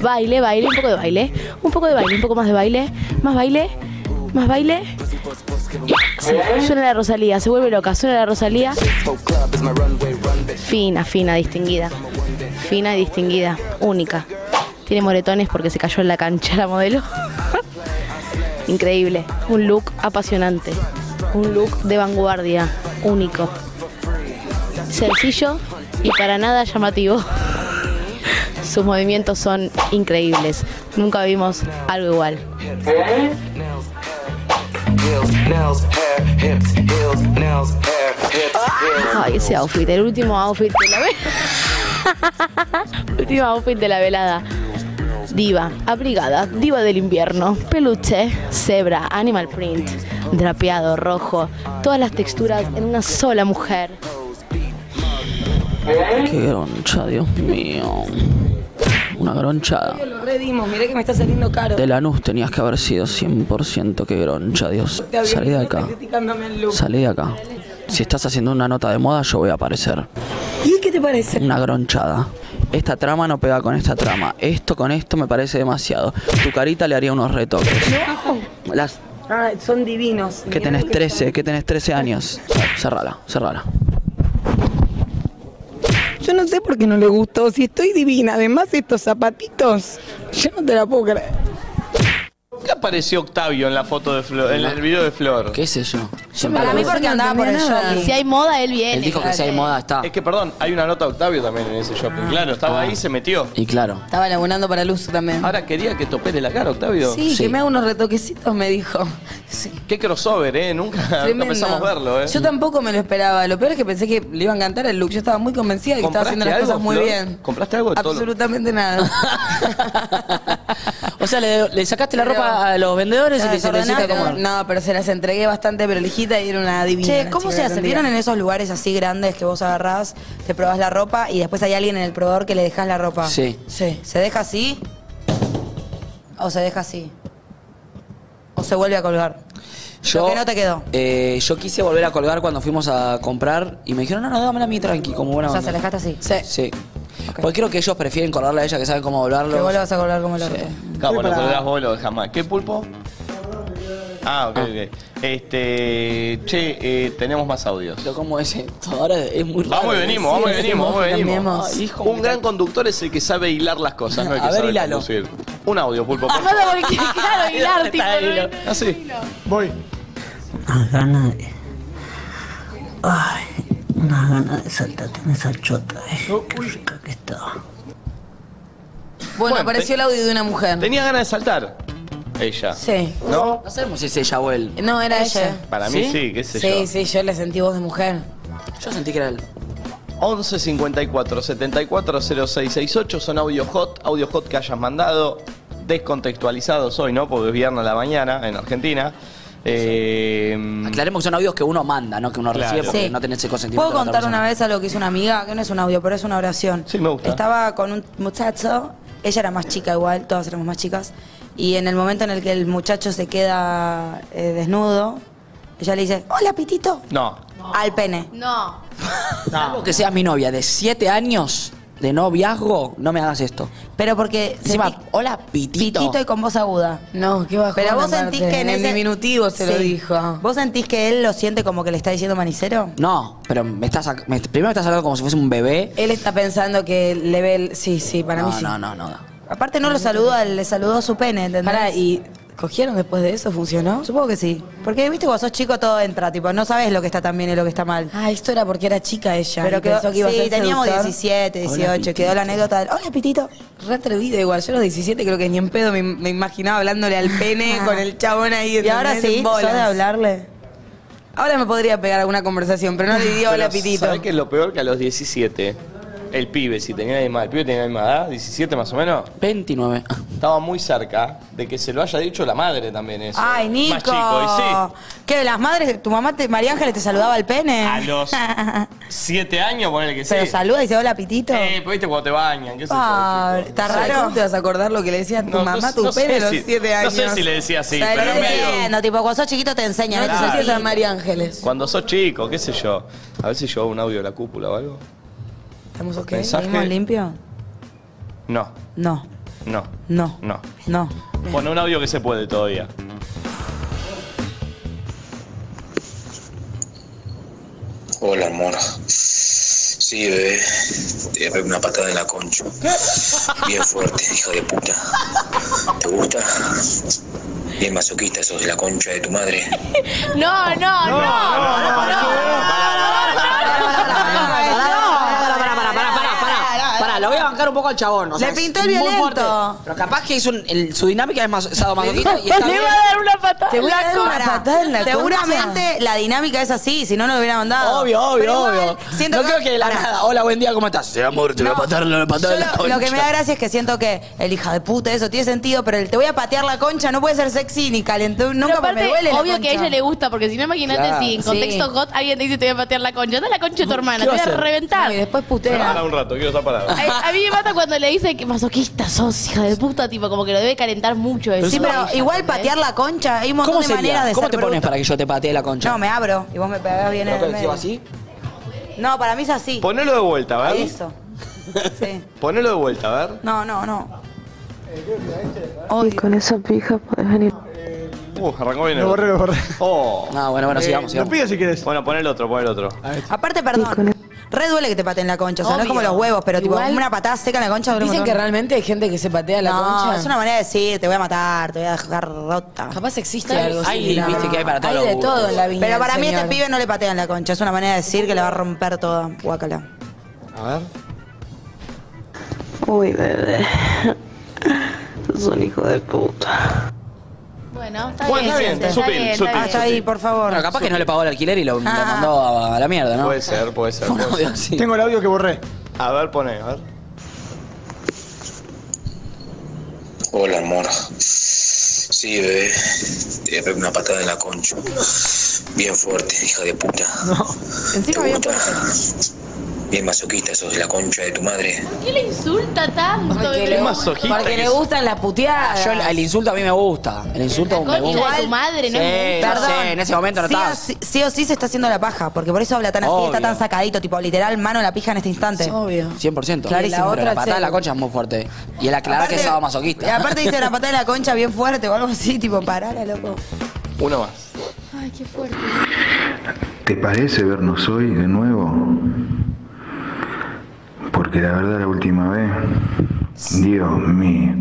Speaker 10: baile, baile, un poco de baile, un poco de baile, un poco más de baile, más baile, más baile. Sí, suena la Rosalía, se vuelve loca, suena la Rosalía. Fina, fina, distinguida. Fina y distinguida, única. Tiene moretones porque se cayó en la cancha la modelo. Increíble, un look apasionante, un look de vanguardia, único. Sencillo y para nada llamativo. Sus movimientos son increíbles. Nunca vimos algo igual. Ay, ese outfit, el último outfit de la velada. último outfit de la velada. Diva, abrigada, diva del invierno, peluche, cebra, animal print, drapeado, rojo, todas las texturas en una sola mujer.
Speaker 9: Qué groncha, Dios mío. Una gronchada.
Speaker 5: Lo redimos, mirá que me está saliendo caro.
Speaker 9: De Lanús tenías que haber sido 100% que groncha, Dios. Salí de acá.
Speaker 5: Criticándome el look.
Speaker 9: Salí de acá. Si estás haciendo una nota de moda, yo voy a aparecer.
Speaker 5: ¿Y qué te parece?
Speaker 9: Una gronchada. Esta trama no pega con esta trama. Esto con esto me parece demasiado. Tu carita le haría unos retoques. Las
Speaker 5: Ah, son divinos.
Speaker 9: que
Speaker 5: Mirá
Speaker 9: tenés
Speaker 5: lo
Speaker 9: 13, que tenés 13 años. Cerrala, cerrala.
Speaker 5: Yo no sé por qué no le gustó. Si estoy divina, además estos zapatitos, yo no te la puedo creer.
Speaker 2: ¿Qué apareció Octavio en la foto de Flor, en el video de Flor? ¿Qué sé yo?
Speaker 26: Para mí porque andaba por el shopping.
Speaker 10: Si hay moda, él viene.
Speaker 2: está. Ah. Es que perdón, hay una nota de Octavio también en ese shopping. Claro, estaba ahí, se metió.
Speaker 9: Y claro.
Speaker 5: Estaba laburando para Luz también.
Speaker 2: Ahora quería que topere la cara, Ah, Octavio.
Speaker 5: Sí, que me haga unos retoquecitos, me dijo.
Speaker 2: Qué crossover, ¿eh? Nunca
Speaker 5: Tremendo.
Speaker 2: empezamos a verlo, ¿eh?
Speaker 5: Yo tampoco me lo esperaba. Lo peor es que pensé que le iba a encantar el look. Yo estaba muy convencida de que estaba haciendo las
Speaker 2: ¿Compraste
Speaker 5: cosas
Speaker 2: algo,
Speaker 5: muy
Speaker 2: Flor?
Speaker 5: bien.
Speaker 2: ¿Compraste algo? de todo lo-
Speaker 5: Absolutamente nada.
Speaker 9: O sea, le, le sacaste la ropa a los vendedores y
Speaker 5: Ah,
Speaker 9: le se lo
Speaker 5: desordenada,
Speaker 9: hiciste
Speaker 5: pero-
Speaker 9: como-
Speaker 5: No, pero se las entregué bastante prolijita y era una divina.
Speaker 6: Che,
Speaker 5: la
Speaker 6: ¿cómo
Speaker 5: chica
Speaker 6: se
Speaker 5: que
Speaker 6: hace?
Speaker 5: atendía.
Speaker 6: ¿Vieron en esos lugares así grandes que vos agarrás, te probás la ropa y después hay alguien en el probador que le dejás la ropa?
Speaker 9: Sí.
Speaker 6: Sí. ¿Se deja así? ¿O se deja así? ¿O se vuelve a colgar?
Speaker 9: Yo,
Speaker 6: Lo que no te quedó.
Speaker 9: eh, yo quise volver a colgar cuando fuimos a comprar y me dijeron, no, no, dámela a mí tranqui, como buena
Speaker 6: o sea,
Speaker 9: onda.
Speaker 6: ¿se dejaste así?
Speaker 9: Sí. Porque creo que ellos prefieren colgarla a ella que saben cómo doblarlo.
Speaker 6: Que vos lo vas a colgar como el orto.
Speaker 2: Acá, bueno, colgás vos lo dejás más. ¿Qué pulpo? Ah, ok, ok. Este. Che, eh, tenemos más audios.
Speaker 9: ¿Cómo es esto? Ahora es muy raro.
Speaker 2: Vamos y venimos, vamos y
Speaker 9: Sí,
Speaker 2: venimos, vamos y venimos.
Speaker 9: Ay, hijo,
Speaker 2: Un gran conductor es el que sabe hilar las cosas, no el
Speaker 9: A
Speaker 2: que
Speaker 9: ver,
Speaker 2: sabe
Speaker 9: hilalo.
Speaker 2: conducir. Un audio, pulpo. por
Speaker 9: Aparte
Speaker 2: favor.
Speaker 9: porque, claro, hilar, tipo, no hay-
Speaker 2: Así.
Speaker 27: Voy.
Speaker 28: unas ganas de. Ay, unas ganas de saltarte en esa chota, eh. Qué rica que estaba.
Speaker 23: Bueno, apareció el audio de una mujer.
Speaker 2: Tenía ganas de saltar. Ella.
Speaker 23: Sí.
Speaker 2: ¿No?
Speaker 9: No sabemos si es ella o él.
Speaker 23: No, era ella.
Speaker 2: Para mí sí, qué sé yo.
Speaker 23: Sí, sí, yo le sentí voz de mujer.
Speaker 9: Yo sentí que era él.
Speaker 2: 11 54 74 0668 son audio hot, audio hot que hayas mandado, descontextualizados hoy, ¿no? Porque es viernes a la mañana en Argentina. Eh,
Speaker 9: Aclaremos que son audios que uno manda, no que uno
Speaker 2: Claro.
Speaker 9: recibe porque
Speaker 2: Sí.
Speaker 9: no tenés ese consentimiento.
Speaker 5: ¿Puedo contar una vez algo que hizo una amiga? Que no es un audio, pero es una oración.
Speaker 2: Sí, me gusta.
Speaker 5: Estaba con un muchacho, ella era más chica igual, todas éramos más chicas, y en el momento en el que el muchacho se queda eh, desnudo, ella le dice, hola pitito,
Speaker 2: No.
Speaker 5: al pene.
Speaker 10: No.
Speaker 9: Salvo que seas mi novia de 7 años de noviazgo, no me hagas esto.
Speaker 5: Pero porque.
Speaker 9: Encima, hola, pitito.
Speaker 5: Pitito y con voz aguda.
Speaker 23: No, qué bajón.
Speaker 5: Pero vos
Speaker 23: aparte.
Speaker 5: sentís que en
Speaker 23: En
Speaker 5: ese...
Speaker 23: diminutivo se lo dijo.
Speaker 5: ¿Vos sentís que él lo siente como que le está diciendo manicero?
Speaker 9: No, pero me estás, ac- me- primero me estás hablando como si fuese un bebé.
Speaker 23: Él está pensando que el level. Sí, sí, para
Speaker 9: no,
Speaker 23: mí sí.
Speaker 9: no, no, no.
Speaker 5: Aparte no lo saludó, le saludó su pene, ¿entendés?
Speaker 23: Pará, ¿y cogieron después de eso? ¿Funcionó?
Speaker 5: Supongo que sí. Porque, viste, cuando sos chico todo entra, tipo, no sabes lo que está tan bien y lo que está mal.
Speaker 23: Ah, esto era porque era chica ella.
Speaker 5: Pero
Speaker 23: y
Speaker 5: quedó-
Speaker 23: pensó que iba a
Speaker 5: sí,
Speaker 23: ser
Speaker 5: teníamos
Speaker 23: seductor.
Speaker 5: 17, 18, quedó la anécdota del, hola, Pitito.
Speaker 23: Re atrevida igual, yo a los 17 creo que ni en pedo me, me imaginaba hablándole al pene con el chabón ahí.
Speaker 5: Ah. Y ahora
Speaker 23: ¿entendés?
Speaker 5: sí,
Speaker 23: En
Speaker 5: ¿sos
Speaker 23: bolas.
Speaker 5: de hablarle?
Speaker 23: Ahora me podría pegar alguna conversación, pero no le digo hola pitito.
Speaker 2: ¿Sabés qué es lo peor que a los 17? El pibe, si tenía la misma, el pibe tenía la misma edad, 17 más o menos.
Speaker 9: 29.
Speaker 2: Estaba muy cerca de que se lo haya dicho la madre también eso.
Speaker 5: Ay, Nico.
Speaker 2: Más chico, y sí. Ah,
Speaker 5: ¿Qué, las madres, tu mamá, te, María Ángeles, te saludaba al pene?
Speaker 2: A los 7 años, ponele que sí.
Speaker 5: Pero saluda y dice, hola, Pitito.
Speaker 2: Eh, pues viste cuando te bañan, qué sé yo.
Speaker 5: Ah, ¿Está
Speaker 23: ¿Está raro?
Speaker 5: raro?
Speaker 23: ¿Cómo te vas a acordar lo que le decía tu
Speaker 2: No, no
Speaker 23: mamá,
Speaker 2: sé-
Speaker 23: tu
Speaker 2: no sé
Speaker 23: pene a los
Speaker 2: si-
Speaker 23: 7
Speaker 2: no
Speaker 23: años?
Speaker 2: sé si le decía así,
Speaker 23: Salí
Speaker 2: pero en medio-
Speaker 5: Entiendo, tipo, cuando sos chiquito te
Speaker 23: No,
Speaker 5: enseñan. ¿viste?
Speaker 23: no
Speaker 2: Claro.
Speaker 23: sé si es a María Ángeles.
Speaker 2: Cuando sos chico, qué sé yo. A ver si llevaba un audio de la cúpula o algo.
Speaker 5: ¿Estamos ok?
Speaker 2: Mensaje.
Speaker 5: ¿Seguimos limpio?
Speaker 2: No,
Speaker 5: No,
Speaker 2: no,
Speaker 5: no,
Speaker 2: no.
Speaker 5: no.
Speaker 2: Pone un audio que se puede todavía.
Speaker 29: Hola, amor. Sí, bebé. Te voy a pegar una patada en la concha. Bien fuerte, hija de puta. ¿Te gusta? Bien masoquista sos la concha de tu madre.
Speaker 10: No, no, no.
Speaker 9: Pará, lo voy a bancar un poco al chabón. o sea,
Speaker 5: Ah, Le pintó
Speaker 9: es
Speaker 5: el
Speaker 9: muy
Speaker 5: violento.
Speaker 9: fuerte. Pero capaz que es un- el- su dinámica es más sadomasoquista y está
Speaker 5: Le
Speaker 9: bien.
Speaker 5: iba a dar una patada.
Speaker 23: Te voy a dar una patada en la
Speaker 5: Seguramente la dinámica es así, si no, no lo hubiera mandado.
Speaker 9: Obvio, obvio,
Speaker 5: Pero igual,
Speaker 9: obvio.
Speaker 5: siento
Speaker 9: no
Speaker 5: que-
Speaker 9: creo que de la
Speaker 5: Pará.
Speaker 9: nada. Ah, Hola, buen día, ¿cómo estás? Sí, amor, te voy a patar la patada en la
Speaker 5: Yo lo,
Speaker 9: concha.
Speaker 5: lo que me da gracia es que siento que el hija de puta, eso tiene sentido, pero el te voy a patear la concha no puede ser sexy ni calentón, nunca porque
Speaker 10: Aparte,
Speaker 5: me duele. la
Speaker 10: obvio que
Speaker 5: concha.
Speaker 10: a ella le gusta, porque si no, imagínate
Speaker 5: Claro,
Speaker 10: si en
Speaker 5: sí.
Speaker 10: contexto hot alguien te dice te voy a patear la concha. Anda la concha de tu hermana,
Speaker 2: ¿Qué
Speaker 10: te
Speaker 2: va
Speaker 10: voy
Speaker 2: a
Speaker 10: a
Speaker 2: hacer?
Speaker 10: reventar.
Speaker 23: después
Speaker 2: Para un rato, quiero estar parado.
Speaker 10: Eh, A mí me mata cuando le dice que masoquista sos, hija de puta, tipo, como que lo debe calentar mucho. eso.
Speaker 5: Sí, pero igual patear la concha, hay un montón
Speaker 9: ¿Cómo
Speaker 5: de
Speaker 9: sería?
Speaker 5: maneras de
Speaker 9: ¿Cómo
Speaker 5: ser
Speaker 9: te pones
Speaker 5: bruto.
Speaker 9: para que yo te patee la concha?
Speaker 5: No, me abro y vos me pegás bien en
Speaker 9: ¿Pero
Speaker 5: el
Speaker 9: qué, si
Speaker 5: medio.
Speaker 9: va así?
Speaker 5: No, para mí es así.
Speaker 2: Ponelo de vuelta, a ver.
Speaker 5: Eso. Sí.
Speaker 2: Ponelo de vuelta, a ver.
Speaker 5: No, no, no.
Speaker 11: Y con esa pija puedes venir.
Speaker 2: Uh, arrancó bien. el-
Speaker 20: Lo borré, lo borré.
Speaker 2: Oh.
Speaker 9: No, bueno, bueno,
Speaker 2: Eh,
Speaker 9: sigamos, sigamos.
Speaker 2: Lo pido si quieres. Bueno, pon el otro, pon el otro.
Speaker 5: Aparte, perdón. Re duele que te pateen la concha, o sea, no es
Speaker 23: Obvio.
Speaker 5: como los huevos, pero tipo,
Speaker 23: Igual-
Speaker 5: una patada seca en la concha. duele un
Speaker 23: Dicen que
Speaker 5: montón.
Speaker 23: realmente hay gente que se patea la
Speaker 5: No,
Speaker 23: concha.
Speaker 5: es una manera de decir, te voy a matar, te voy a dejar rota.
Speaker 23: Capaz existe
Speaker 9: Hay-
Speaker 23: algo
Speaker 9: hay,
Speaker 23: similar.
Speaker 9: viste, que hay para todos
Speaker 23: Hay
Speaker 9: los
Speaker 23: de
Speaker 9: gustos.
Speaker 23: todo en la viña
Speaker 5: Pero para
Speaker 23: del
Speaker 5: mí este
Speaker 23: Señor.
Speaker 5: pibe no le patean la concha, es una manera de decir que le va a romper toda. Guácala.
Speaker 2: A ver.
Speaker 11: Uy, bebé. Sos un hijo de puta.
Speaker 10: Bueno, está
Speaker 2: Bueno,
Speaker 10: bien.
Speaker 2: está bien,
Speaker 10: gente,
Speaker 2: sutil,
Speaker 10: Ah, está
Speaker 2: sutil,
Speaker 10: bien.
Speaker 2: sutil.
Speaker 5: Ahí, por favor.
Speaker 9: Bueno, capaz que no le pagó el alquiler y lo, lo mandó a, a la mierda, ¿no?
Speaker 2: Puede ser, puede ser.
Speaker 9: Bueno,
Speaker 2: puede ser.
Speaker 9: sí.
Speaker 20: Tengo el audio que borré.
Speaker 2: A ver, pone, a ver.
Speaker 29: Hola, amor. Sí, bebé. Te voy a pegar una patada en la concha. Bien fuerte, hija de puta.
Speaker 23: Encima había fuerte.
Speaker 29: Bien masoquista sos la concha de tu madre.
Speaker 10: ¿Por qué le insulta tanto?
Speaker 23: Porque le,
Speaker 10: bebé?
Speaker 2: masoquista
Speaker 23: porque
Speaker 2: que
Speaker 23: le
Speaker 2: es.
Speaker 23: gustan las puteadas.
Speaker 9: Ah, Yo, el, el insulto a mí me gusta. El insulto me
Speaker 10: concha de
Speaker 9: gusta.
Speaker 10: tu madre, no
Speaker 9: Sí,
Speaker 10: es
Speaker 9: no
Speaker 5: Perdón.
Speaker 9: sé, en ese momento no
Speaker 5: sí
Speaker 9: estás.
Speaker 5: O sí, sí o sí se está haciendo la paja, porque por eso habla tan así, está
Speaker 9: Obvio.
Speaker 5: tan sacadito, tipo literal mano en la pija en este instante.
Speaker 23: Obvio.
Speaker 9: 100%.
Speaker 5: Clarísimo.
Speaker 9: Pero
Speaker 5: La otra
Speaker 9: la patada de
Speaker 5: es
Speaker 9: la
Speaker 5: el-
Speaker 9: concha es muy fuerte. Y él aclara que es
Speaker 5: Aparte-
Speaker 9: sadomasoquista.
Speaker 5: Y aparte dice la patada de la concha bien fuerte o algo así, tipo, parala, loco.
Speaker 2: Uno más.
Speaker 10: Ay, qué fuerte.
Speaker 30: ¿Te parece vernos hoy de nuevo? Porque la verdad la última vez, Dios mío,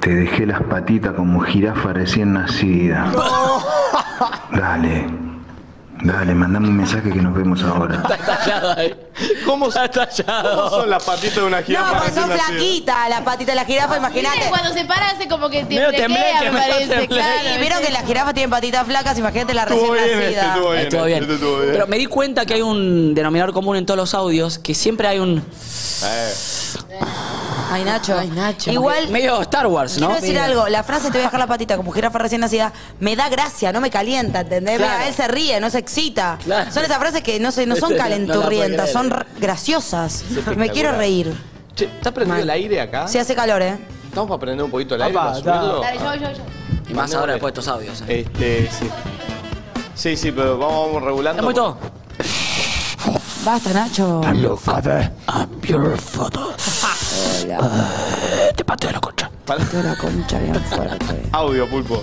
Speaker 30: te dejé las patitas como jirafa recién nacida.
Speaker 31: Dale. Dale, mandame un mensaje que nos vemos ahora.
Speaker 2: ¿Cómo,
Speaker 6: eh. tallado.
Speaker 2: cómo son las patitas de una
Speaker 6: No,
Speaker 2: jirafa?
Speaker 6: porque son
Speaker 2: Hacen así.
Speaker 6: flaquitas las patitas de la jirafa, imagínate.
Speaker 10: Cuando se para hace como que
Speaker 2: Medio
Speaker 10: temblequea,
Speaker 2: tembleque,
Speaker 10: me
Speaker 2: medio
Speaker 10: parece,
Speaker 2: tembleque.
Speaker 10: claro.
Speaker 6: Y vieron que las jirafas tienen patitas flacas, imagínate la recién
Speaker 2: Estuvo bien este,
Speaker 6: nacida.
Speaker 2: estuvo bien.
Speaker 9: Estuvo bien. Pero me di cuenta que hay un denominador común en todos los audios, que siempre hay un...
Speaker 2: Eh.
Speaker 6: Ay, Nacho.
Speaker 9: Igual...
Speaker 6: Igual,
Speaker 9: Medio Star Wars, ¿no?
Speaker 6: quiero decir algo. La frase te voy a dejar la patita como jirafa recién nacida me da gracia, no me calienta, ¿entendés?
Speaker 9: Claro.
Speaker 6: Mira, él se ríe, no se excita.
Speaker 9: Claro.
Speaker 6: Son esas frases que no, se, no
Speaker 9: No
Speaker 6: son
Speaker 9: la
Speaker 6: calenturrientas,
Speaker 9: puedo creer.
Speaker 6: son r- graciosas. Me quiero reír.
Speaker 2: ¿Está prendido el aire acá?
Speaker 6: Si hace calor, ¿eh?
Speaker 2: Vamos a prender un poquito el aire.
Speaker 9: Apa,
Speaker 2: para subirlo.
Speaker 10: Dale, yo, yo, yo.
Speaker 9: Y más ahora después de estos audios. eh.
Speaker 2: Este, sí. Sí, sí, pero vamos, vamos regulando.
Speaker 9: ¿Está muy todo?
Speaker 6: Basta, Nacho.
Speaker 2: Hello,
Speaker 6: ¿eh?
Speaker 2: father.
Speaker 6: I'm your father. Hola. Ah, Te pateo la concha. Pateo la concha bien fuerte.
Speaker 2: Audio, pulpo.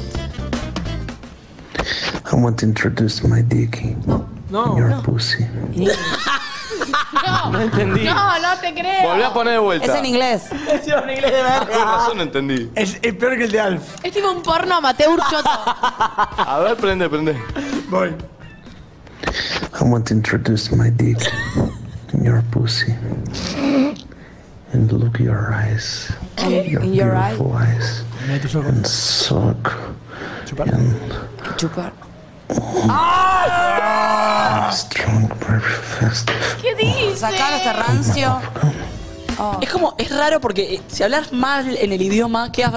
Speaker 22: I want to introduce my dick in
Speaker 32: No.
Speaker 22: your pussy.
Speaker 10: No,
Speaker 2: No entendí.
Speaker 10: No, no te creo.
Speaker 2: Volví a poner de vuelta.
Speaker 10: Es en
Speaker 6: inglés.
Speaker 32: Es en inglés de
Speaker 2: Con razón no entendí.
Speaker 32: Es, es peor que el de Alf.
Speaker 10: Es tipo un porno amateur choto.
Speaker 2: A ver, prende, prende.
Speaker 32: Voy.
Speaker 22: I want to introduce my dick in your pussy. And look your eyes. Your
Speaker 6: In your eye.
Speaker 22: beautiful eyes. And suck. And
Speaker 6: Chupar.
Speaker 22: Ah. strong, very fast.
Speaker 10: ¿Qué dices?
Speaker 6: Sacar este rancio. Oh.
Speaker 9: Es como, es raro porque eh, si hablas mal en el idioma, quedas...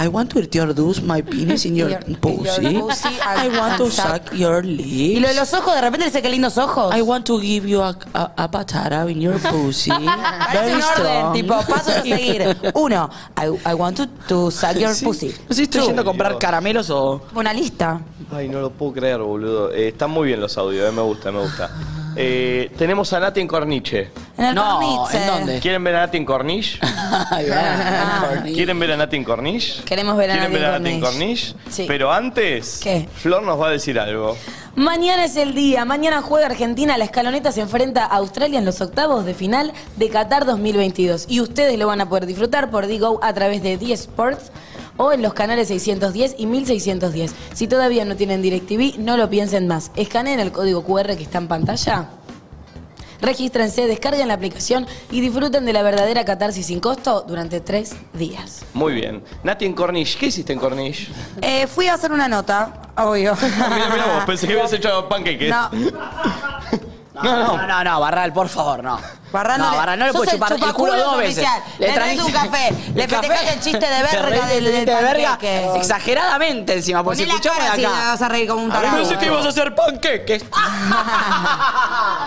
Speaker 9: I want to introduce my penis in your, pussy.
Speaker 6: pussy
Speaker 9: I
Speaker 6: and-
Speaker 9: want to
Speaker 6: and
Speaker 9: suck,
Speaker 6: suck.
Speaker 9: your lips.
Speaker 6: Y lo de los ojos, de repente dice qué lindos ojos.
Speaker 9: I want to give you a, a, a patara in your pussy.
Speaker 6: Parece
Speaker 9: Very
Speaker 6: un orden,
Speaker 9: strong.
Speaker 6: tipo, pasos a seguir. Uno, I, I want to, to suck your pussy.
Speaker 9: No sé si estoy
Speaker 6: Two,
Speaker 9: yendo a comprar caramelos o...
Speaker 6: Una lista.
Speaker 2: Ay, no lo puedo creer, boludo. Eh, están muy bien los audios, eh, me gusta, me gusta. Eh, tenemos a Nati en Corniche.
Speaker 6: En el
Speaker 9: No,
Speaker 6: Corniche.
Speaker 9: ¿en dónde?
Speaker 2: ¿Quieren ver a Nati en Corniche? ¿Quieren ver a Nati en Corniche?
Speaker 33: Ah, Queremos ver a
Speaker 2: ¿Quieren
Speaker 33: Nati
Speaker 2: ver
Speaker 33: en
Speaker 2: a Nati en
Speaker 33: Corniche?
Speaker 2: Corniche?
Speaker 33: Sí.
Speaker 2: Pero antes,
Speaker 33: ¿Qué?
Speaker 2: Flor nos va a decir algo.
Speaker 33: Mañana es el día, mañana juega Argentina, la escaloneta se enfrenta a Australia en los octavos de final de Qatar 2022 y ustedes lo van a poder disfrutar por Digo a través de D Sports o en los canales 610 y 1610. Si todavía no tienen DirecTV, no lo piensen más. Escaneen el código QR que está en pantalla. Regístrense, descarguen la aplicación y disfruten de la verdadera catarsis sin costo durante tres días.
Speaker 2: Muy bien. Nati en Corniche, ¿qué hiciste en Corniche?
Speaker 6: Eh, fui a hacer una nota, obvio.
Speaker 2: Mira, mira vos, pensé que habías hecho panqueques.
Speaker 6: No.
Speaker 9: No, no, no, no, Barral, por favor, no.
Speaker 6: Barral
Speaker 9: no,
Speaker 6: le-
Speaker 9: Barral, no le
Speaker 6: sos
Speaker 9: puedo
Speaker 6: el
Speaker 9: chupar el culo
Speaker 6: chupaculos
Speaker 9: dos veces.
Speaker 6: oficial. Le traes
Speaker 9: trajiste-
Speaker 6: un café, le
Speaker 9: Un café.
Speaker 6: festejás el chiste de
Speaker 9: Te
Speaker 6: verga
Speaker 9: reíste
Speaker 6: del-
Speaker 9: el chiste
Speaker 6: del
Speaker 9: de verga
Speaker 6: panqueque.
Speaker 9: Exageradamente encima, porque si
Speaker 6: Poné la
Speaker 9: escuchamos de
Speaker 6: cara
Speaker 9: Ah, pues acá.
Speaker 6: si la vas a reír como un
Speaker 9: A mí me
Speaker 6: tarado.
Speaker 9: dice que ibas a hacer panqueques.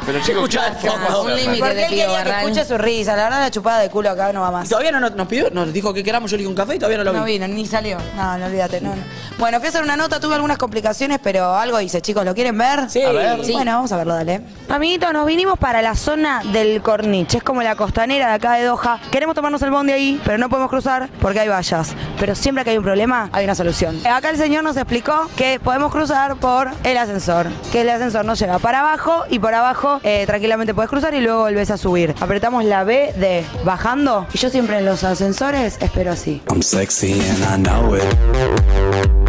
Speaker 2: Pero chicos,
Speaker 9: Escuchá,
Speaker 2: ¿qué
Speaker 9: no,
Speaker 2: vamos a
Speaker 9: un
Speaker 2: hacer?
Speaker 9: límite.
Speaker 6: Porque él quería que escuche su risa. La verdad, la chupada de culo acá no va
Speaker 9: Y
Speaker 6: más.
Speaker 9: todavía no nos, nos pidió, nos dijo que queramos, yo le dije un café y todavía no lo vi.
Speaker 6: No vino, ni salió. No, no olvídate. No, no. Bueno, fui a hacer una nota, tuve algunas complicaciones, pero algo hice, chicos. ¿Lo quieren ver?
Speaker 9: Sí. A ver. Sí.
Speaker 6: Bueno, vamos a verlo, dale.
Speaker 5: Amiguitos, nos vinimos para la zona del Corniche, es como la costanera de acá de Doha. Queremos tomarnos el bondi ahí, pero no podemos cruzar porque hay vallas. Pero siempre que hay un problema, hay una solución. Eh, Acá el señor nos explicó que podemos cruzar por el ascensor, que el ascensor nos lleva para abajo y por abajo eh, tranquilamente podés cruzar y luego volvés a subir. Apretamos la B de bajando y yo siempre en los ascensores espero así.
Speaker 18: I'm sexy and I know it.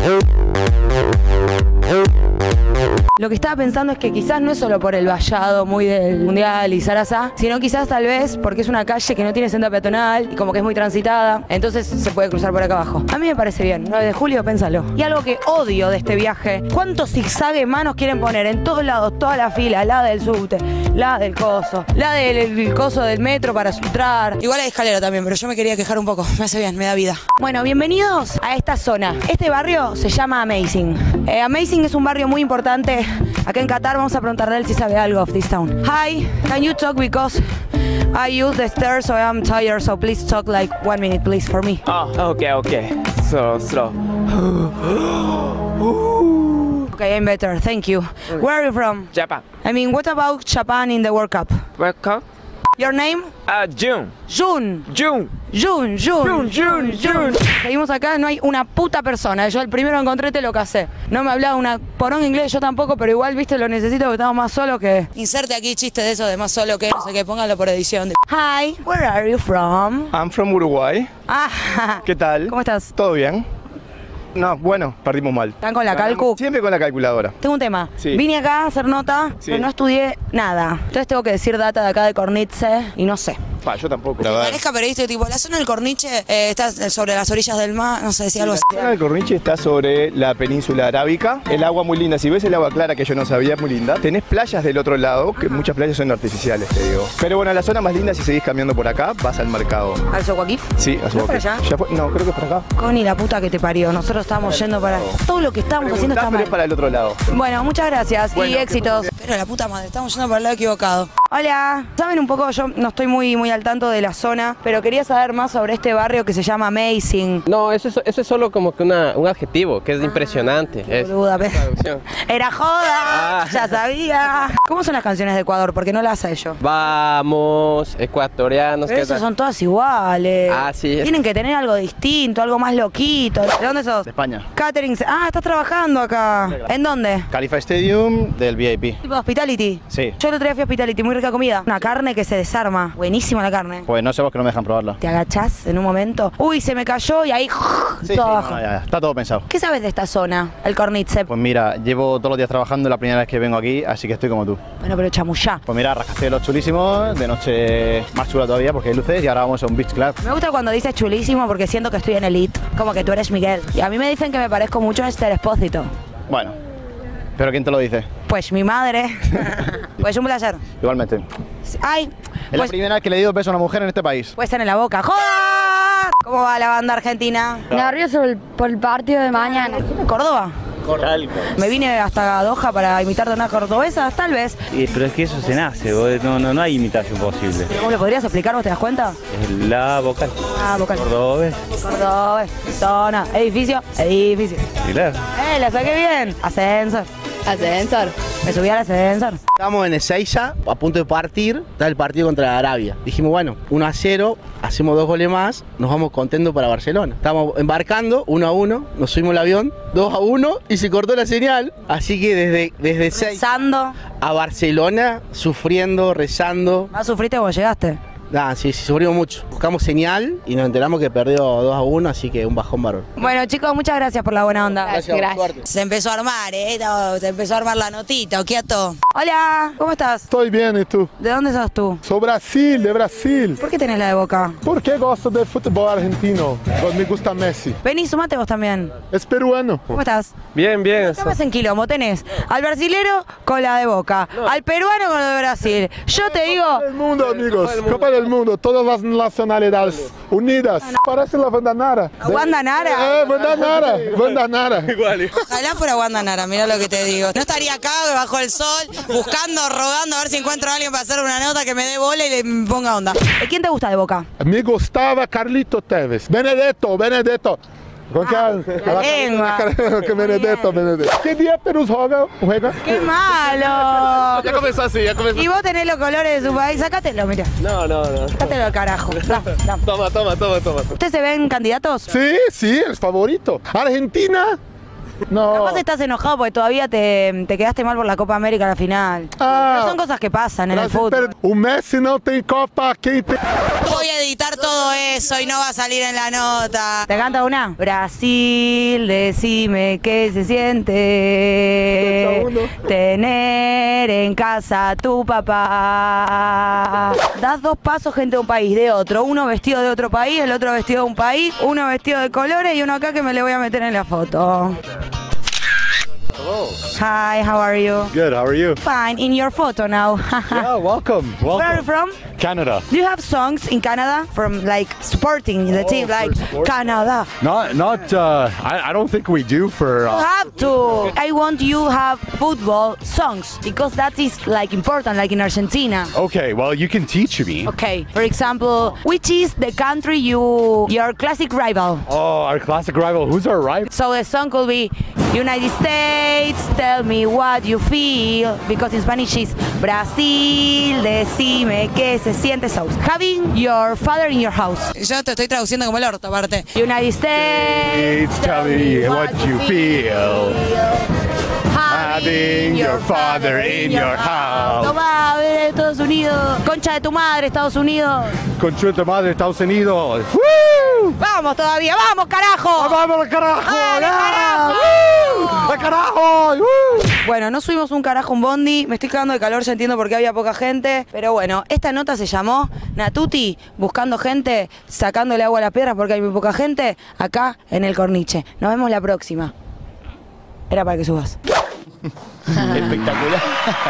Speaker 5: Lo que estaba pensando es que quizás no es solo por el vallado muy del mundial y Sarasa, sino quizás tal vez porque es una calle que no tiene senda peatonal y como que es muy transitada, entonces se puede cruzar por acá abajo. A mí me parece bien, 9 de julio, pénsalo. Y algo que odio de este viaje, ¿cuántos zigzague manos quieren poner en todos lados, toda la fila, la del subte, la del coso, la del el coso del metro para entrar?
Speaker 6: Igual hay escalera también, pero yo me quería quejar un poco. Me hace bien, me da vida.
Speaker 5: Bueno, bienvenidos a esta zona. Este barrio se llama Amazing. Eh, Amazing es un barrio muy importante. Acá en Qatar vamos a preguntarle a él si sabe algo of this town. Hi, can you talk because I use the stairs so I'm tired, so please talk like one minute, please, for me.
Speaker 34: Oh, okay, okay. Slow, slow.
Speaker 5: Okay, I'm better, thank you. Where are you from?
Speaker 34: Japan.
Speaker 5: I mean, what about Japan in the World Cup?
Speaker 34: World Cup?
Speaker 5: Your name?
Speaker 34: Uh, June.
Speaker 5: Jun.
Speaker 34: Jun.
Speaker 5: Jun, Jun.
Speaker 34: Jun, Jun, Jun.
Speaker 5: Seguimos acá, no hay una puta persona. Yo el primero que encontré te lo casé. No me hablaba una porón inglés, yo tampoco, pero igual, viste, lo necesito porque estamos más solos que.
Speaker 6: Inserte aquí chiste de eso de más solo que no sé qué, póngalo por edición.
Speaker 5: Hi, where are you from?
Speaker 35: I'm from Uruguay.
Speaker 5: Ah,
Speaker 35: ¿Qué tal? ¿Cómo
Speaker 5: estás?
Speaker 35: ¿Todo bien?
Speaker 2: No, bueno, perdimos mal.
Speaker 5: ¿Están con la
Speaker 2: calcu? Siempre con la calculadora.
Speaker 5: Tengo un tema.
Speaker 2: Sí.
Speaker 5: Vine acá a hacer nota,
Speaker 2: Sí.
Speaker 5: pero no estudié nada. Entonces tengo que decir data de acá de Cornitze y no sé.
Speaker 2: Pa, yo tampoco.
Speaker 9: Parezca periodista, tipo, la zona del corniche eh, está sobre las orillas del mar, no sé, decía algo
Speaker 2: La
Speaker 9: así.
Speaker 2: zona del Corniche está sobre la península arábica. El agua muy linda. Si ves el agua clara que yo no sabía, es muy linda. Tenés playas del otro lado, que muchas playas son artificiales, te digo. Pero bueno, la zona más linda, si seguís caminando por acá, vas al mercado.
Speaker 5: ¿Al Socoquif?
Speaker 2: Sí, a
Speaker 5: ¿No es por allá?
Speaker 2: Ya fue- No, creo que es por acá.
Speaker 5: Connie, la puta que te parió. Nosotros estamos yendo para. Todo lo que estamos haciendo está
Speaker 2: Preguntá, pero
Speaker 5: mal.
Speaker 2: es para el otro lado.
Speaker 5: Bueno, muchas gracias
Speaker 9: Bueno,
Speaker 5: y
Speaker 9: qué
Speaker 5: éxitos.
Speaker 9: Pero la puta madre, estamos yendo por el lado equivocado.
Speaker 5: Hola, saben un poco, yo no estoy muy, muy al tanto de la zona, pero quería saber más sobre este barrio que se llama Amazing.
Speaker 36: No, eso es, eso es solo como que una- un adjetivo, que es impresionante. Es
Speaker 5: boluda, pe-
Speaker 36: traducción. Ah.
Speaker 5: Era joda, ya sabía. ¿Cómo son las canciones de Ecuador? Porque no las sé yo.
Speaker 36: Vamos, ecuatorianos.
Speaker 5: Pero
Speaker 36: ¿qué
Speaker 5: esas
Speaker 36: tal?
Speaker 5: son todas iguales.
Speaker 36: Ah, sí, es-
Speaker 5: Tienen que tener algo distinto, algo más loquito. ¿De dónde sos? De
Speaker 35: España.
Speaker 5: Catering. Ah, estás trabajando acá. ¿En dónde?
Speaker 35: Califa Stadium del VIP.
Speaker 5: Tipo hospitality.
Speaker 35: Sí.
Speaker 5: Yo el otro día fui a hospitality, muy rica comida. Una carne que se desarma. Buenísima la carne.
Speaker 35: Pues no sé vos que no me dejan probarla.
Speaker 5: Te agachás en un momento. Uy, se me cayó y ahí
Speaker 35: Sí, sí,
Speaker 5: todo
Speaker 35: no,
Speaker 5: abajo.
Speaker 35: no, Ah, ya, ya, está todo pensado.
Speaker 5: ¿Qué sabes de esta zona? El Cornice.
Speaker 35: Pues mira, llevo todos los días trabajando, es la primera vez que vengo aquí, así que estoy como tú.
Speaker 5: Bueno, pero chamullá.
Speaker 35: Pues mira, rascacielos chulísimos, de noche más chula todavía porque hay luces y ahora vamos a un beach club.
Speaker 5: Me gusta cuando dices chulísimo porque siento que estoy en elite. Como que tú eres Miguel. Y a mí me dicen que me parezco mucho a Esther Espósito.
Speaker 35: Bueno, pero ¿quién te lo dice?
Speaker 5: Pues mi madre. pues un placer. Pues-
Speaker 35: Igualmente.
Speaker 5: Ay,
Speaker 35: Es la primera vez que le he dado beso a una mujer en este país.
Speaker 5: puesta en la boca. ¡Joder! ¿Cómo va la banda argentina? Nervioso por el partido de mañana. Córdoba. Me vine hasta Doha para imitarte a unas cordobesas, tal vez.
Speaker 7: Y- pero es que eso se nace, vos, no, no, no hay imitación posible.
Speaker 5: ¿Cómo lo podrías explicar? ¿Vos te das cuenta?
Speaker 7: Es la vocal.
Speaker 5: Ah, vocal.
Speaker 7: Cordobés.
Speaker 5: Córdoba, zona, edificio, edificio.
Speaker 7: Y la-
Speaker 5: ¡Eh, la saqué bien! Ascensor. Ascensor. Me subí al ascensor.
Speaker 37: Estamos en Ezeiza, a punto de partir, está el partido contra Arabia. Dijimos, bueno, 1 a 0, hacemos dos goles más, nos vamos contentos para Barcelona. Estamos embarcando, 1 a 1, nos subimos al avión, 2 a 1 y se cortó la señal. Así que desde, desde Ezeiza a Barcelona, sufriendo, rezando.
Speaker 5: ¿Más sufriste cuando llegaste?
Speaker 37: Ah, sí, sí, sufrimos mucho. Buscamos señal y nos enteramos que perdió 2 a 1, así que un bajón varón.
Speaker 5: Bueno, chicos, muchas gracias por la buena onda.
Speaker 37: Gracias, Gracias.
Speaker 9: Se empezó a armar, ¿eh? No, Se empezó a armar la notita, Oquiato.
Speaker 5: Hola, ¿cómo estás?
Speaker 6: Estoy bien, ¿y tú?
Speaker 5: ¿De dónde sos tú?
Speaker 6: Soy Brasil, de Brasil.
Speaker 5: ¿Por qué tenés la de boca?
Speaker 6: Porque gosto del fútbol argentino. Pues Me gusta Messi.
Speaker 5: Vení, sumate vos también.
Speaker 6: Es peruano.
Speaker 5: ¿Cómo estás?
Speaker 6: Bien, bien.
Speaker 5: Estás en quilombo, tenés al brasilero con la de boca, al peruano con la de Brasil. Yo te digo,
Speaker 6: Copa del mundo, amigos. Copa del mundo. Todas las nacionalidades unidas.
Speaker 5: Ah,
Speaker 6: Parece la bandanara.
Speaker 5: Guandanara.
Speaker 6: Eh, bandanara. Bandanara. Igual.
Speaker 9: Ojalá fuera Wanda Nara, mirá lo que te digo. No estaría acá bajo el sol, buscando, rogando, a ver si encuentro a alguien para hacer una nota que me dé bola y le me ponga onda.
Speaker 5: Eh, ¿quién te gusta de boca?
Speaker 6: Me gustaba Carlito Tevez. Benedetto, Benedetto. Con que- a la-
Speaker 5: lengua.
Speaker 6: que Benedetto, Benedetto. ¿Qué día Perú juega? juega?
Speaker 5: ¡Qué malo!
Speaker 6: Ya comenzó así, ya comenzó.
Speaker 5: Y vos tenés los colores de su país, sacátelo, mira.
Speaker 6: No, no, no.
Speaker 5: Sacátelo al carajo. Da, da.
Speaker 6: Toma, toma, toma, toma.
Speaker 5: ¿Ustedes se ven candidatos?
Speaker 6: Sí, sí, el favorito. Argentina. No.
Speaker 5: Capaz estás enojado porque todavía te, te quedaste mal por la Copa América a la final.
Speaker 6: Ah.
Speaker 5: Pero son cosas que pasan en el
Speaker 6: Brasil,
Speaker 5: fútbol.
Speaker 6: pero o Messi no tem Copa, quem tem.
Speaker 9: Voy a editar todo eso y no va a salir en la nota.
Speaker 5: ¿Te canta una? Brasil, decime qué se siente tener en casa a tu papá. Das dos pasos gente de un país, de otro. Uno vestido de otro país, el otro vestido de un país, uno vestido de colores y uno acá que me le voy a meter en la foto. Hi, how are you?
Speaker 18: Good, how are you?
Speaker 5: Fine, in your photo now.
Speaker 18: Yeah, welcome. Welcome.
Speaker 5: Where are you from?
Speaker 18: Canada.
Speaker 5: Do you have songs in Canada from like supporting the team, like Canada?
Speaker 18: Not, not. Uh, I, I don't think we do for.
Speaker 5: You
Speaker 6: Oh,
Speaker 18: Uh,
Speaker 5: have to. I want you have football songs because that is like important, like in Argentina.
Speaker 18: okay, well, you can teach me.
Speaker 5: Okay, for example, which is the country you your classic rival?
Speaker 18: Oh, our classic rival. Who's our rival?
Speaker 5: So the song could be United States, tell me what you feel, because in Spanish is Brasil, decime que se siente so. Having your father in your house.
Speaker 9: Yo te estoy traduciendo como el orto, aparte.
Speaker 5: United States,
Speaker 24: Eh.
Speaker 18: It's tell me what you feel. Having your father in your house.
Speaker 5: Tomá, de Estados Unidos, concha de tu madre, Estados Unidos.
Speaker 18: Conchuta madre Estados Unidos.
Speaker 5: Vamos todavía, vamos carajo.
Speaker 38: Vamos carajo. carajo!
Speaker 5: Bueno, no subimos un carajo un bondi, me estoy cagando de calor, ya entiendo por qué había poca gente, pero bueno, esta nota se llamó Natuti buscando gente, sacándole agua a las piedras porque hay muy poca gente acá en el Corniche. Nos vemos la próxima. Era para que subas.
Speaker 2: Espectacular.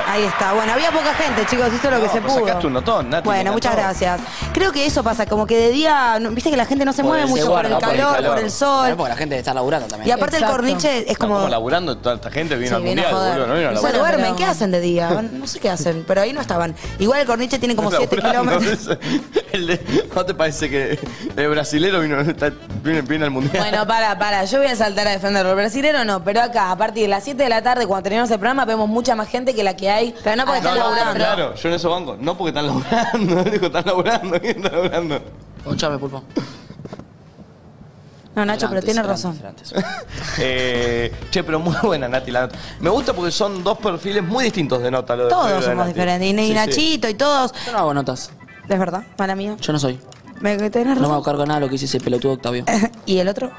Speaker 5: Ahí está. Bueno, había poca gente, chicos, hizo lo que
Speaker 2: No,
Speaker 5: se
Speaker 2: pues
Speaker 5: pudo.
Speaker 2: sacaste un notón, Nati,
Speaker 5: Bueno,
Speaker 2: me
Speaker 5: muchas
Speaker 2: encantó.
Speaker 5: gracias. Creo que eso pasa, como que de día, no- viste que la gente no se
Speaker 9: Por
Speaker 5: mueve
Speaker 9: el-
Speaker 5: mucho
Speaker 9: se guarda,
Speaker 5: por el calor, por el sol.
Speaker 9: También Porque la gente está laburando también.
Speaker 5: Y aparte el corniche es como...
Speaker 2: Estamos laburando, toda esta gente vino
Speaker 5: Sí,
Speaker 2: al
Speaker 5: vino a
Speaker 2: mundial,
Speaker 5: joder.
Speaker 2: boludo, no vino a
Speaker 5: No
Speaker 2: laburar.
Speaker 5: se duermen, ¿qué hacen de día? Van- No sé qué hacen, pero ahí no estaban. Igual el corniche tiene como 7
Speaker 2: Laburando,
Speaker 5: kilómetros.
Speaker 2: ese- el de- ¿No te parece que el brasilero vino, está- viene, viene al mundial?
Speaker 39: Bueno, para, para, yo voy a saltar a defenderlo. El brasilero no, pero acá, a partir de las 7 de la tarde, cuando terminamos el programa, vemos mucha más gente que la que hay. Pero no
Speaker 5: Ah,
Speaker 2: No, no, Claro, yo en eso banco. No porque están laburando, dijo, están laburando, ¿quién está laburando?
Speaker 9: Ponchame, pulpo.
Speaker 5: No, Nacho, pero tiene razón.
Speaker 2: Eh, che, pero muy buena Nati la nota. Me gusta porque son dos perfiles muy distintos de nota. Lo de Fede y lo
Speaker 5: Todos
Speaker 2: de
Speaker 5: somos
Speaker 2: Nati.
Speaker 5: diferentes. Y, y
Speaker 2: Sí, sí.
Speaker 5: Nachito y todos.
Speaker 9: Yo no hago notas.
Speaker 5: Es verdad, mala mía.
Speaker 9: Yo no soy.
Speaker 5: Me tenés
Speaker 9: No me
Speaker 5: razón.
Speaker 9: hago cargo de nada de lo que hice ese pelotudo Octavio.
Speaker 5: ¿Y el otro?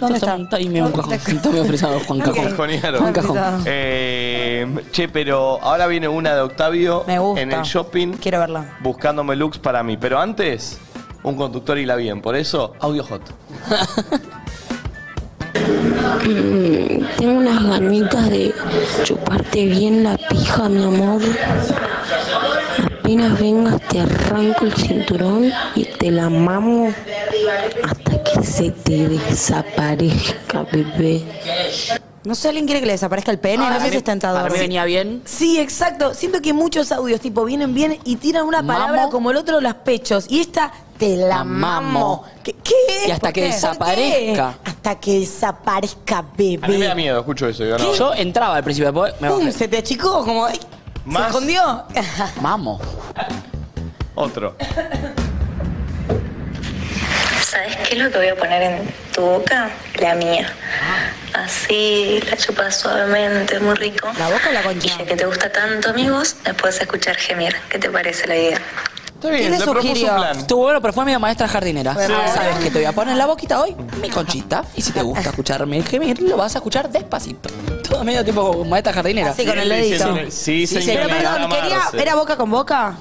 Speaker 5: ¿Dónde está?
Speaker 9: Está ahí medio un cajón. Está medio frisado, Juan
Speaker 2: Lo
Speaker 9: Cajón.
Speaker 2: cajonearon.
Speaker 9: Juan Cajón.
Speaker 2: Eh, che, pero ahora viene una de Octavio en el shopping. Quiero
Speaker 5: verla.
Speaker 2: Buscándome looks para mí. Pero antes, un conductor y la bien. Por eso, audio hot.
Speaker 6: Mm, tengo unas ganitas de chuparte bien la pija, mi amor. Apenas vengas te arranco el cinturón y te la mamo hasta que se te desaparezca, bebé.
Speaker 5: No sé, alguien quiere que le desaparezca el pene, no sé si es tentador.
Speaker 9: bien.
Speaker 39: Sí, exacto. Siento que muchos audios, tipo, vienen bien y tiran una palabra como el otro, los pechos. Y esta, te la mamo. ¿Qué, qué es?
Speaker 9: Y hasta
Speaker 39: ¿Por
Speaker 9: que
Speaker 39: qué?
Speaker 9: desaparezca.
Speaker 39: ¿Por qué? Hasta que desaparezca,
Speaker 2: A mí me da
Speaker 39: bebé.
Speaker 2: miedo, escucho eso. Digo, no.
Speaker 9: Yo entraba al principio, después me
Speaker 39: ¡Pum!
Speaker 9: bajé.
Speaker 39: Se te achicó, como. ay, ¿Se
Speaker 2: Más.
Speaker 39: escondió?
Speaker 9: Mamo.
Speaker 2: Otro.
Speaker 11: ¿Sabes qué es lo que voy a poner en tu boca? La mía. Así la chupas suavemente, muy rico. ¿La boca o la concha? Y ya que te gusta tanto, amigos, la puedes escuchar gemir. ¿Qué te parece la idea?
Speaker 9: Está
Speaker 11: bien, ¿Quién le le propuso sugirió? un plan.
Speaker 9: Estuvo bueno, pero fue medio maestra jardinera.
Speaker 11: Fue raro.
Speaker 9: ¿Sabes qué te voy a poner en la boquita hoy? Mi conchita. Y si te gusta escucharme gemir, lo vas a escuchar despacito. Todo medio tiempo como maestra jardinera.
Speaker 5: Así con el dedito.
Speaker 2: Sí,
Speaker 5: Pero
Speaker 2: señorita
Speaker 5: perdón, quería,
Speaker 2: Marce.
Speaker 5: ¿era boca con boca?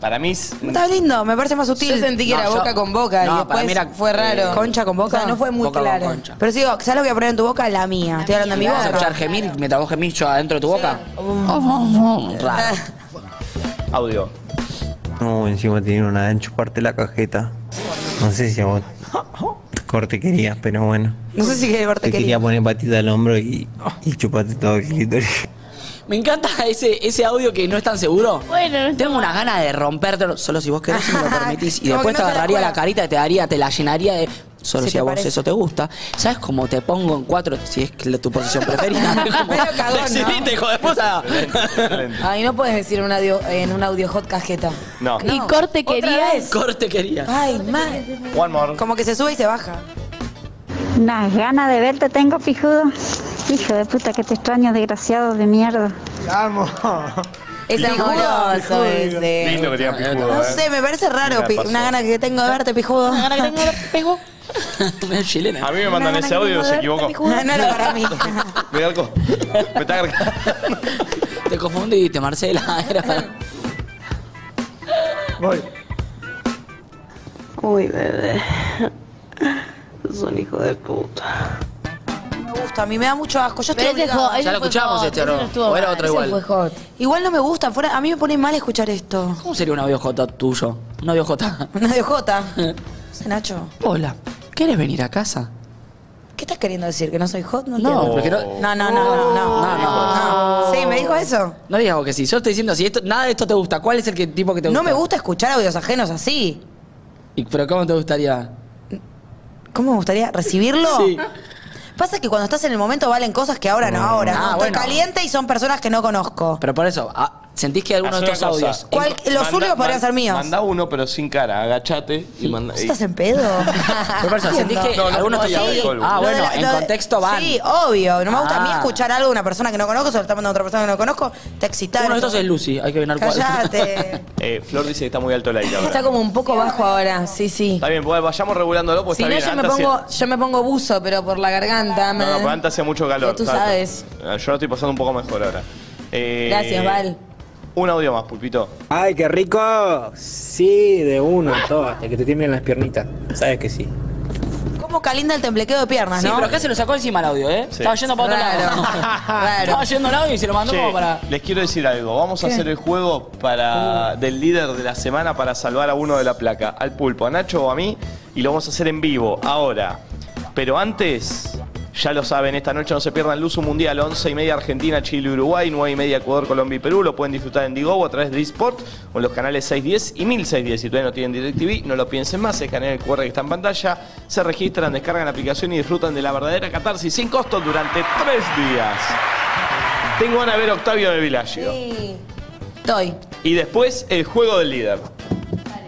Speaker 2: Para mí. s-
Speaker 5: Está lindo, me parece más sutil.
Speaker 39: Yo sentí que era boca con boca, y
Speaker 5: No,
Speaker 39: después
Speaker 5: para mí era,
Speaker 39: fue raro.
Speaker 5: eh, concha con boca.
Speaker 39: O sea, no fue muy
Speaker 9: Boca con
Speaker 39: claro.
Speaker 9: concha.
Speaker 5: Pero sigo, ¿sabes lo que voy a poner en tu boca? La mía. Estoy hablando de mi
Speaker 9: ¿Vas a
Speaker 5: boca.
Speaker 9: escuchar gemir mientras vos gemís yo adentro de tu boca? Oh, Raro.
Speaker 5: Ah.
Speaker 2: Audio.
Speaker 22: No, encima tiene una de chuparte la cajeta. No sé si a vos te corte querías, pero bueno.
Speaker 5: No sé si quería verte
Speaker 22: Te quería poner patita al hombro y, y chuparte todo el clítoris.
Speaker 9: Me encanta ese, ese audio que no es tan seguro. Bueno, tengo unas ganas de rompértelo. Solo si vos querés y me lo permitís. Y
Speaker 5: Como
Speaker 9: después
Speaker 5: que
Speaker 9: te
Speaker 5: no se la
Speaker 9: agarraría la,
Speaker 5: juega.
Speaker 9: carita y te daría, te la llenaría de. Solo
Speaker 5: Si
Speaker 9: si,
Speaker 5: te
Speaker 9: a vos
Speaker 5: parece.
Speaker 9: eso te gusta. ¿Sabes cómo te pongo en cuatro? Si es que la- tu posición preferida. Como,
Speaker 39: Medio cagón, ¿no?
Speaker 9: "Decidite, hijo de puta.
Speaker 39: Ay, no puedes decir un audio, en un audio hot cajeta.
Speaker 2: No.
Speaker 39: Y corte querías.
Speaker 9: Corte quería.
Speaker 39: Ay, mal.
Speaker 2: One more.
Speaker 5: Como que se sube y se baja.
Speaker 28: Unas ganas de verte tengo, pijudo. Hijo de puta, que te extraño, desgraciado de mierda.
Speaker 40: Vamos.
Speaker 5: Es amoroso ese.
Speaker 2: Lindo que tenga pijudo,
Speaker 5: No
Speaker 2: eh.
Speaker 5: sé, me parece raro.
Speaker 2: Mira,
Speaker 5: pi-
Speaker 2: pasó.
Speaker 5: Una gana que tengo de verte, pijudo. Una gana que tengo de verte, pijudo.
Speaker 2: A mí me mandan ese audio y se equivocó.
Speaker 5: No era para mí.
Speaker 2: Mira algo. Me está agarcando.
Speaker 9: Te confundiste, Marcela. Era para-
Speaker 6: Uy, bebé. Sos un hijo de puta.
Speaker 5: Me gusta, a mí me da mucho asco. Yo estoy
Speaker 28: Pero ese
Speaker 5: obligada.
Speaker 28: fue- ese Ya lo fue escuchamos hot, este, ¿o ese no? no estuvo ¿O era mal, otro ese igual? fue
Speaker 5: Igual no me gusta, fuera, a mí me pone mal escuchar esto.
Speaker 9: ¿Cómo sería un audio J tuyo? Un audio J.
Speaker 5: Una de J. Nacho,
Speaker 9: Hola, ¿quieres venir a casa?
Speaker 5: ¿qué estás queriendo decir? ¿Que no soy hot? No,
Speaker 9: No,
Speaker 5: entiendo.
Speaker 9: porque no-
Speaker 5: no, no, no, no, no, no. Sí, me dijo eso.
Speaker 9: No digas vos que sí. Yo estoy diciendo, si esto, nada de esto te gusta, ¿cuál es el que- tipo que te gusta?
Speaker 5: No me gusta escuchar audios ajenos así.
Speaker 9: Y- ¿Pero cómo te gustaría?
Speaker 5: ¿Cómo me gustaría recibirlo?
Speaker 9: Sí.
Speaker 5: Pasa que cuando estás en el momento valen cosas que ahora no, ahora.
Speaker 9: Ah,
Speaker 5: no. Estoy
Speaker 9: bueno.
Speaker 5: caliente y son personas que no conozco.
Speaker 9: Pero por eso, a- ¿Sentís que alguno de estos audios?
Speaker 5: los únicos podrían ser míos.
Speaker 2: Manda uno, pero sin cara. Agachate y manda.
Speaker 5: ¿Estás en Ah, pedo?
Speaker 9: Pero, persona, ¿sentís que
Speaker 2: No, no,
Speaker 9: alguno de
Speaker 2: no,
Speaker 9: estos
Speaker 2: sí.
Speaker 9: audios?
Speaker 2: Ah,
Speaker 9: Ah,
Speaker 2: bueno,
Speaker 9: bueno,
Speaker 5: Lo de-
Speaker 9: en
Speaker 5: lo de-
Speaker 9: contexto van.
Speaker 5: Sí, obvio. No me gusta a mí
Speaker 9: Ah.
Speaker 5: escuchar algo de una persona que no conozco, se lo está mandando a otra persona que no conozco. Está excitado.
Speaker 9: Uno de estos es Lucy, hay que venir cuál.
Speaker 5: Cállate.
Speaker 2: Eh, Flor dice que está muy alto el aire ahora.
Speaker 41: Está como un poco bajo ahora, sí, sí.
Speaker 2: Está bien, pues vayamos regulándolo, pues
Speaker 41: si
Speaker 2: está
Speaker 41: no,
Speaker 2: bien.
Speaker 41: yo me,
Speaker 2: antes hacía-
Speaker 41: pongo, yo me pongo buzo, pero por la garganta. me-
Speaker 2: No, no, pero antes hacía mucho calor.
Speaker 41: Ya tú
Speaker 2: está-
Speaker 41: sabes.
Speaker 2: Ah, Yo lo estoy pasando un poco mejor ahora. Eh,
Speaker 41: Gracias, Val.
Speaker 2: Un audio más, Pulpito.
Speaker 6: Ay, qué rico. Sí, de uno, todo, hasta que te tiemblen las piernitas. Sabes que sí.
Speaker 5: ¿Cómo calinda el temblequeo de piernas,
Speaker 9: Sí,
Speaker 5: no?
Speaker 9: pero acá se lo sacó encima el audio, ¿eh?
Speaker 2: Sí.
Speaker 9: Estaba yendo para otro
Speaker 5: Raro.
Speaker 9: lado. Estaba yendo el audio y se lo mandó
Speaker 2: Che,
Speaker 9: como para.
Speaker 2: Les quiero decir algo. Vamos a
Speaker 9: ¿Qué?
Speaker 2: hacer el juego para del líder de la semana para salvar a uno de la placa. Al pulpo, a Nacho o a mí. Y lo vamos a hacer en vivo, ahora. Pero antes, ya lo saben, esta noche no se pierdan Luz un Mundial. 11 y media Argentina, Chile, Uruguay. 9 y media Ecuador, Colombia y Perú. Lo pueden disfrutar en Digo a través de eSport o en los canales 610 y 1610. Si todavía no tienen DirecTV, no lo piensen más. Escanean el QR que está en pantalla. Se registran, descargan la aplicación y disfrutan de la verdadera catarsis sin costo durante tres días. Tengo ganas de ver a Octavio de Villaggio.
Speaker 41: Estoy,
Speaker 2: Y después el juego del líder.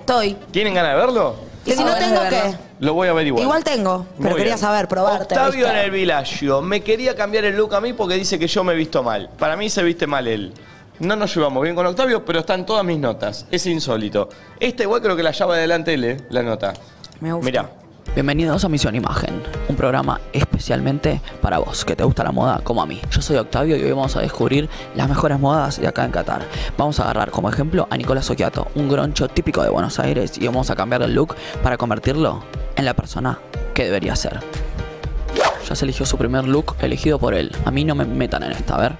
Speaker 41: estoy.
Speaker 2: ¿Tienen ganas de verlo?
Speaker 5: Y si no tengo
Speaker 41: que.
Speaker 5: que.
Speaker 2: Lo voy a averiguar.
Speaker 5: Igual tengo,
Speaker 2: Muy
Speaker 5: pero
Speaker 2: bien.
Speaker 5: quería saber, probarte.
Speaker 2: Octavio en
Speaker 5: ¿viste?
Speaker 2: el Villaggio. Me quería cambiar el look a mí porque dice que yo me he visto mal. Para mí se viste mal él. No nos llevamos bien con Octavio, pero están todas mis notas. Es insólito. Esta igual creo que la llave adelante él, ¿eh? la nota.
Speaker 9: Me gusta.
Speaker 2: Mirá.
Speaker 9: Bienvenidos a Misión Imagen, un programa especialmente para vos, que te gusta la moda como a mí. Yo soy Octavio y hoy vamos a descubrir las mejores modas de acá en Qatar. Vamos a agarrar como ejemplo a Nicolás Occhiato, un groncho típico de Buenos Aires, y vamos a cambiar el look para convertirlo en la persona que debería ser. Ya se eligió su primer look elegido por él. A mí no me metan en esta, a ver.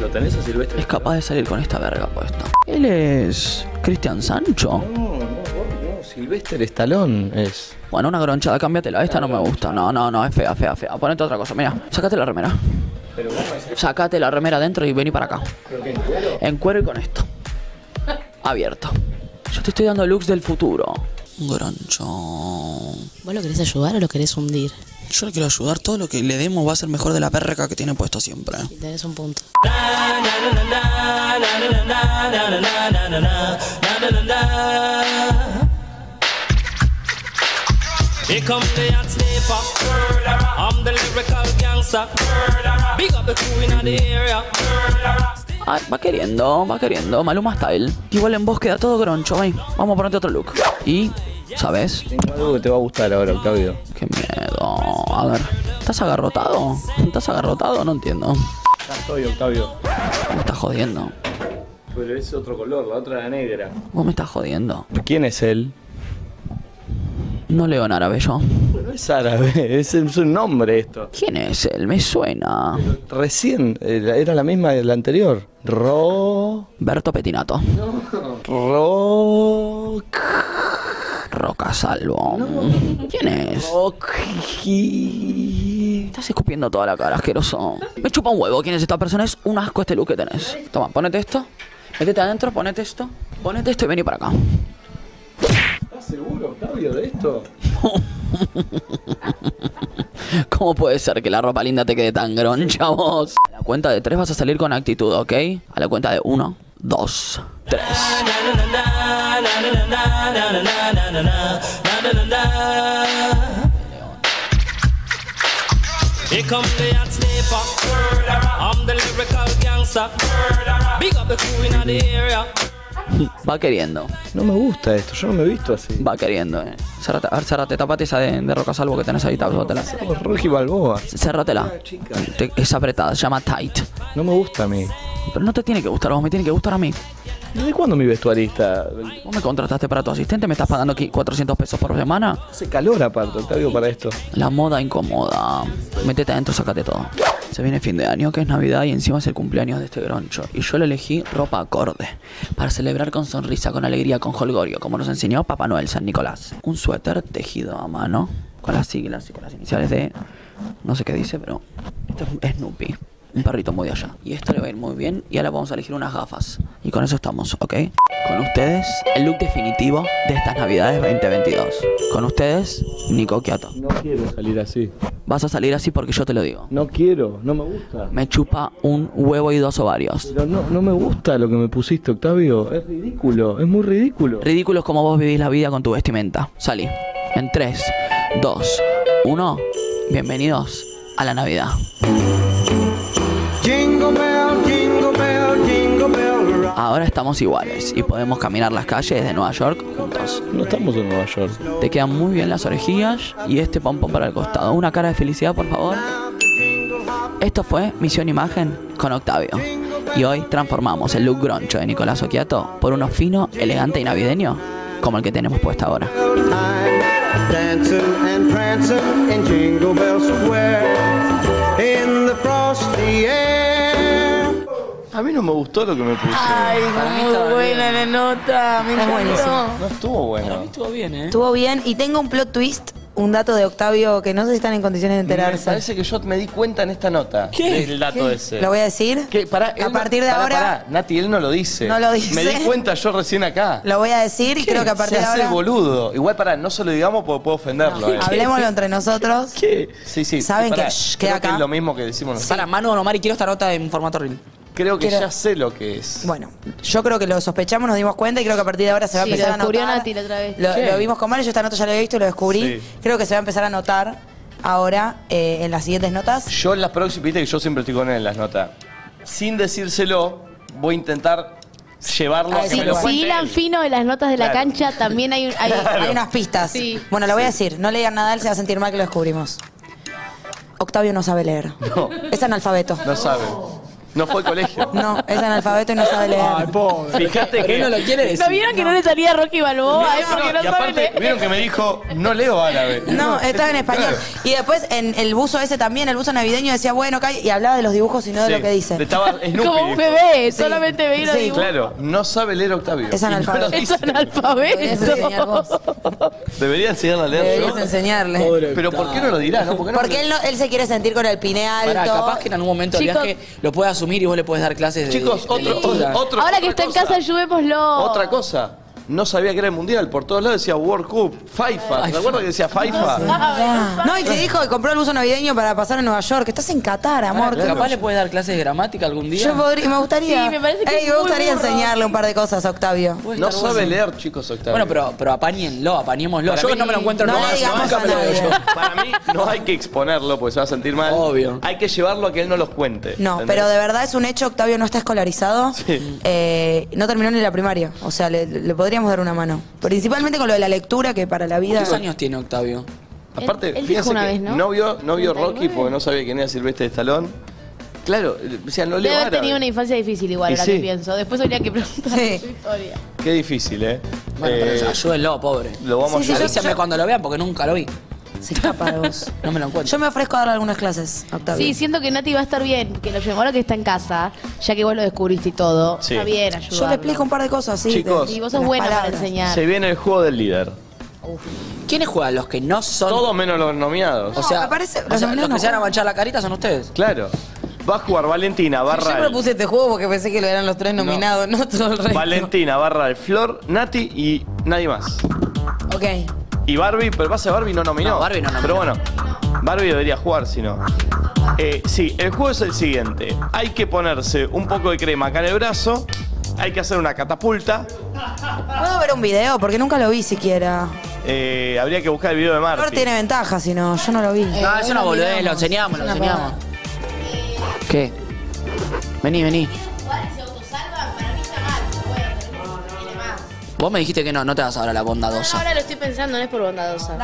Speaker 2: ¿Lo tenés a Silvestre?
Speaker 9: Es capaz de salir con esta verga puesta. Él es. Cristian Sancho.
Speaker 2: Silvestre Estalón es.
Speaker 9: Bueno, una gronchada, cámbiatela. Esta no me gusta. No, no, no, es fea, fea, fea. Ponete otra cosa. Mira, sacate la remera. Sacate la remera adentro y vení para acá. En cuero y con esto. Abierto. Yo te estoy dando looks del futuro. Un groncho.
Speaker 10: ¿Vos lo querés ayudar o lo querés hundir?
Speaker 9: Yo le quiero ayudar. Todo lo que le demos va a ser mejor de la perreca que tiene puesto siempre.
Speaker 10: Tenés un punto.
Speaker 24: Here come the hot sniper. I'm the lyrical gangster. Big up the crew in the area.
Speaker 9: Ah, va queriendo, va queriendo. Maluma style. Igual en vos queda todo groncho. Vení, vamos a ponerte otro look. Y, ¿sabes?
Speaker 2: Algo que te va a gustar ahora, Octavio.
Speaker 9: Qué miedo. A ver, ¿estás agarrotado? ¿Estás agarrotado? No entiendo.
Speaker 2: Ya estoy, Octavio.
Speaker 9: Me estás jodiendo.
Speaker 2: Pero es otro color, la otra era negra.
Speaker 9: Vos me estás jodiendo.
Speaker 2: ¿Quién es él?
Speaker 9: No leo en árabe yo.
Speaker 2: No es árabe, es, es un nombre esto.
Speaker 9: ¿Quién es él? Me suena.
Speaker 2: Recién, era era la misma de la anterior. Ro.
Speaker 9: Berto Petinato.
Speaker 2: Rock.
Speaker 9: Roca Salvo. ¿Quién es? Estás escupiendo toda la cara, asqueroso. Me chupa un huevo quién es esta persona. Es un asco este look que tenés. Toma, ponete esto. Métete adentro, ponete esto. Ponete esto y vení para acá.
Speaker 2: ¿Estás seguro, Octavio, de esto?
Speaker 9: ¿Cómo puede ser que la ropa linda te quede tan groncha vos? A la cuenta de tres vas a salir con actitud, ¿ok? A la cuenta de uno, dos, tres.
Speaker 24: Here come the hot sniper. I'm the lyrical gangster. Big up the crew in the area.
Speaker 9: Va queriendo.
Speaker 2: No me gusta esto, yo no me he visto así.
Speaker 9: Va queriendo, eh. Cerrate, a ver, cerrate, tapate esa de, de roca salvo que tenés ahí, tapatela.
Speaker 2: Rocky Balboa. Ah,
Speaker 9: Cerratela. Te- Es apretada, se llama tight.
Speaker 2: No me gusta a mí.
Speaker 9: Pero no te tiene que gustar a vos, me tiene que gustar a mí.
Speaker 2: ¿Desde cuándo mi vestuarista?
Speaker 9: Vos me contrataste para tu asistente, me estás pagando aquí 400 pesos por semana.
Speaker 2: Hace calor aparte, Octavio, para esto.
Speaker 9: La moda incomoda. Métete adentro, sacate todo. Se viene fin de año, que es Navidad, y encima es el cumpleaños de este groncho. Y yo le elegí ropa acorde. Para celebrar con sonrisa, con alegría, con holgorio, como nos enseñó Papá Noel San Nicolás. Un suéter tejido a mano, con las siglas y con las iniciales de. No sé qué dice, pero. Esto es Snoopy. Un perrito muy de allá. Y esto le va a ir muy bien. Y ahora vamos a elegir unas gafas. Y con eso estamos, ¿ok? Con ustedes, el look definitivo de estas Navidades 2022. Con ustedes, Nico Quiato.
Speaker 2: No quiero salir así.
Speaker 9: Vas a salir así porque yo te lo digo.
Speaker 2: No quiero, no me gusta.
Speaker 9: Me chupa un huevo y dos ovarios.
Speaker 2: Pero no, no me gusta lo que me pusiste, Octavio. Es ridículo, es muy ridículo.
Speaker 9: Ridículos como vos vivís la vida con tu vestimenta. Salí. En 3, 2, 1. Bienvenidos a la Navidad. Ahora estamos iguales y podemos caminar las calles de Nueva York juntos.
Speaker 2: No estamos en Nueva York.
Speaker 9: Te quedan muy bien las orejillas y este pompón para el costado. Una cara de felicidad, por favor. Esto fue Misión Imagen con Octavio. Y hoy transformamos el look groncho de Nicolás Occhiato por uno fino, elegante y navideño, como el que tenemos puesto ahora.
Speaker 22: Dancing and prancing in Jingle Bell Square in the
Speaker 2: eh.
Speaker 22: frosty air.
Speaker 2: A mí no me gustó lo que me pusiste.
Speaker 5: Ah,
Speaker 42: muy buena la nota, me
Speaker 5: encantó.
Speaker 2: No estuvo bueno.
Speaker 9: Estuvo bien, ¿eh?
Speaker 5: Estuvo bien y tengo un plot twist, un dato de Octavio que no sé si están en condiciones de
Speaker 2: Me
Speaker 5: enterarse.
Speaker 2: parece que yo me di cuenta en esta nota
Speaker 5: ¿Qué?
Speaker 2: del dato
Speaker 5: ¿Qué?
Speaker 2: ese.
Speaker 5: ¿Lo voy a decir?
Speaker 2: Que, pará, él
Speaker 5: a
Speaker 2: no-
Speaker 5: partir de
Speaker 2: pará,
Speaker 5: ahora
Speaker 2: pará, Nati, él no lo dice.
Speaker 5: No lo dice.
Speaker 2: Me di cuenta yo recién acá.
Speaker 5: lo voy a decir y creo que a partir
Speaker 2: se
Speaker 5: de
Speaker 2: hace
Speaker 5: ahora
Speaker 2: boludo. Igual pará, no se lo digamos porque puedo ofenderlo. eh.
Speaker 5: hablemoslo entre nosotros.
Speaker 2: Sí, sí.
Speaker 5: Saben
Speaker 2: pará,
Speaker 5: que, shh,
Speaker 2: creo
Speaker 5: queda
Speaker 2: que
Speaker 5: acá.
Speaker 2: es lo mismo que decimos nosotros.
Speaker 5: Para, Manu Omar y quiero esta nota en formato reel.
Speaker 2: Creo que
Speaker 5: Quiero-
Speaker 2: ya sé lo que es.
Speaker 5: Bueno, yo creo que lo sospechamos, nos dimos cuenta y creo que a partir de ahora se va
Speaker 10: Sí,
Speaker 5: a empezar
Speaker 10: lo
Speaker 5: a
Speaker 10: descubrió
Speaker 5: notar.
Speaker 10: Nati la otra vez.
Speaker 5: Lo,
Speaker 10: Sí.
Speaker 5: lo vimos con Mario, yo esta nota ya la había visto y lo descubrí.
Speaker 2: Sí.
Speaker 5: Creo que se va a empezar a notar ahora eh, en las siguientes notas.
Speaker 2: Yo en las próximas, viste que yo siempre estoy con él en las notas. Sin decírselo, voy a intentar llevarlo a que
Speaker 10: Si,
Speaker 2: me lo
Speaker 10: si
Speaker 2: cuente
Speaker 10: hilan
Speaker 2: él.
Speaker 10: fino en las notas de la
Speaker 2: Claro.
Speaker 10: cancha, también hay, un- hay,
Speaker 2: Claro.
Speaker 5: Hay unas pistas.
Speaker 10: Sí.
Speaker 5: Bueno, lo voy a decir, no le digan nada, él se va a sentir mal que lo descubrimos. Octavio no sabe leer.
Speaker 2: No,
Speaker 5: Es analfabeto.
Speaker 2: no sabe. No fue al colegio.
Speaker 5: No, es analfabeto y no sabe leer.
Speaker 2: Fíjate que.
Speaker 10: ¿No vieron que no le salía Rocky Balboa? eh? Porque no
Speaker 2: y
Speaker 10: sabe
Speaker 2: aparte,
Speaker 10: leer.
Speaker 2: vieron que me dijo, no leo árabe.
Speaker 5: No, estaba en español. Y después en el buzo ese también, el buzo navideño decía, bueno, Kai, y hablaba de los dibujos y no de
Speaker 2: Sí,
Speaker 5: lo que dice.
Speaker 2: Estaba Snoopy.
Speaker 10: Como un
Speaker 2: dijo.
Speaker 10: bebé, solamente veía los
Speaker 2: Sí,
Speaker 10: dibujos.
Speaker 2: claro, no sabe leer Octavio.
Speaker 5: Es
Speaker 2: Y no
Speaker 5: analfabeto.
Speaker 2: lo
Speaker 10: Es
Speaker 2: dice.
Speaker 5: Podrías enseñar
Speaker 10: analfabeto.
Speaker 5: vos.
Speaker 2: Debería enseñarle a leer
Speaker 5: Deberías
Speaker 2: yo.
Speaker 5: enseñarle.
Speaker 2: Pero ¿por qué no lo dirá? No? ¿Por qué no
Speaker 5: Porque él, no- él se quiere sentir con el pine alto.
Speaker 43: Pará, capaz que en algún momento del
Speaker 5: Chicos.
Speaker 43: viaje lo puede asumir y vos le puedes dar clases de
Speaker 2: Chicos,
Speaker 43: de
Speaker 2: otro,
Speaker 43: lectura.
Speaker 2: otro- otro-
Speaker 10: Ahora que está en casa, ayudémoslo.
Speaker 2: Otra cosa, no sabía que era el mundial, por todos lados decía World Cup, FIFA. ¿Te acuerdas que decía FIFA?
Speaker 5: Ah, No, y se dijo que compró el buzo navideño para pasar en Nueva York. Estás en Qatar, amor.
Speaker 43: Capaz le puedes dar clases de gramática algún día.
Speaker 5: Yo podría, me gustaría.
Speaker 10: Sí, me parece que
Speaker 5: Ey,
Speaker 10: es
Speaker 5: me
Speaker 10: muy
Speaker 5: gustaría
Speaker 10: burro.
Speaker 5: enseñarle un par de cosas a Octavio.
Speaker 2: No sabe leer, chicos, Octavio.
Speaker 43: Bueno, pero, pero apañenlo, apañémoslo.
Speaker 2: Para
Speaker 43: Yo
Speaker 2: mí-
Speaker 43: no me lo encuentro
Speaker 5: no
Speaker 43: en
Speaker 5: le
Speaker 43: Nueva York,
Speaker 5: digamos
Speaker 43: nunca
Speaker 5: a
Speaker 43: me lo
Speaker 5: nadie.
Speaker 43: veo yo.
Speaker 2: Para mí no hay que exponerlo porque se va a sentir mal. Obvio. Hay que llevarlo a que él no los cuente.
Speaker 5: No,
Speaker 2: ¿entendés?
Speaker 5: pero de verdad es un hecho, Octavio no está escolarizado,
Speaker 2: Sí.
Speaker 5: eh, no terminó ni la primaria, o sea, le, le podríamos dar una mano. Principalmente con lo de la lectura, que para la vida...
Speaker 43: ¿Cuántos años tiene Octavio?
Speaker 2: Aparte,
Speaker 10: Él- él dijo
Speaker 2: fíjense
Speaker 10: una
Speaker 2: que
Speaker 10: vez, ¿no?
Speaker 2: vio, no vio Rocky porque no sabía quién era Silvestre Estalón. Claro, o sea, no leo
Speaker 10: Debe haber
Speaker 2: árabe.
Speaker 10: tenido una infancia difícil igual,
Speaker 2: Y
Speaker 10: ahora
Speaker 2: sí.
Speaker 10: que pienso. Después habría que preguntar
Speaker 5: Sí.
Speaker 10: su historia.
Speaker 2: Qué difícil, ¿eh?
Speaker 43: Bueno,
Speaker 2: Eh,
Speaker 43: pero ayúdenlo, pobre.
Speaker 2: Lo vamos
Speaker 5: Sí, sí,
Speaker 2: a
Speaker 5: yo-
Speaker 43: Avísame
Speaker 5: yo-
Speaker 43: cuando lo vean porque nunca lo vi.
Speaker 5: Se escapa de vos.
Speaker 43: No me lo encuentro.
Speaker 5: Yo me ofrezco a dar algunas clases, Octavio.
Speaker 10: Sí, siento que Nati va a estar bien, que lo llevó ahora que está en casa, ya que vos lo descubriste y todo.
Speaker 2: Sí.
Speaker 10: Está bien,
Speaker 5: Yo
Speaker 10: ayudarlo.
Speaker 5: le explico un par de cosas, sí.
Speaker 2: Chicos.
Speaker 10: Y vos
Speaker 5: de
Speaker 10: sos
Speaker 5: las
Speaker 10: buena para
Speaker 5: palabras.
Speaker 10: enseñar.
Speaker 2: Se viene el juego del líder.
Speaker 43: ¿Quiénes juegan? Los que no son.
Speaker 2: Todos menos los nominados.
Speaker 43: o sea,
Speaker 5: me parece-
Speaker 43: o sea,
Speaker 5: los
Speaker 43: los,
Speaker 5: nominados
Speaker 43: que
Speaker 5: no
Speaker 43: se van a manchar la carita son ustedes.
Speaker 2: Claro. Va a jugar Valentina, Barral,
Speaker 5: este juego porque pensé que lo eran los tres
Speaker 2: nominados,
Speaker 5: no, todo el
Speaker 2: Valentina, Barral, Flor, Nati y nadie más.
Speaker 5: Ok.
Speaker 2: Y Barbie, pero pasa Barbie no nominó.
Speaker 43: No, Barbie no nominó.
Speaker 2: Pero bueno, Barbie debería jugar si no. Eh, sí, el juego es el siguiente. Hay que ponerse un poco de crema acá en el brazo. Hay que hacer una catapulta.
Speaker 5: ¿Puedo ver un video? Porque nunca lo vi siquiera.
Speaker 2: Eh, habría que buscar el video de
Speaker 5: Flor
Speaker 2: Marti.
Speaker 5: tiene ventaja, si no, yo no lo vi.
Speaker 43: no, eso no boludez, lo enseñamos, lo enseñamos.
Speaker 9: ¿Qué? Vení, vení.
Speaker 43: Vos me dijiste que no, no te vas ahora a la bondadosa.
Speaker 10: Ahora lo estoy pensando, no es por bondadosa.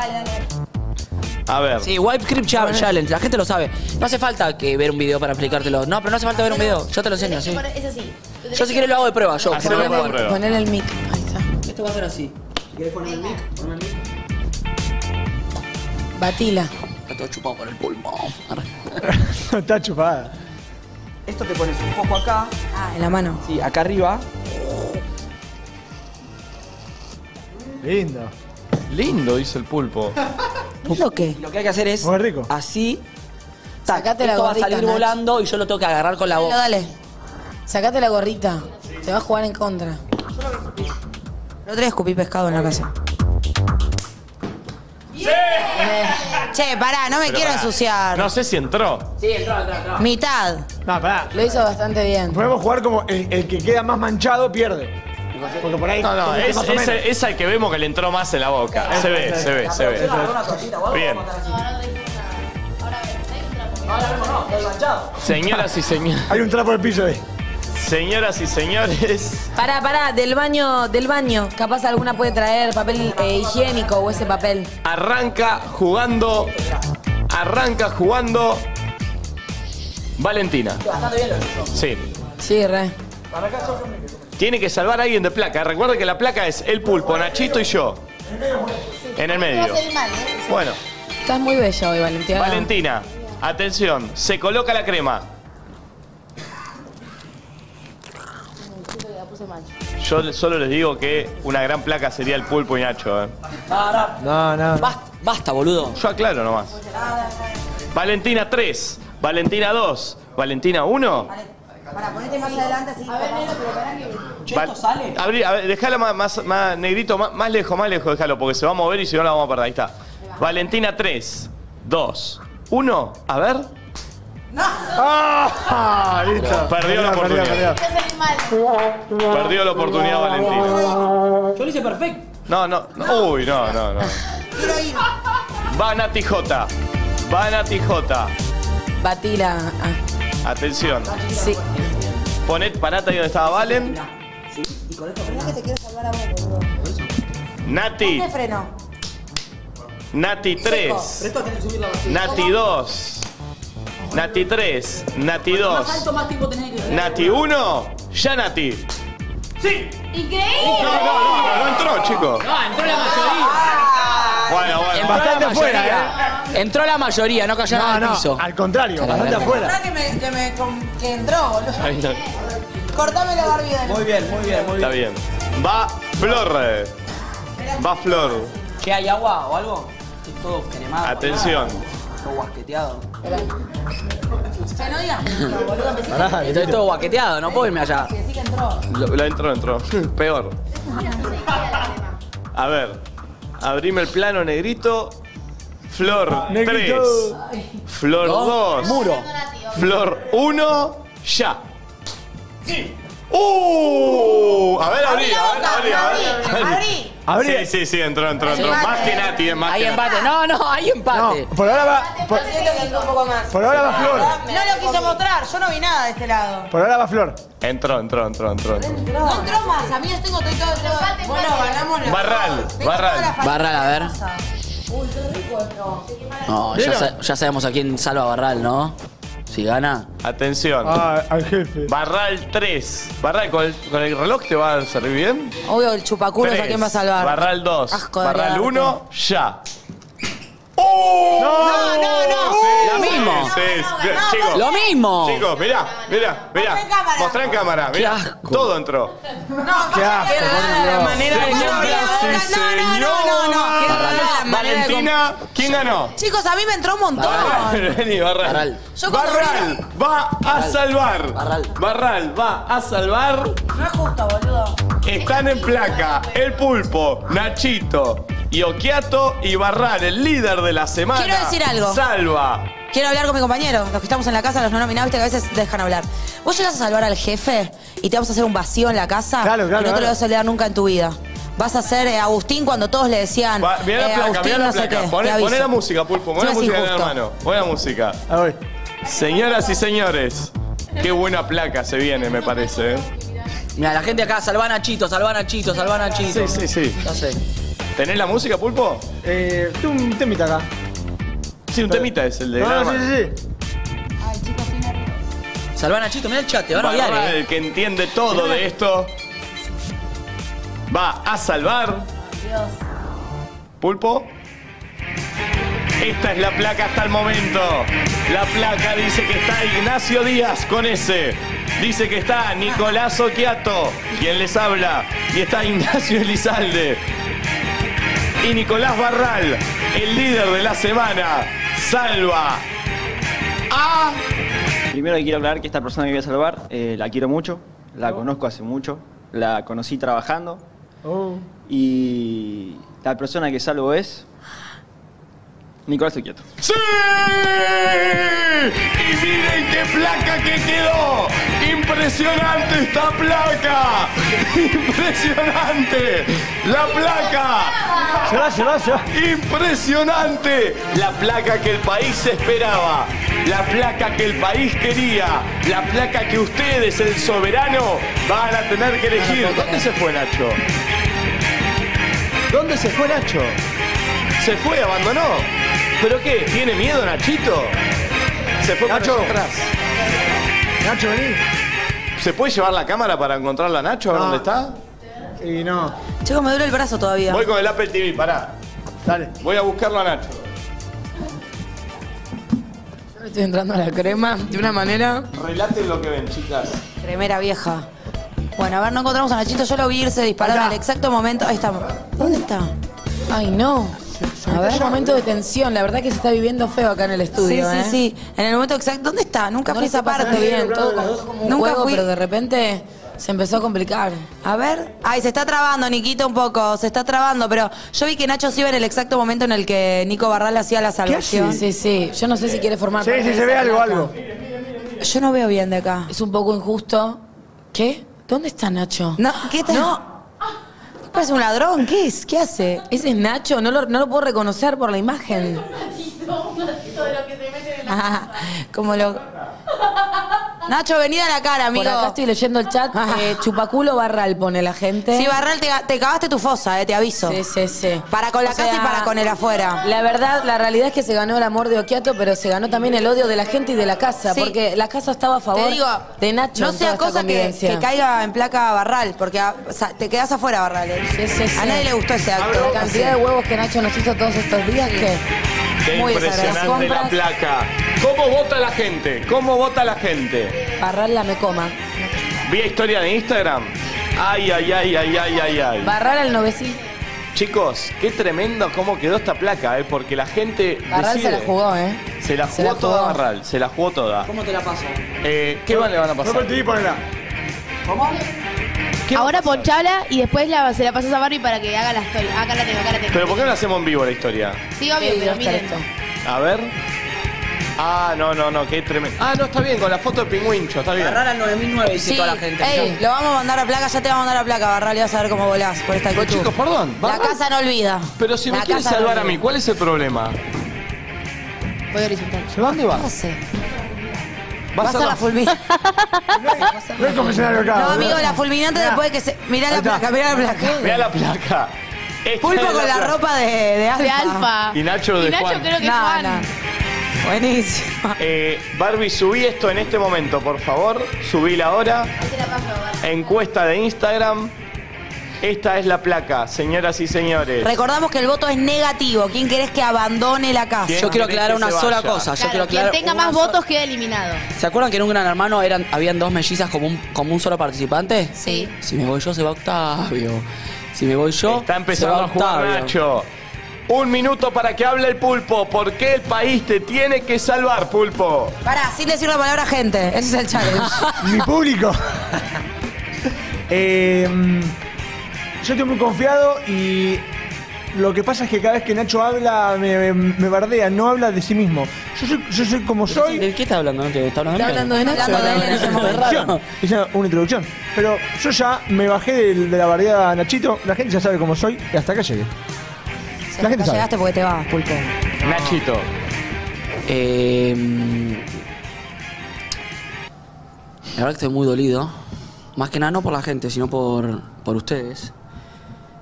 Speaker 2: A ver.
Speaker 43: Sí, Wipe Crip Cha- Challenge, la gente lo sabe. No hace falta que ver un video para explicártelo. No, pero no hace falta ver un video. Yo te lo enseño, sí.
Speaker 10: Es así.
Speaker 43: Yo si quieres Ah, lo hago de prueba, yo.
Speaker 2: Hacelo de
Speaker 43: Bueno,
Speaker 2: prueba.
Speaker 5: Poner el mic.
Speaker 43: Esto va a ser así. ¿Quieres poner el mic? Ponme el mic.
Speaker 5: Batila.
Speaker 43: Está todo chupado por el pulmón. Arre.
Speaker 6: Está chupada.
Speaker 43: Esto te pones un poco acá.
Speaker 5: Ah, en la mano.
Speaker 43: Sí, acá arriba.
Speaker 6: Lindo.
Speaker 2: Lindo hizo el pulpo.
Speaker 5: ¿Lo qué?
Speaker 43: Lo que hay que hacer es
Speaker 6: Muy rico.
Speaker 43: así. Tac,
Speaker 42: Sacate la
Speaker 43: esto va a
Speaker 42: gorrita,
Speaker 43: salir
Speaker 42: Nach.
Speaker 43: volando y yo lo tengo que agarrar con la
Speaker 42: Bueno,
Speaker 43: boca.
Speaker 42: dale. Sacate la gorrita. Te va a jugar en contra.
Speaker 5: Lo otro día escupí pescado en la casa. Che, Eh, pará, no me
Speaker 2: Pero
Speaker 5: quiero
Speaker 2: pará.
Speaker 5: ensuciar.
Speaker 2: No sé si entró.
Speaker 23: Sí, entró, entró, entró.
Speaker 5: Mitad.
Speaker 20: No, pará.
Speaker 23: Lo hizo bastante bien.
Speaker 20: Podemos jugar como el, el que queda más manchado pierde. Porque por ahí.
Speaker 2: No, no,
Speaker 20: como que
Speaker 2: es,
Speaker 20: más o
Speaker 2: es-
Speaker 20: menos.
Speaker 2: es al que vemos que le entró más en la boca. Se ve, se ve, se ve. Bien. Señoras y señores.
Speaker 20: Hay un trapo en el piso ahí.
Speaker 2: Señoras y señores.
Speaker 23: Pará, pará, del baño, del baño. Capaz alguna puede traer papel eh, higiénico o ese papel.
Speaker 2: Arranca jugando. Arranca jugando. Valentina.
Speaker 23: Bastante bien lo
Speaker 2: Sí.
Speaker 23: Sí, re.
Speaker 2: Tiene que salvar a alguien de placa. Recuerda que la placa es el pulpo, Nachito y yo. En el medio. Bueno,
Speaker 23: Estás muy bella hoy, Valentina.
Speaker 2: Valentina, atención, se coloca la crema. Yo solo les digo que una gran placa sería el pulpo y Nacho. ¿eh?
Speaker 20: No, no.
Speaker 7: Basta, basta, boludo.
Speaker 2: Yo aclaro nomás. Valentina 3, Valentina 2, Valentina 1.
Speaker 5: Para ponerte más adelante así. A ver, pero pará que.
Speaker 2: sale? a ver, dejala más, más- más- negrito, más, más lejos, más lejos, déjalo, porque se va a mover y si no la vamos a perder. Ahí está. Valentina 3, 2, 1. A ver.
Speaker 20: ¡Ah! Listo.
Speaker 2: Perdió la oportunidad. Perdió la oportunidad, Valentina.
Speaker 7: Yo lo hice perfecto.
Speaker 2: No, no, no. Uy, no, no, no. Va Nati J. Va Nati J.
Speaker 23: Batila. ah,
Speaker 2: Atención.
Speaker 23: sí.
Speaker 2: Poned parate ahí donde estaba Valen.
Speaker 5: que te quiero salvar a vos, boludo.
Speaker 2: Nati.
Speaker 5: ¿Qué freno?
Speaker 2: Nati 3. Nati 2. Nati 3. Nati 2.
Speaker 7: más tiempo tenés que
Speaker 2: Nati 1. Ya Nati. Sí.
Speaker 22: Increíble.
Speaker 2: No, no, no, no, no entró, chico.
Speaker 7: entró la mayoría.
Speaker 2: Bueno, bueno.
Speaker 20: Bastante afuera,
Speaker 7: Entró la mayoría, eh. no cayeron
Speaker 20: No,
Speaker 7: al
Speaker 20: no,
Speaker 7: piso.
Speaker 20: al contrario, bastante afuera.
Speaker 5: que me, que me con- que entró, boludo.
Speaker 2: Ahí está.
Speaker 5: Cortame la barbilla. Muy bien, muy bien,
Speaker 2: Está bien. Va Flor. eh. Va Flor.
Speaker 7: ¿Qué hay agua o algo? Todo cremado.
Speaker 2: Atención.
Speaker 7: Todo guasqueteado.
Speaker 2: Pará, que
Speaker 7: Estoy
Speaker 2: te-
Speaker 7: todo guaqueteado, no puedo irme allá.
Speaker 2: Lo, lo entró, entró. Peor. A ver. Abrime el plano, negrito. Flor 3. Flor
Speaker 7: Dos.
Speaker 2: 2.
Speaker 7: Muro.
Speaker 2: Flor 1. Ya. ¡Uh! A ver, abrí, a ver, abrí, a ver.
Speaker 20: Abrí.
Speaker 2: Sí, sí, sí, entró, entró, entró. Más que Nati, eh, más
Speaker 7: Hay
Speaker 2: que Nati.
Speaker 7: empate. No, no, hay empate.
Speaker 20: Por ahora va. Por,
Speaker 5: un poco más.
Speaker 20: por ahora va Flor.
Speaker 5: No lo quiso mostrar, yo no vi nada de este lado.
Speaker 20: Por ahora va Flor.
Speaker 2: Entró, entró, entró, entró. entró.
Speaker 5: No entró más, a mí yo tengo todo, todo, todo. Bueno, ganamos la.
Speaker 2: Barral,
Speaker 5: Tengo
Speaker 2: Barral.
Speaker 5: toda la fa-
Speaker 7: Barral, a ver.
Speaker 5: Uy, qué rico esto.
Speaker 7: No, ya, sa- ya sabemos a quién salva Barral, ¿no? Si gana.
Speaker 2: Atención.
Speaker 20: Ah, al jefe.
Speaker 2: Barral 3. Barral, ¿con el, con el reloj te va a servir bien?
Speaker 23: Obvio, el chupaculo es a
Speaker 2: Tres.
Speaker 23: quién va a salvar.
Speaker 2: Barral 2.
Speaker 23: Asco de
Speaker 2: Barral
Speaker 23: arte.
Speaker 2: 1, ya.
Speaker 20: ¡No!
Speaker 2: Lo mismo. Chicos,
Speaker 7: Lo mismo.
Speaker 2: Chicos, mirá, mirá, mirá. Mostrá en cámara, mirá. Todo entró.
Speaker 20: ¡Qué asco!
Speaker 23: La manera de
Speaker 2: Señoras y señores. Valentina, ¿quién ganó?
Speaker 5: Chicos, a mí me entró un montón.
Speaker 2: Barral, vení, Barral.
Speaker 7: Barral.
Speaker 5: Yo cuando
Speaker 2: Barral va a
Speaker 7: Barral.
Speaker 2: salvar.
Speaker 7: Barral.
Speaker 2: Barral va a salvar.
Speaker 5: No es justo, boludo.
Speaker 2: Están en placa el pulpo, Nachito y Okiato y Barral, el líder de la semana.
Speaker 5: Quiero decir algo.
Speaker 2: Salva.
Speaker 5: Quiero hablar con mi compañero, los que estamos en la casa, los no nominados, viste que a veces dejan hablar. Vos llegas a salvar al jefe y te vamos a hacer un vacío en la casa
Speaker 20: Claro, claro,
Speaker 5: que no te
Speaker 20: claro.
Speaker 5: lo vas a olvidar nunca en tu vida. Vas a ser eh, Agustín cuando todos le decían
Speaker 2: Va, Ah, mirá
Speaker 5: eh,
Speaker 2: la placa,
Speaker 5: Agustín
Speaker 2: mirá la
Speaker 5: no sé
Speaker 2: placa.
Speaker 5: qué.
Speaker 2: Poné,
Speaker 5: Te aviso.
Speaker 2: poné la música, pulpo. Poné
Speaker 5: Se me
Speaker 2: la
Speaker 5: hace
Speaker 2: música de la
Speaker 5: injusto.
Speaker 2: mano. Poné la música.
Speaker 20: A ver.
Speaker 2: Señoras y señores, qué buena placa se viene, me parece. ¿eh?
Speaker 7: Mira, la gente acá, salvan a Chito, salvan a Chito, salvan a Chito.
Speaker 2: Sí, sí, sí.
Speaker 7: No sé.
Speaker 2: ¿Tenés la música, pulpo?
Speaker 20: Eh, tú un temita acá.
Speaker 2: Sí, un temita es el de
Speaker 20: No,
Speaker 2: Gran
Speaker 20: no, sí,
Speaker 2: Hermano.
Speaker 20: sí, sí.
Speaker 7: Salvan a Chito, mira el chat, te van a odiar,
Speaker 2: Barral,
Speaker 7: eh.
Speaker 2: el que entiende todo de esto, va a salvar. Pulpo. Esta es la placa hasta el momento. La placa dice que está Ignacio Díaz con ese. Dice que está Nicolás Oquiato, quien les habla. Y está Ignacio Elizalde. Y Nicolás Barral, el líder de la semana, salva a...
Speaker 3: Primero que quiero aclarar que esta persona que voy a salvar, eh, la quiero mucho, la conozco hace mucho, la conocí trabajando
Speaker 20: Oh.
Speaker 3: y la persona que salvo es
Speaker 44: Nicolás Equieto.
Speaker 2: ¡Sí! Y miren qué placa que quedó. Impresionante esta placa. Impresionante. La placa. Impresionante. La placa que el país esperaba. La placa que el país quería. La placa que ustedes, el soberano, van a tener que elegir. ¿Dónde se fue Nacho?
Speaker 44: ¿Dónde se fue Nacho? Se fue, abandonó. ¿Pero qué? ¿Tiene miedo Nachito? Se fue Nacho. atrás.
Speaker 6: Nacho, vení.
Speaker 44: ¿Se puede llevar la cámara para encontrarla a Nacho? A ver dónde está.
Speaker 6: Y no.
Speaker 5: Chico, me duele el brazo todavía.
Speaker 44: Voy con el Apple TV, pará.
Speaker 6: Dale.
Speaker 44: Voy a buscarlo a Nacho.
Speaker 10: Me estoy entrando a la crema de una manera.
Speaker 44: Relaten lo que ven, chicas.
Speaker 5: Cremera vieja. Bueno, a ver, no encontramos a Nachito. Yo lo vi irse disparado en el exacto momento. Ahí está. ¿Dónde está?
Speaker 10: Ay, no. A ver, un momento de tensión. La verdad que se está viviendo feo acá en el estudio.
Speaker 5: Sí, sí,
Speaker 10: ¿eh?
Speaker 5: sí. En el momento exacto. ¿Dónde está? Nunca
Speaker 10: No
Speaker 5: fui
Speaker 10: le
Speaker 5: a esa
Speaker 10: está pasando
Speaker 5: parte.
Speaker 10: bien, todo como- como un
Speaker 5: Nunca
Speaker 10: juego,
Speaker 5: fui.
Speaker 10: pero de repente se empezó a complicar.
Speaker 5: A ver. Ay, se está trabando, Niquito, un poco. Se está trabando, pero yo vi que Nacho se iba en el exacto momento en el que Nico Barral hacía la salvación.
Speaker 10: Sí, sí. Yo no sé si quiere formar
Speaker 5: Sí,
Speaker 10: parte
Speaker 5: sí,
Speaker 10: de
Speaker 5: se
Speaker 10: esa
Speaker 5: ve algo,
Speaker 10: placa.
Speaker 5: algo. Yo no veo bien de acá.
Speaker 10: Es un poco injusto. ¿Qué? ¿Dónde está Nacho?
Speaker 5: No, ¿qué tal? No. Parece un ladrón. ¿Qué es? ¿Qué hace?
Speaker 10: Ese es Nacho. No lo, no lo puedo reconocer por la imagen.
Speaker 5: Ah, como lo. Nacho, venida a la cara, amigo. Ah.
Speaker 10: Por acá estoy leyendo el chat. eh, chupaculo Barral pone la gente.
Speaker 5: Sí, Barral, te, te cavaste tu fosa, eh, te aviso.
Speaker 10: Sí, sí, sí.
Speaker 5: Para con la
Speaker 10: O
Speaker 5: casa y
Speaker 10: sea,
Speaker 5: para con el afuera.
Speaker 10: La verdad, la realidad es que se ganó el amor de Okiato, pero se ganó también el odio de la gente y de la casa,
Speaker 5: Sí.
Speaker 10: porque la casa estaba a favor
Speaker 5: Te digo,
Speaker 10: de Nacho.
Speaker 5: no
Speaker 10: en
Speaker 5: sea
Speaker 10: toda esta
Speaker 5: cosa que,
Speaker 10: convivencia.
Speaker 5: que caiga en placa Barral, porque a- o sea, te quedas afuera, Barral. eh. A nadie le gustó ese acto.
Speaker 10: La cantidad de huevos que Nacho nos hizo todos estos días que.
Speaker 2: Qué
Speaker 10: Muy desagradable.
Speaker 2: impresionante la
Speaker 10: Compras.
Speaker 2: placa. ¿Cómo vota la gente? ¿Cómo vota la gente?
Speaker 10: Barral la me coma.
Speaker 2: ¿Vía historia de Instagram? Ay, ay, ay, ay, ay, ay, ay.
Speaker 10: Barral al novecito.
Speaker 2: Chicos, qué tremendo cómo quedó esta placa, ¿eh? porque la gente.
Speaker 10: Barral se
Speaker 2: decide.
Speaker 10: la jugó, ¿eh?
Speaker 2: Se la jugó
Speaker 10: Se la
Speaker 2: toda
Speaker 10: jugó.
Speaker 2: Barral, se la jugó toda.
Speaker 9: ¿Cómo te la paso?
Speaker 2: Eh, ¿Qué van le van a pasar?
Speaker 6: Apple TV, ponela.
Speaker 9: ¿Cómo?
Speaker 45: Ahora ponchala y después la, se la pasas a Barbie para que haga la historia. Acá la tengo, acá la tengo.
Speaker 2: ¿Pero por qué no la hacemos en vivo la historia?
Speaker 45: Sí, obvio,
Speaker 10: Sí,
Speaker 45: pero
Speaker 10: está
Speaker 45: miren.
Speaker 10: listo.
Speaker 2: A ver. Ah, no, no, no, qué tremendo. Ah, no, está bien, con la foto de Pingüincho, está bien.
Speaker 9: Agarrar a 9009 dice
Speaker 5: Sí,
Speaker 9: toda la gente.
Speaker 5: ey, lo vamos a mandar a placa, ya te vamos a mandar a placa, Barral, y vas a ver cómo volás por esta actitud.
Speaker 2: chicos, perdón,
Speaker 5: La
Speaker 2: Barral-
Speaker 5: casa no olvida.
Speaker 2: Pero si me
Speaker 5: La
Speaker 2: quiere
Speaker 5: casa no
Speaker 2: salvar a
Speaker 5: olvida.
Speaker 2: mí, ¿cuál es el problema?
Speaker 45: Voy horizontal.
Speaker 2: ¿Se va? ¿Dónde va?
Speaker 5: ¿Qué hace?
Speaker 2: ¿Vas
Speaker 5: Vas a la fulminante.
Speaker 6: No hay confesionario acá.
Speaker 5: No,
Speaker 6: boludo.
Speaker 5: amigo, la fulminante después de que se. Mirá la placa, mirá la placa.
Speaker 2: Mira la placa. Esta
Speaker 5: Pulpo
Speaker 2: es
Speaker 5: con la
Speaker 2: placa.
Speaker 5: ropa de, de alfa.
Speaker 45: De alfa.
Speaker 2: Y Nacho de
Speaker 45: Y Nacho
Speaker 2: Juan.
Speaker 45: creo que es
Speaker 5: No,
Speaker 45: Juan.
Speaker 5: Buenísimo.
Speaker 2: Eh, Barbie, subí esto en este momento, por favor. Subíla ahora. Encuesta de Instagram. Esta es la placa, señoras y señores.
Speaker 5: Recordamos que el voto es negativo. ¿Quién querés que abandone la casa?
Speaker 2: ¿Quién
Speaker 9: Yo quiero
Speaker 2: querés
Speaker 9: aclarar
Speaker 2: que
Speaker 9: una
Speaker 2: se
Speaker 9: sola
Speaker 2: vaya?
Speaker 9: cosa. Yo quiero
Speaker 45: Claro, quien
Speaker 9: aclarar
Speaker 45: tenga
Speaker 9: una
Speaker 45: más
Speaker 9: sola-
Speaker 45: votos queda eliminado.
Speaker 9: ¿Se acuerdan que en un gran hermano eran, habían dos mellizas como un, como un solo participante?
Speaker 45: Sí.
Speaker 9: Si me voy yo, se va Octavio. Si me voy yo,
Speaker 2: Está
Speaker 9: se
Speaker 2: empezando
Speaker 9: va
Speaker 2: a jugar
Speaker 9: Octavio.
Speaker 2: Nacho. Un minuto para que hable el pulpo. ¿Por qué el país te tiene que salvar, pulpo?
Speaker 5: Pará, sin decir la palabra gente. Ese es el challenge.
Speaker 6: Mi público. Eh, yo estoy muy confiado y lo que pasa es que cada vez que Nacho habla me, me bardea, no habla de sí mismo. Yo soy, yo soy como soy.
Speaker 9: ¿De qué está hablando? ¿No te- ¿Está hablando,
Speaker 10: Está hablando de Nacho.
Speaker 6: introducción. Hice una introducción. Pero yo ya me bajé del- de la bardeada a Nachito. La gente ya sabe cómo soy y hasta acá llegué.
Speaker 5: Si
Speaker 6: La gente
Speaker 5: no
Speaker 6: sabe.
Speaker 5: llegaste porque te vas, pulpo.
Speaker 2: Nachito.
Speaker 9: Eh, mm, la verdad que estoy muy dolido. Más que nada no por la gente, sino por, por ustedes.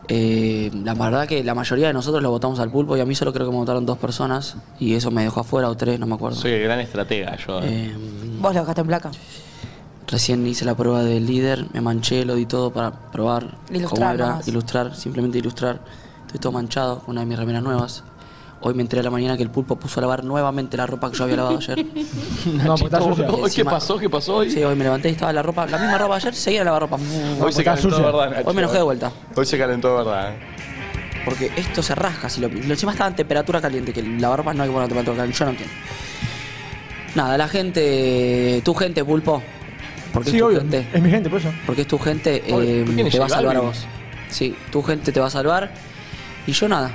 Speaker 9: Eh, la verdad que la mayoría de nosotros lo votamos al pulpo y a mí solo creo que me votaron dos personas y eso me dejó afuera o tres, no me acuerdo.
Speaker 2: Soy el gran estratega, yo. eh.
Speaker 9: Eh,
Speaker 5: Vos lo dejaste en placa.
Speaker 9: Recién hice la prueba del líder, me manché, lo di todo para probar cómo
Speaker 5: Ilustrar
Speaker 9: era,
Speaker 5: nomás.
Speaker 9: ilustrar, simplemente ilustrar. Estoy todo manchado con una de mis remeras nuevas. Hoy me enteré a la mañana que el pulpo puso a lavar nuevamente la ropa que yo había lavado ayer.
Speaker 6: No, porque está sucia.
Speaker 2: Hoy, ¿Qué
Speaker 9: Encima-
Speaker 2: pasó? ¿Qué pasó hoy?
Speaker 9: Sí, hoy me levanté y estaba la ropa, la misma ropa ayer, seguía la lavarropa.
Speaker 2: Hoy
Speaker 9: Hoy,
Speaker 6: porque
Speaker 2: se
Speaker 6: está
Speaker 2: calentó, de
Speaker 6: sucia.
Speaker 2: ¿verdad? Nacho?
Speaker 9: me enojé de vuelta,
Speaker 2: Hoy se calentó, de ¿verdad? eh.
Speaker 9: porque esto se rasga, si lo, lo encima estaba en temperatura caliente, que la lavarropa no hay que poner a temperatura caliente, yo no entiendo. Nada, la gente, tu gente, pulpo, porque
Speaker 6: Sí,
Speaker 9: es tu
Speaker 6: obvio.
Speaker 9: gente.
Speaker 6: Es mi gente, por eso.
Speaker 9: Porque es tu gente,
Speaker 2: Obvio,
Speaker 9: eh,
Speaker 2: ¿por qué no
Speaker 9: te va a
Speaker 2: llega
Speaker 9: salvar a
Speaker 2: alguien?
Speaker 9: vos. Sí, tu gente te va a salvar. Y yo nada.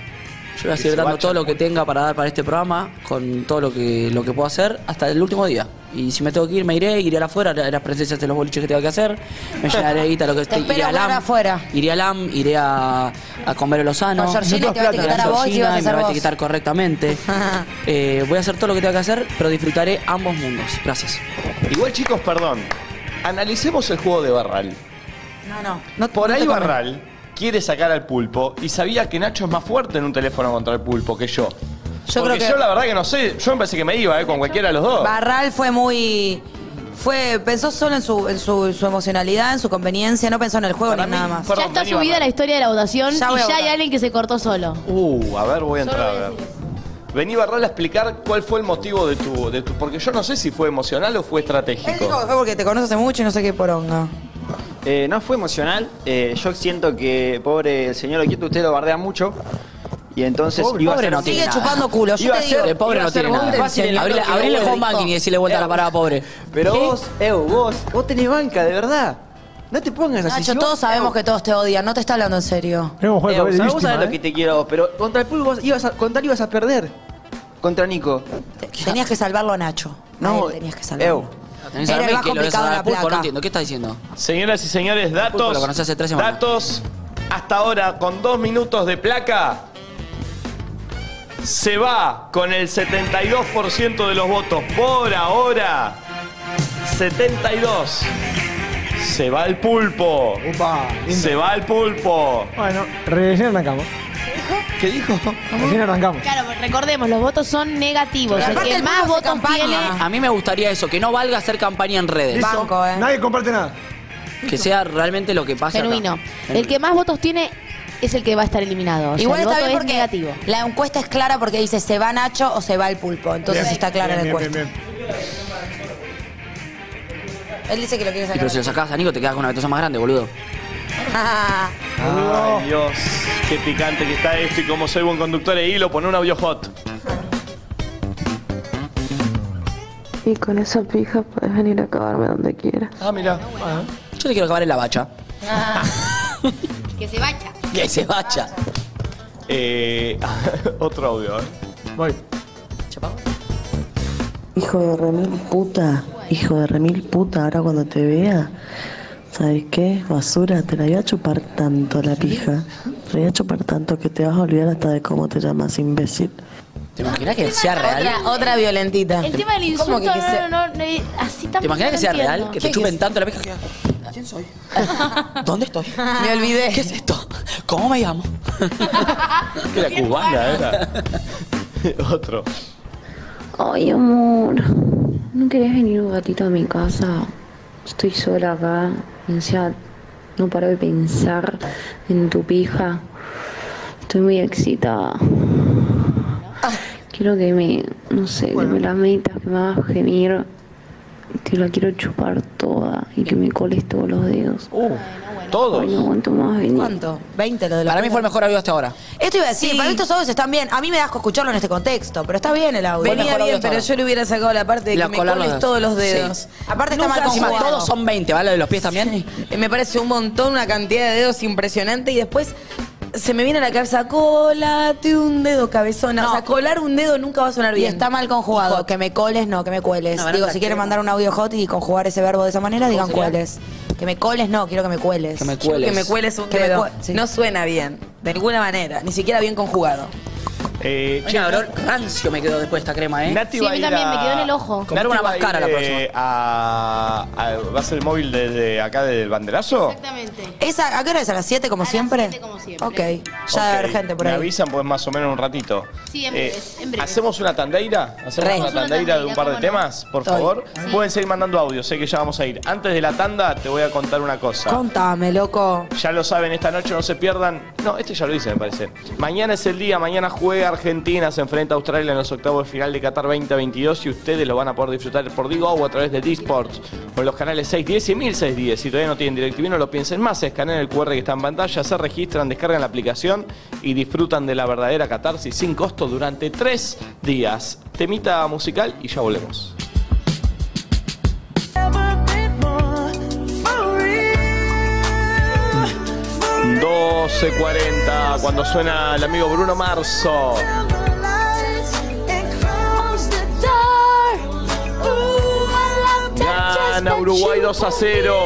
Speaker 9: Yo voy a seguir dando todo lo que tenga para dar para este programa, con todo lo que, lo que puedo hacer, hasta el último día. Y si me tengo que ir, me iré, iré a afuera, haré las presencias de los boliches que tenga que hacer, me llenaré de guita, lo que esté,
Speaker 5: Te
Speaker 9: iré
Speaker 5: espero
Speaker 9: a
Speaker 5: volver
Speaker 9: LAM,
Speaker 5: afuera.
Speaker 9: iré a LAM, iré a, a comer lo sano.
Speaker 5: Con Georgina te va a etiquetar a vos y vas a
Speaker 9: Georgina,
Speaker 5: ser
Speaker 9: me va a
Speaker 5: vos.
Speaker 9: etiquetar correctamente. Eh, voy a hacer todo lo que tenga que hacer, pero disfrutaré ambos mundos. Gracias.
Speaker 2: Igual, chicos, perdón. Analicemos el juego de Barral.
Speaker 5: No, no.
Speaker 2: Por ahí
Speaker 5: te comen.
Speaker 2: Barral quiere sacar al pulpo y sabía que Nacho es más fuerte en un teléfono contra el pulpo que yo.
Speaker 5: Yo creo
Speaker 2: Porque
Speaker 5: que-
Speaker 2: yo la verdad que no sé, yo me parece que me iba eh, con cualquiera de los dos.
Speaker 5: Barral fue muy. Fue, pensó solo en su, en su, su emocionalidad, en su conveniencia, no pensó en el juego ni nada más.
Speaker 10: ya está subida la historia de la votación
Speaker 5: Ya voy
Speaker 10: y
Speaker 5: a
Speaker 10: ya
Speaker 5: votar.
Speaker 10: hay alguien que se cortó solo.
Speaker 2: Uh, a ver, voy a entrar a ver. Vení Barral a explicar cuál fue el motivo de tu, de tu. Porque yo no sé si fue emocional o fue
Speaker 5: Él dijo que
Speaker 2: estratégico.
Speaker 5: fue porque te conoce hace mucho y no sé qué poronga.
Speaker 6: Eh, no fue emocional. eh, yo siento que, pobre el señor Oquieto, usted lo bardea mucho. Y entonces
Speaker 9: Pobre,
Speaker 6: iba a
Speaker 9: pobre
Speaker 6: ser-
Speaker 9: no tiene Sigue nada. chupando culo, yo
Speaker 6: Iba
Speaker 9: te
Speaker 6: a ser-
Speaker 9: digo. Pobre
Speaker 6: iba a
Speaker 9: no
Speaker 6: ser
Speaker 9: tiene
Speaker 6: muy
Speaker 9: nada.
Speaker 6: fácil el
Speaker 9: Abrile-
Speaker 6: libro que
Speaker 9: abrile
Speaker 6: vos
Speaker 9: home
Speaker 6: dijo.
Speaker 9: banking y decirle vuelta a la parada, pobre.
Speaker 6: Pero
Speaker 9: ¿Qué?
Speaker 6: vos, Evo, vos, vos tenés banca, de verdad. No te pongas así.
Speaker 5: Nacho,
Speaker 6: si vos-
Speaker 5: todos sabemos que todos te odian, no te está hablando en serio.
Speaker 6: Evo,
Speaker 5: jugar el papel de
Speaker 6: sabés- vos
Speaker 5: víctima,
Speaker 6: sabés lo
Speaker 5: ¿eh?
Speaker 6: que te quiero a vos, pero contra el Pulpo vos ibas a, contra él ibas a perder. Contra Nico.
Speaker 5: Tenías que salvarlo a Nacho. No, tenías que salvarlo.
Speaker 6: Evo.
Speaker 5: Tenés a Era el Armin más que lo ves complicado a la Pulpo, no placa. entiendo.
Speaker 9: ¿Qué estás diciendo?
Speaker 2: Señoras y señores,
Speaker 9: Pulpo
Speaker 2: datos.
Speaker 9: lo conocí hace tres semanas.
Speaker 2: datos. Hasta ahora, con dos minutos de placa, se va con el 72% de los votos. Por ahora, 72. Se va el pulpo. se va el pulpo.
Speaker 46: Bueno, recién arrancamos.
Speaker 2: ¿Qué dijo?
Speaker 46: Recién arrancamos.
Speaker 10: Claro, porque recordemos, los votos son negativos.
Speaker 9: Claro.
Speaker 10: El
Speaker 9: Aparte
Speaker 10: que
Speaker 9: el
Speaker 10: más votos tiene.
Speaker 9: A mí me gustaría eso, que no valga hacer campaña en redes.
Speaker 46: Listo. Nadie comparte nada.
Speaker 9: Que sea realmente lo que pasa. acá.
Speaker 10: Genuino. El que más votos tiene es el que va a estar eliminado. O sea,
Speaker 5: Igual
Speaker 10: el
Speaker 5: está
Speaker 10: voto
Speaker 5: bien
Speaker 10: es
Speaker 5: porque
Speaker 10: negativo.
Speaker 5: La encuesta es clara porque dice se va Nacho o se va el pulpo. Entonces
Speaker 9: Bien,
Speaker 5: está clara
Speaker 9: bien,
Speaker 5: la
Speaker 9: bien,
Speaker 5: encuesta. Él dice que lo quiere
Speaker 9: Y pero si lo
Speaker 5: sacar.
Speaker 9: sacás a Nico, te quedas con una ventaja más grande, boludo.
Speaker 2: Ay, Dios, qué picante que está esto y como soy buen conductor de hilo, pone un audio hot.
Speaker 11: Y con esa pija puedes venir a acabarme donde quieras.
Speaker 2: Ah, mira.
Speaker 9: Yo te quiero acabar en la bacha.
Speaker 10: que se vaya.
Speaker 9: Que se bacha.
Speaker 2: Eh, otro audio, ¿eh?
Speaker 46: Voy.
Speaker 11: Hijo de remil puta, hijo de remil puta, ahora cuando te vea, ¿sabes qué? Basura, te la voy a chupar tanto la pija. Te la voy a chupar tanto que te vas a olvidar hasta de cómo te llamas, imbécil.
Speaker 9: ¿Te imaginas que sea real?
Speaker 47: Otra, otra violentita.
Speaker 10: El tema del insulto,
Speaker 47: ¿Cómo que que se-
Speaker 10: no, no, no, no, así tan
Speaker 9: ¿Te imaginas que sea real? Que te chupen tanto
Speaker 10: tanto.
Speaker 9: la pija que. ¿Quién soy? ¿Dónde estoy?
Speaker 47: Me olvidé.
Speaker 9: ¿Qué es esto? ¿Cómo me llamo?
Speaker 2: Que la cubana era. Otro.
Speaker 11: Ay, amor, ¿no querés venir un ratito a mi casa? Estoy sola acá, o sea, no paro de pensar en tu pija. Estoy muy excitada. Quiero que me, no sé, que me la metas, que me hagas gemir. Te la quiero chupar toda y que me coles todos los dedos.
Speaker 2: Todos.
Speaker 11: Ay, no aguanto más venir.
Speaker 5: ¿Cuánto? 20 lo de la
Speaker 9: Para mí fue el mejor audio hasta ahora.
Speaker 5: Esto iba a decir, para mí estos audios están bien. A mí me da asco escucharlo en este contexto, pero está bien el audio.
Speaker 47: Venía bien, pero yo le hubiera sacado la parte de
Speaker 9: La
Speaker 47: que me
Speaker 9: colar los
Speaker 47: coles
Speaker 9: dedos.
Speaker 47: todos los
Speaker 9: Sí.
Speaker 47: dedos.
Speaker 5: Aparte está mal
Speaker 9: Encima,
Speaker 5: conjugado.
Speaker 9: todos son 20, ¿vale? ¿Lo de los pies también?
Speaker 47: Eh, Me parece un montón, una cantidad de dedos impresionante y después se me viene a la cabeza, colate un dedo, cabezona. O sea, colar un dedo nunca va a sonar
Speaker 5: Y
Speaker 47: bien.
Speaker 5: está mal conjugado. Que me coles, no, que me cueles.
Speaker 47: No, no,
Speaker 5: Digo,
Speaker 47: no,
Speaker 5: si quieren
Speaker 47: no.
Speaker 5: mandar un audio hot y conjugar ese verbo de esa manera, digan
Speaker 47: sería?
Speaker 5: cueles. Que me coles, no, quiero que me cueles.
Speaker 9: Que me cueles.
Speaker 47: Que me cueles un
Speaker 5: Que me
Speaker 47: dedo.
Speaker 5: cue- sí.
Speaker 47: No suena bien, de ninguna manera, ni siquiera bien conjugado.
Speaker 2: Eh,
Speaker 9: Che, olor rancio me quedó después de esta crema, ¿eh?
Speaker 2: Nati va a ir a-
Speaker 9: Me haré una
Speaker 2: Nati va a
Speaker 9: más cara la
Speaker 2: ir,
Speaker 9: próxima.
Speaker 2: eh, a- a- ¿Va a ser el móvil desde acá del banderazo?
Speaker 10: Exactamente.
Speaker 5: ¿Esa, ¿A qué hora es? ¿A las 7 como siempre? como
Speaker 10: siempre.
Speaker 5: Ok. Ya debe haber
Speaker 2: Ok,
Speaker 5: gente por
Speaker 2: Me
Speaker 5: ahí.
Speaker 2: avisan pues más o menos en un ratito. Eh,
Speaker 10: Sí, en breves, en breves.
Speaker 2: ¿Hacemos una tandeira? ¿Hacemos
Speaker 5: Re.
Speaker 2: una tandeira de un par de temas, por
Speaker 5: Estoy.
Speaker 2: favor? Pueden seguir mandando audio, sé que ya vamos a ir. Antes de la tanda te voy a contar una cosa.
Speaker 5: Contame, loco.
Speaker 2: Ya lo saben, esta noche no se pierdan. No, este ya lo hice, me parece. Mañana es el día, mañana juega Argentina, se enfrenta a Australia en los octavos de final de Qatar 2022 y ustedes lo van a poder disfrutar por Digo o a través de eSports con los canales 610 y 1610. Si todavía no tienen DirecTV, no lo piensen más, escanean el QR que está en pantalla, se registran, descargan la aplicación y disfrutan de la verdadera catarsis sin costo durante tres días. Temita musical y ya volvemos.
Speaker 48: For real, for real.
Speaker 2: 12.40, cuando suena el amigo Bruno Marzo. Gana Uruguay 2 a 0.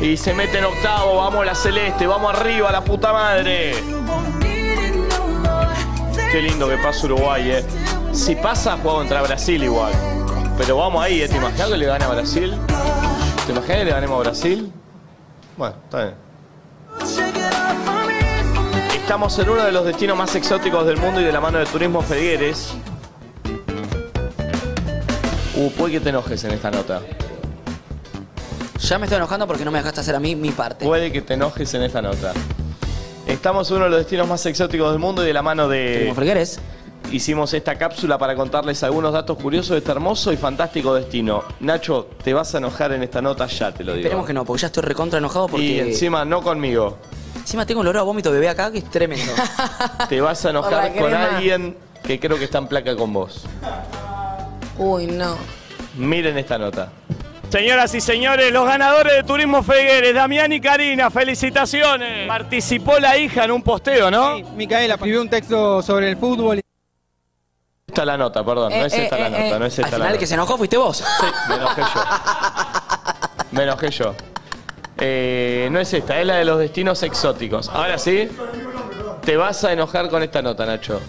Speaker 2: Y se mete en octavo. Vamos la celeste, vamos arriba, la puta madre. Qué lindo que pasa Uruguay, eh. Si pasa, juego contra Brasil igual. Pero vamos ahí, eh. ¿Te imaginas que le gana a Brasil? ¿Te imaginas que le ganemos a Brasil? Bueno, está bien. Estamos en uno de los destinos más exóticos del mundo y de la mano de Turismo Fedieres. Uh, puede que te enojes en esta nota.
Speaker 9: Ya me estoy enojando porque no me dejaste hacer a mí mi parte.
Speaker 2: Puede que te enojes en esta nota. Estamos en uno de los destinos más exóticos del mundo y de la mano de...
Speaker 9: Turismo Fedieres.
Speaker 2: Hicimos esta cápsula para contarles algunos datos curiosos de este hermoso y fantástico destino. Nacho, te vas a enojar en esta nota, ya te lo digo.
Speaker 9: Esperemos que no, porque ya estoy recontra enojado porque.
Speaker 2: Y encima, no conmigo.
Speaker 9: Encima tengo el olor a vómito bebé acá que es tremendo.
Speaker 2: Te vas a
Speaker 9: Por
Speaker 2: enojar
Speaker 9: la
Speaker 2: con
Speaker 9: crema.
Speaker 2: alguien que creo que está en placa con vos.
Speaker 24: Uy, no.
Speaker 2: Miren esta nota.
Speaker 49: Señoras y señores, los ganadores de Turismo Fegueres, Damián y Karina, felicitaciones. Participó la hija en un posteo, ¿no?
Speaker 6: Micaela escribió un texto sobre el fútbol.
Speaker 2: Esta la nota, perdón. No
Speaker 6: Eh,
Speaker 2: es esta
Speaker 6: eh,
Speaker 2: la
Speaker 6: eh,
Speaker 2: nota,
Speaker 6: eh.
Speaker 2: no es esta
Speaker 6: Al
Speaker 2: la
Speaker 6: final
Speaker 2: nota.
Speaker 6: el que se enojó
Speaker 9: fuiste vos.
Speaker 2: Sí, me enojé yo. Me enojé yo. Eh, no es esta, es la de los destinos exóticos. Ahora sí, te vas a enojar con esta nota, Nacho.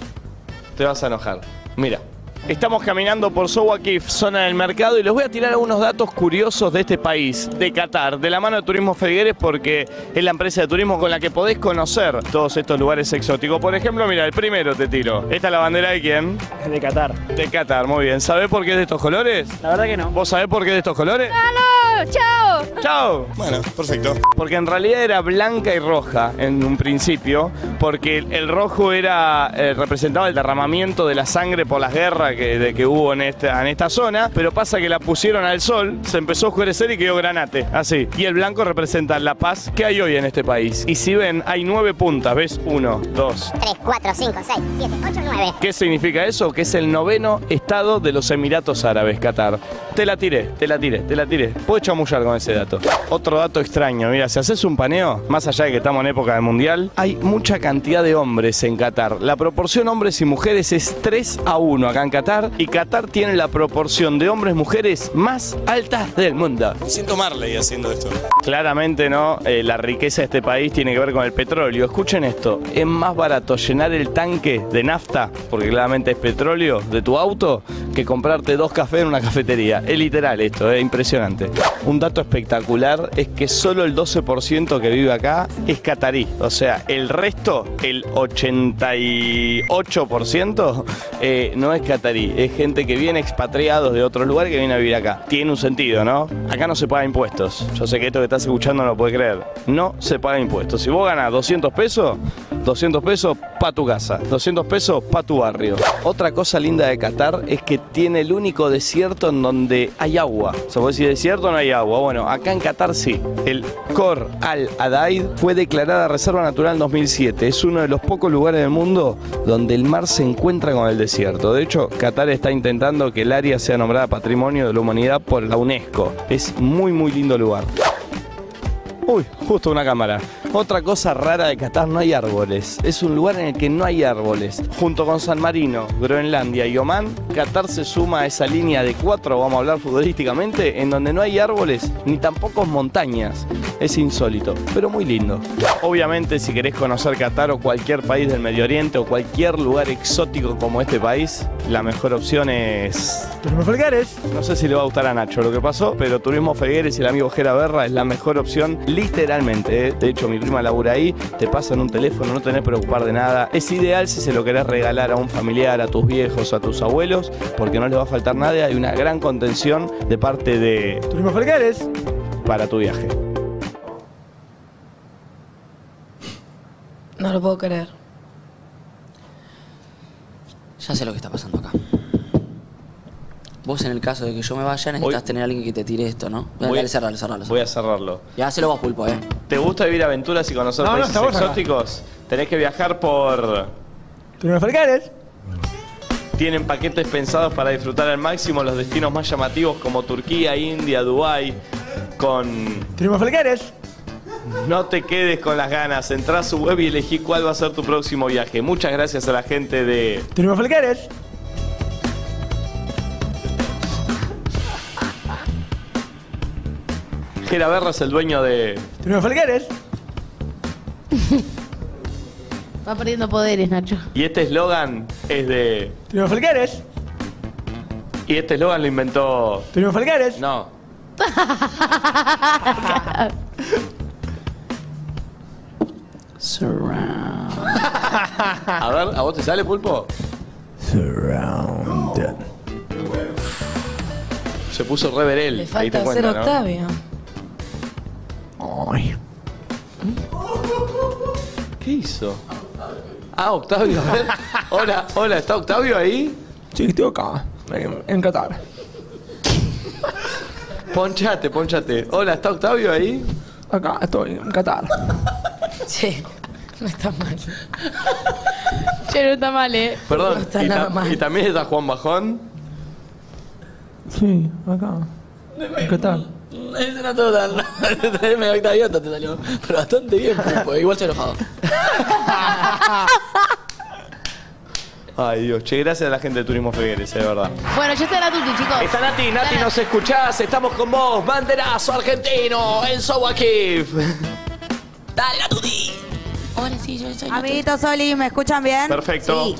Speaker 2: Te vas a enojar. Mira. Estamos caminando por Sowakif, zona del mercado, y les voy a tirar algunos datos curiosos de este país, de Qatar, de la mano de Turismo Felgueres, porque es la empresa de turismo con la que podés conocer todos estos lugares exóticos. Por ejemplo, mira, el primero te tiro. ¿Esta es la bandera de quién? De Qatar. De Qatar, muy bien. ¿Sabés por qué es de estos colores? La verdad que no. ¿Vos sabés por qué es de estos colores?
Speaker 50: ¡Halo! ¡Chao!
Speaker 2: Chao. Bueno, perfecto. Porque en realidad era blanca y roja en un principio, porque el, el rojo era eh, representaba el derramamiento de la sangre por las guerras que, de que hubo en esta, en esta zona, pero pasa que la pusieron al sol, se empezó a oscurecer y quedó granate, así. Y el blanco representa la paz que hay hoy en este país. Y si ven, hay nueve puntas, ¿ves? Uno, dos,
Speaker 10: 3, 4, 5, 6, 7, 8, 9.
Speaker 2: ¿Qué significa eso? Que es el noveno estado de los Emiratos Árabes, Qatar. Te la tiré, te la tiré, te la tiré. Puedo chamullar con ese dato. Otro dato extraño, mira, si haces un paneo, más allá de que estamos en época de mundial, hay mucha cantidad de hombres en Qatar. La proporción hombres y mujeres es 3 a 1 acá en Qatar y Qatar tiene la proporción de hombres-mujeres más altas del mundo.
Speaker 7: Siento Marley haciendo esto.
Speaker 2: Claramente no, Eh, la riqueza de este país tiene que ver con el petróleo. Escuchen esto, es más barato llenar el tanque de nafta, porque claramente es petróleo, de tu auto, que comprarte dos cafés en una cafetería. Es literal esto, es impresionante. Un dato espectacular es que solo el 12% que vive acá es catarí. O sea, el resto, el 88%, eh, no es catarí. Es gente que viene expatriados de otro lugar que viene a vivir acá. Tiene un sentido, ¿no? Acá no se paga impuestos. Yo sé que esto que estás escuchando no lo puedes creer. No se paga impuestos. Si vos ganas 200 pesos, 200 pesos pa' tu casa, 200 pesos pa' tu barrio. Otra cosa linda de Qatar es que tiene el único desierto en donde hay agua. O sea, vos decís desierto no hay agua. Bueno, acá en Qatar sí. El Cor Al Adaid fue declarada Reserva Natural en 2007. Es uno de los pocos lugares del mundo donde el mar se encuentra con el desierto. De hecho, Qatar está intentando que el área sea nombrada Patrimonio de la Humanidad por la UNESCO. Es muy, muy lindo lugar. Uy, justo una cámara. Otra cosa rara de Qatar, no hay árboles. Es un lugar en el que no hay árboles. Junto con San Marino, Groenlandia y Oman, Qatar se suma a esa línea de cuatro, vamos a hablar futbolísticamente, en donde no hay árboles ni tampoco montañas. Es insólito, pero muy lindo. Obviamente, si querés conocer Qatar o cualquier país del Medio Oriente o cualquier lugar exótico como este país, la mejor opción es
Speaker 51: Turismo Felgueres.
Speaker 2: no sé si le va a gustar a Nacho lo que pasó, pero Turismo Fegueres y el amigo Jera Berra es la mejor opción, literalmente. ¿eh? De hecho, mi prima labura ahí, te pasan un teléfono, no tenés que preocupar de nada. Es ideal si se lo querés regalar a un familiar, a tus viejos, a tus abuelos, porque no les va a faltar nada. Hay una gran contención de parte de
Speaker 51: Turismo Felgueres.
Speaker 2: para tu viaje.
Speaker 24: No lo puedo creer.
Speaker 9: Ya sé lo que está pasando acá. Vos en el caso de que yo me vaya necesitas tener alguien que te tire esto, ¿no? Dale,
Speaker 2: Voy-
Speaker 9: dale, cerralo, cerralo.
Speaker 2: Voy a cerrarlo.
Speaker 9: Ya se lo vos pulpo, eh.
Speaker 2: ¿Te gusta vivir aventuras y conocer
Speaker 9: No, no,
Speaker 2: países
Speaker 9: está vos acá.
Speaker 2: exóticos? Tenés que viajar por
Speaker 51: Turismo Felgueres.
Speaker 2: Tienen paquetes pensados para disfrutar al máximo los destinos más llamativos como Turquía, India, Dubái, con
Speaker 51: Turismo Felgueres.
Speaker 2: No te quedes con las ganas. Entrá a su web y elegí cuál va a ser tu próximo viaje. Muchas gracias a la gente de.
Speaker 6: Tenemos Falcares.
Speaker 2: Gera Berra es el dueño de.
Speaker 6: Tenemos Falcares.
Speaker 10: Va perdiendo poderes, Nacho.
Speaker 2: Y este eslogan es de.
Speaker 6: Tenemos Falcares.
Speaker 2: Y este eslogan lo inventó.
Speaker 6: Tenemos Falcares.
Speaker 2: No. A ver, ¿a vos te sale pulpo?
Speaker 37: Surround.
Speaker 2: Se puso reverel.
Speaker 11: Le
Speaker 2: Ahí te
Speaker 11: falta hacer
Speaker 2: cuenta, ¿no?
Speaker 11: Octavio.
Speaker 2: Ay. ¿Qué hizo? Ah, Octavio. a ver. hola, hola, ¿está Octavio ahí?
Speaker 6: Sí, estoy acá. En, en Qatar.
Speaker 2: Ponchate, ponchate. Hola, ¿está Octavio ahí?
Speaker 6: Acá estoy, en Qatar.
Speaker 11: Che, no está mal.
Speaker 10: Che, no está mal, eh.
Speaker 2: Perdón,
Speaker 10: No está
Speaker 2: y,
Speaker 10: nada
Speaker 2: ta-
Speaker 10: mal.
Speaker 2: y también está Juan Bajón.
Speaker 6: Sí, acá. En Qatar.
Speaker 9: Ese no estuvo tan. Traeme octaviota te salió. Pero bastante bien, pulpo. Igual se enojado.
Speaker 2: Ay, Dios. Che, gracias a la gente de Turismo Figueres, de verdad.
Speaker 10: Bueno, ya está la tuti, chicos.
Speaker 2: Está Nati, Nati, nos escuchás, estamos con vos. Banderazo argentino, Enzo Wakif.
Speaker 5: Dale, la tuti. Hola, sí, yo soy. Amiguitos Oli, ¿me escuchan bien?
Speaker 2: Perfecto.
Speaker 5: Sí.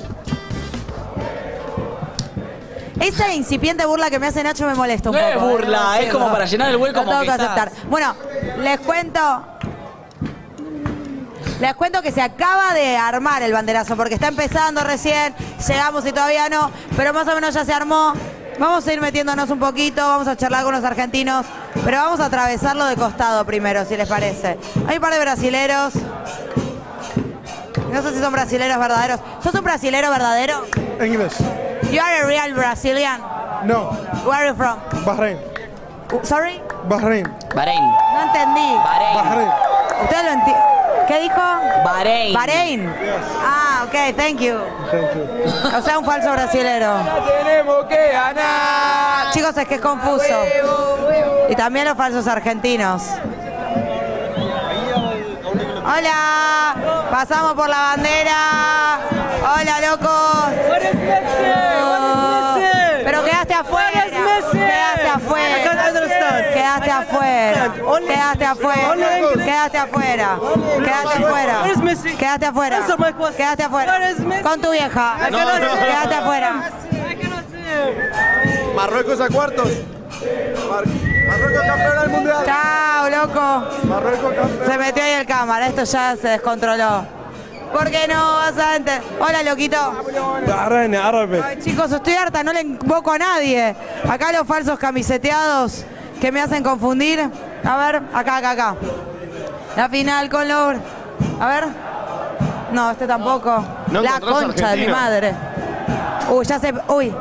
Speaker 5: Esa incipiente burla que me hace Nacho me molesta un
Speaker 9: No
Speaker 5: poco. ¿eh?
Speaker 9: es burla,
Speaker 5: debo
Speaker 9: es
Speaker 5: decirlo.
Speaker 9: como para llenar el hueco
Speaker 5: Lo tengo
Speaker 9: como
Speaker 5: que
Speaker 9: que estás.
Speaker 5: aceptar. Bueno, les cuento. Les cuento que se acaba de armar el banderazo porque está empezando recién, llegamos y todavía no, pero más o menos ya se armó. Vamos a ir metiéndonos un poquito, vamos a charlar con los argentinos, pero vamos a atravesarlo de costado primero, si les parece. Hay un par de brasileros. No sé si son brasileros verdaderos. ¿Sos un brasilero verdadero?
Speaker 6: Inglés.
Speaker 5: You are a real Brazilian.
Speaker 6: No.
Speaker 5: Where are you from? Uh,
Speaker 6: Bahrein.
Speaker 5: Sorry?
Speaker 6: Bahrein.
Speaker 9: Bahrein.
Speaker 5: No entendí.
Speaker 6: Bahrein.
Speaker 5: ¿Usted lo entiende? ¿Qué dijo?
Speaker 9: Bahrein.
Speaker 5: Bahrein. Ah, ok, thank you. O sea, un falso brasilero.
Speaker 6: tenemos que ganar. Ah,
Speaker 5: Chicos, es que es confuso. Y también los falsos argentinos. Hola, pasamos por la bandera. Hola, locos. Oh, Pero quedaste afuera. Quedaste afuera. Quedaste afuera. Quedaste afuera. Quedaste afuera. Quedaste afuera. Quedaste afuera. Quedaste afuera. Con tu vieja.
Speaker 37: No, no, no.
Speaker 5: Quedaste afuera.
Speaker 37: Marruecos a cuartos. Marruecos campeón del mundial.
Speaker 5: Chao, loco. Se metió ahí el cámara, esto ya se descontroló. ¿Por qué no vas a enter- Hola, loquito.
Speaker 37: Bahrein, árabe.
Speaker 5: Ay, chicos, estoy harta, no le invoco a nadie. Acá los falsos camiseteados que me hacen confundir. A ver, acá, acá, acá. La final con Lour. A ver. No, este tampoco.
Speaker 37: No
Speaker 5: La
Speaker 37: encontrás
Speaker 5: concha de mi
Speaker 37: argentino.
Speaker 5: madre. Uy, ya se. Uy.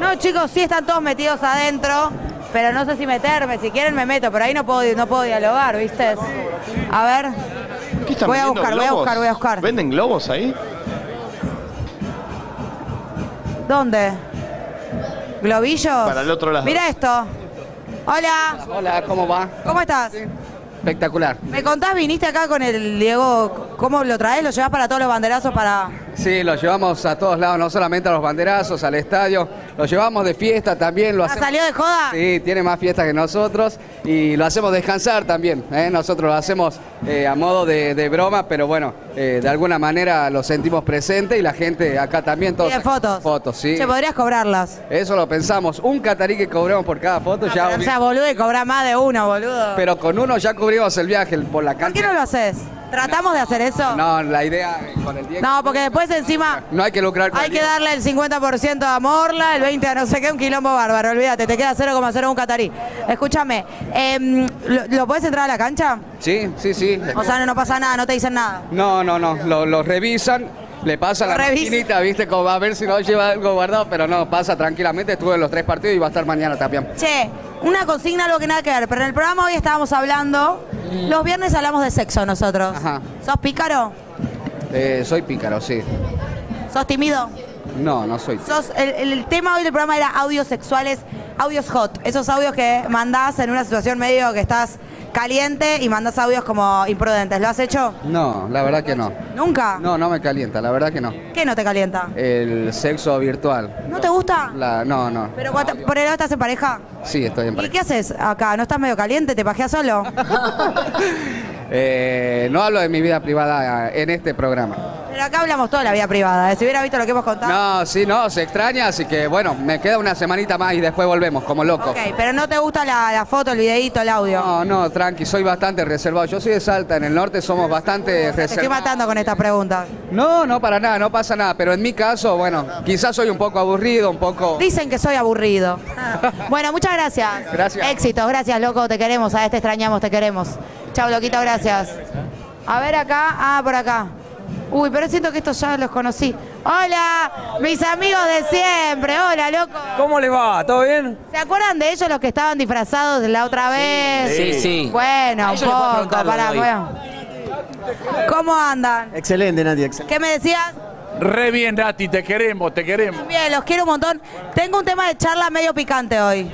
Speaker 5: No, chicos, sí están todos metidos adentro, pero no sé si meterme. Si quieren me meto, pero ahí no puedo, no puedo dialogar, ¿viste? A ver.
Speaker 2: ¿Qué están
Speaker 5: Voy a
Speaker 2: vendiendo
Speaker 5: buscar, voy a
Speaker 2: globos?
Speaker 5: buscar, voy a buscar.
Speaker 2: ¿Venden globos ahí?
Speaker 5: ¿Dónde? ¿Globillos?
Speaker 2: Para el otro lado.
Speaker 5: Mira esto. Hola.
Speaker 28: Hola, ¿cómo va?
Speaker 5: ¿Cómo estás?
Speaker 28: Espectacular.
Speaker 5: ¿Me contás, viniste acá con el Diego? ¿Cómo lo traes? ¿Lo llevas para todos los banderazos para.?
Speaker 28: Sí, lo llevamos a todos lados, no solamente a los banderazos, al estadio, lo llevamos de fiesta también. Lo hacemos...
Speaker 5: ¿Ah, salió de joda?
Speaker 28: Sí, tiene más fiestas que nosotros y lo hacemos descansar también. ¿eh? Nosotros lo hacemos eh, a modo de, de broma, pero bueno, eh, de alguna manera lo sentimos presente y la gente acá también. Todos
Speaker 5: Tiene fotos.
Speaker 28: Fotos, sí.
Speaker 5: Che, podrías cobrarlas.
Speaker 28: Eso lo pensamos. Un catarí que cobramos por cada foto ya.
Speaker 5: O sea, boludo, y cobrar más de uno, boludo.
Speaker 28: Pero con uno ya cubrimos el viaje el- por la
Speaker 5: ¿Por qué
Speaker 28: cantidad.
Speaker 5: no lo haces? ¿Tratamos de hacer eso?
Speaker 28: No, la idea eh, con el Diego.
Speaker 5: No, porque después encima
Speaker 28: No hay que lucrar con
Speaker 5: hay
Speaker 28: el
Speaker 5: que
Speaker 28: Diego.
Speaker 5: darle el 50% a Morla, el 20% a no sé qué, un quilombo bárbaro, olvídate, te queda 0,01 catarí. Escúchame, em, ¿lo, lo podés entrar a la cancha?
Speaker 28: Sí, sí, sí.
Speaker 5: O sea, no, no pasa nada, no te dicen nada.
Speaker 28: No, no, no, lo, lo revisan, le pasa la
Speaker 5: Revisan.
Speaker 28: maquinita, viste, como a ver si no lleva algo guardado, pero no, pasa tranquilamente, estuve en los tres partidos y va a estar mañana también.
Speaker 5: Che, una consigna, algo que nada que ver, pero en el programa hoy estábamos hablando, los viernes hablamos de sexo nosotros. ¿Sos pícaro?
Speaker 28: Eh, soy pícaro, sí.
Speaker 5: ¿Sos tímido?
Speaker 28: No, no soy.
Speaker 5: Sos- el, el- el tema hoy del programa era audios sexuales, audios hot. Esos audios que mandás en una situación medio que estás caliente y mandás audios como imprudentes. ¿Lo has hecho?
Speaker 28: No, la verdad que no.
Speaker 5: ¿Nunca?
Speaker 28: No, no me calienta, la verdad que no.
Speaker 5: ¿Qué no te calienta?
Speaker 28: El sexo virtual.
Speaker 5: ¿No te gusta?
Speaker 28: La, no, no.
Speaker 5: Pero cuando- por el lado estás en pareja.
Speaker 28: Sí, estoy en
Speaker 5: ¿Y
Speaker 28: pareja.
Speaker 5: qué haces acá? ¿No estás medio caliente? ¿Te pajeas solo?
Speaker 28: Eh, no hablo de mi vida privada eh, en este programa.
Speaker 5: Pero acá hablamos toda la vida privada. ¿eh? Si hubiera visto lo que hemos contado.
Speaker 28: No, sí, no, se extraña, así que bueno, me queda una semanita más y después volvemos, como loco.
Speaker 5: Ok, pero no te gusta la, la foto, el videíto, el audio.
Speaker 28: No, no, tranqui, soy bastante reservado. Yo soy de Salta, en el norte somos bastante
Speaker 5: Te estoy
Speaker 28: reservados.
Speaker 5: matando con estas preguntas.
Speaker 28: No, no, para nada, no pasa nada, pero en mi caso, bueno, quizás soy un poco aburrido, un poco...
Speaker 5: Dicen que soy aburrido. Bueno, muchas gracias.
Speaker 28: Gracias.
Speaker 5: Éxitos, gracias, loco. Te queremos. A este extrañamos, te queremos. Chau, loquito, gracias. A ver acá. Ah, por acá. Uy, pero siento que estos ya los conocí. Hola, mis amigos de siempre. Hola, loco.
Speaker 51: ¿Cómo les va? ¿Todo bien?
Speaker 5: ¿Se acuerdan de ellos los que estaban disfrazados la otra vez?
Speaker 51: sí, sí.
Speaker 5: Bueno,
Speaker 51: A
Speaker 5: un
Speaker 51: ellos les puedo
Speaker 5: poco.
Speaker 51: preguntar lo
Speaker 5: Pará,
Speaker 51: de hoy.
Speaker 5: bueno. ¿Cómo andan?
Speaker 51: Excelente, Nati, excelente.
Speaker 5: ¿Qué me decías?
Speaker 51: Re bien, Nati, te queremos, te queremos.
Speaker 5: Bien, los quiero un montón. Tengo un tema de charla medio picante hoy.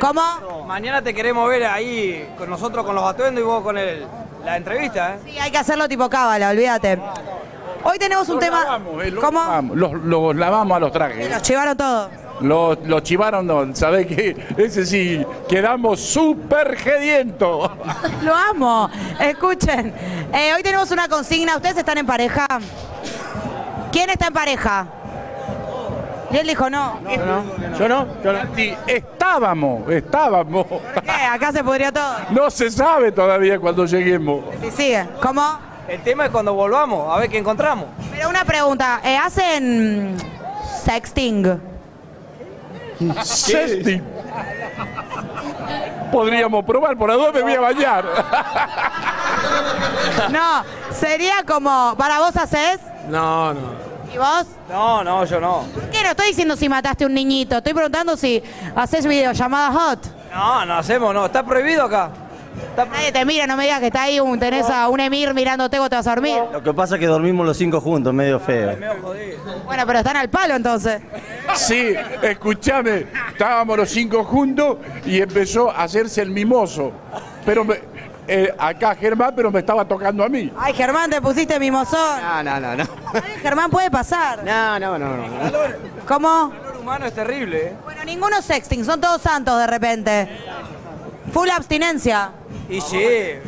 Speaker 5: ¿Cómo?
Speaker 6: Mañana te queremos ver ahí con nosotros con los atuendos y vos con el, la entrevista, ¿eh?
Speaker 5: Sí, hay que hacerlo tipo cábala, olvídate. Hoy tenemos un tema. ¿Cómo?
Speaker 51: Vamos, los, los lavamos a los trajes.
Speaker 5: Los chivaron todo.
Speaker 51: Los, los chivaron, no, ¿sabés qué? Ese sí, quedamos súper gedientos.
Speaker 5: Lo amo. Escuchen. eh, hoy tenemos una consigna. ¿Ustedes están en pareja? ¿Quién está en pareja? Y él dijo no.
Speaker 51: Yo no, yo no. Nati, estábamos, estábamos.
Speaker 5: ¿Qué? Acá se pudrió todo.
Speaker 51: No se sabe todavía cuando lleguemos.
Speaker 5: Sí, sigue. ¿Cómo?
Speaker 6: El tema es cuando volvamos, a ver qué encontramos.
Speaker 5: Pero una pregunta. eh, ¿Hacen sexting?
Speaker 51: Sexting. Podríamos probar, por las dos me voy a bañar.
Speaker 5: No, sería como, ¿para vos haces?
Speaker 6: No, no.
Speaker 5: ¿Y vos?
Speaker 6: No, no, yo no.
Speaker 5: ¿Por qué no estoy diciendo si mataste a un niñito? Estoy preguntando si haces videollamadas hot.
Speaker 6: No, no hacemos, no. Está prohibido acá.
Speaker 5: Nadie te mira, no me digas que está ahí un, tenés a un emir mirándote vos te vas a dormir.
Speaker 52: Lo que pasa es que dormimos los cinco juntos, medio feo.
Speaker 5: Bueno, pero están al palo entonces.
Speaker 51: Sí, escúchame, estábamos los cinco juntos y empezó a hacerse el mimoso. Pero me- eh, acá Germán, pero me estaba tocando a mí.
Speaker 5: Ay, Germán, te pusiste mimosón.
Speaker 51: No, no, no, no.
Speaker 5: Ay, Germán, puede pasar.
Speaker 52: No, no, no.
Speaker 5: ¿Cómo?
Speaker 6: El humano es terrible, ¿eh?
Speaker 5: Bueno, ninguno sexting, son todos santos de repente. Full abstinencia.
Speaker 6: Y sí,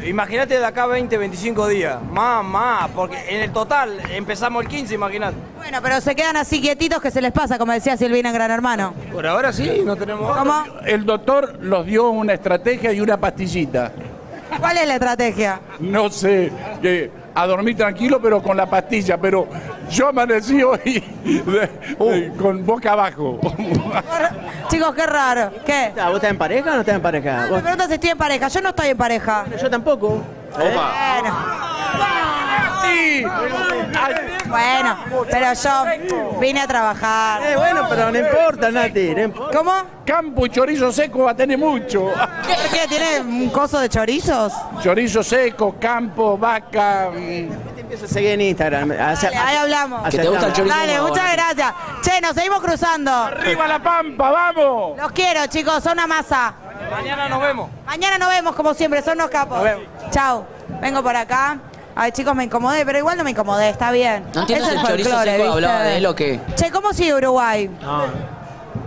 Speaker 6: imagínate de acá 20, 25 días. Más, más, porque en el total empezamos el 15, imagínate.
Speaker 5: Bueno, pero se quedan así quietitos que se les pasa, como decía Silvina en Gran Hermano.
Speaker 6: Por ahora sí, no tenemos.
Speaker 5: ¿Cómo?
Speaker 51: El doctor nos dio una estrategia y una pastillita.
Speaker 5: ¿Cuál es la estrategia?
Speaker 51: No sé, que a dormir tranquilo, pero con la pastilla. Pero yo amanecí hoy de- de-
Speaker 52: Uh.
Speaker 51: con boca abajo.
Speaker 5: Chicos, qué raro. ¿Qué?
Speaker 52: Ah, ¿Vos estás en pareja o no estás en pareja?
Speaker 5: Me preguntan si estoy en pareja. Yo no estoy en pareja.
Speaker 52: yo tampoco. ¿Eh?
Speaker 5: Bueno, pero yo vine a trabajar.
Speaker 52: bueno, pero no importa, Nati.
Speaker 5: ¿Cómo?
Speaker 51: Campo y chorizo seco va a tener mucho.
Speaker 5: ¿Qué, ¿Tiene un coso de chorizos?
Speaker 51: Chorizo seco, campo, vaca. mm.
Speaker 52: Empiezo a seguir en Instagram.
Speaker 5: Ahí hablamos.
Speaker 52: Que te gusta el chorizo
Speaker 5: Dale,
Speaker 52: morado,
Speaker 5: muchas
Speaker 52: Nati.
Speaker 5: gracias. Che, nos seguimos cruzando.
Speaker 51: ¡Arriba la pampa, vamos!
Speaker 5: Los quiero, chicos, son una masa.
Speaker 6: Mañana nos vemos.
Speaker 5: Mañana nos vemos, como siempre, son unos capos.
Speaker 6: Nos vemos.
Speaker 5: Chau. Vengo por acá. Ay, chicos, me incomodé, pero igual no me incomodé, está bien.
Speaker 9: No entiendo
Speaker 5: Es
Speaker 9: si el chorizo
Speaker 5: folclore,
Speaker 9: seco
Speaker 5: ¿viste?
Speaker 9: hablaba de él o qué.
Speaker 5: Che, ¿cómo sigue Uruguay?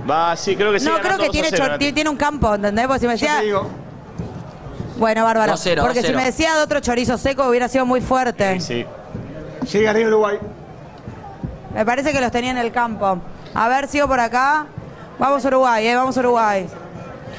Speaker 2: Va, sí, creo que sí.
Speaker 5: no, creo
Speaker 2: ganando
Speaker 5: que tiene,
Speaker 2: 2 a 0,
Speaker 5: chor-
Speaker 2: Nati.
Speaker 5: tiene un campo, ¿entendés? Porque si me decía... Bueno, bárbaro.
Speaker 2: 2-0,
Speaker 5: porque si
Speaker 2: 2-0.
Speaker 5: me decía de otro chorizo seco hubiera sido muy fuerte.
Speaker 2: Sí.
Speaker 6: Sigue arriba Uruguay.
Speaker 5: Me parece que los tenía en el campo. A ver, sigo por acá. Vamos a Uruguay, eh, vamos a Uruguay.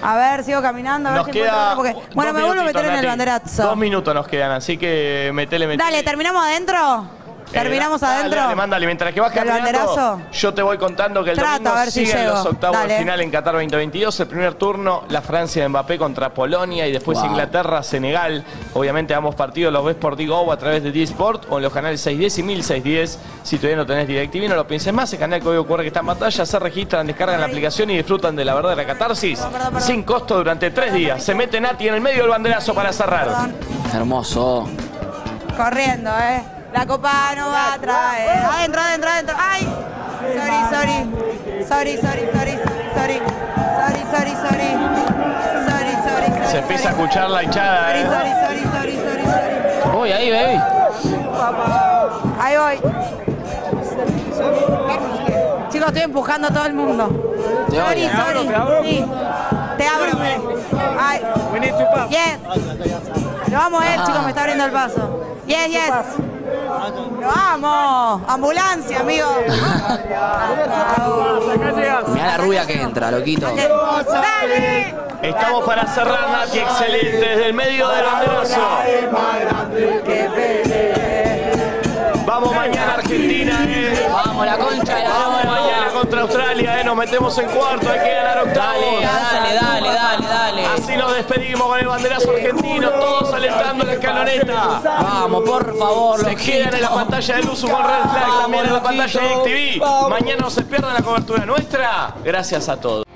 Speaker 5: A ver, sigo caminando, a ver
Speaker 2: Nos
Speaker 5: encuentro
Speaker 2: queda.
Speaker 5: otro, porque- Bueno,
Speaker 2: dos
Speaker 5: me vuelvo a
Speaker 2: minutitos,
Speaker 5: meter en el
Speaker 2: Nati.
Speaker 5: banderazo.
Speaker 2: Dos minutos nos quedan, así que metele, metele.
Speaker 5: Dale, ¿terminamos adentro? ¿Terminamos
Speaker 2: Eh, dale,
Speaker 5: adentro?
Speaker 2: Dale, mándale. Mientras que vas
Speaker 5: ¿Del
Speaker 2: caminando,
Speaker 5: banderazo?
Speaker 2: yo te voy contando que el
Speaker 5: Trato,
Speaker 2: domingo
Speaker 5: a ver si
Speaker 2: siguen
Speaker 5: llego.
Speaker 2: los octavos
Speaker 5: Dale.
Speaker 2: de final en Qatar 2022. El primer turno, la Francia de Mbappé contra Polonia y después
Speaker 6: Wow.
Speaker 2: Inglaterra, Senegal. Obviamente ambos partidos los ves por Digo a través de D-Sport o en los canales 610 y 1610. Si todavía no tenés DirecTV, no lo pienses más. El canal código QR que está en pantalla, se registran, descargan la aplicación y disfrutan de la verdadera catarsis sin costo durante tres días. Se mete Nati en el medio del banderazo para cerrar.
Speaker 9: Hermoso.
Speaker 5: eh. Corriendo, ¿eh? La copa no va a traer. Adentro, adentro, adentro. ¡Ay! sorry, sorry, sorry, sorry, sorry, sorry, sorry, sorry, sorry, sorry, sorry, sorry.
Speaker 2: Se empieza a escuchar la hinchada, ¿eh?
Speaker 5: Sorry, sorry, sorry, sorry, sorry.
Speaker 2: Voy ahí, baby.
Speaker 5: Ahí voy. Chicos, estoy empujando a todo el mundo.
Speaker 6: Te
Speaker 5: sorry,
Speaker 6: odio.
Speaker 5: sorry.
Speaker 6: Te abro,
Speaker 5: Sí. Te abro. Ay. Yes. Lo vamos a él,
Speaker 6: Ah.
Speaker 5: chicos, me está abriendo el paso. Yes, yes. Lo amo. Ambulancia, amigo.
Speaker 6: Mirá la rubia que entra, loquito.
Speaker 5: Dale.
Speaker 2: Estamos para cerrar, Nati, excelente, desde el medio del banderazo. Vamos mañana Argentina, eh.
Speaker 6: Vamos, la concha de la
Speaker 2: Vamos mañana contra Australia, eh. Nos metemos en cuarto, hay que ganar octavos.
Speaker 6: Dale, dale, dale, dale.
Speaker 2: Así nos despedimos con el banderazo argentino, todos alentando la escaloneta.
Speaker 6: Vamos, por favor,
Speaker 2: Se
Speaker 6: loquito.
Speaker 2: quedan en la pantalla de Luz con Red Flag,
Speaker 6: Vamos,
Speaker 2: también en la
Speaker 6: loquito.
Speaker 2: pantalla de TV.
Speaker 6: Vamos.
Speaker 2: Mañana no se pierdan la cobertura nuestra. Gracias a todos.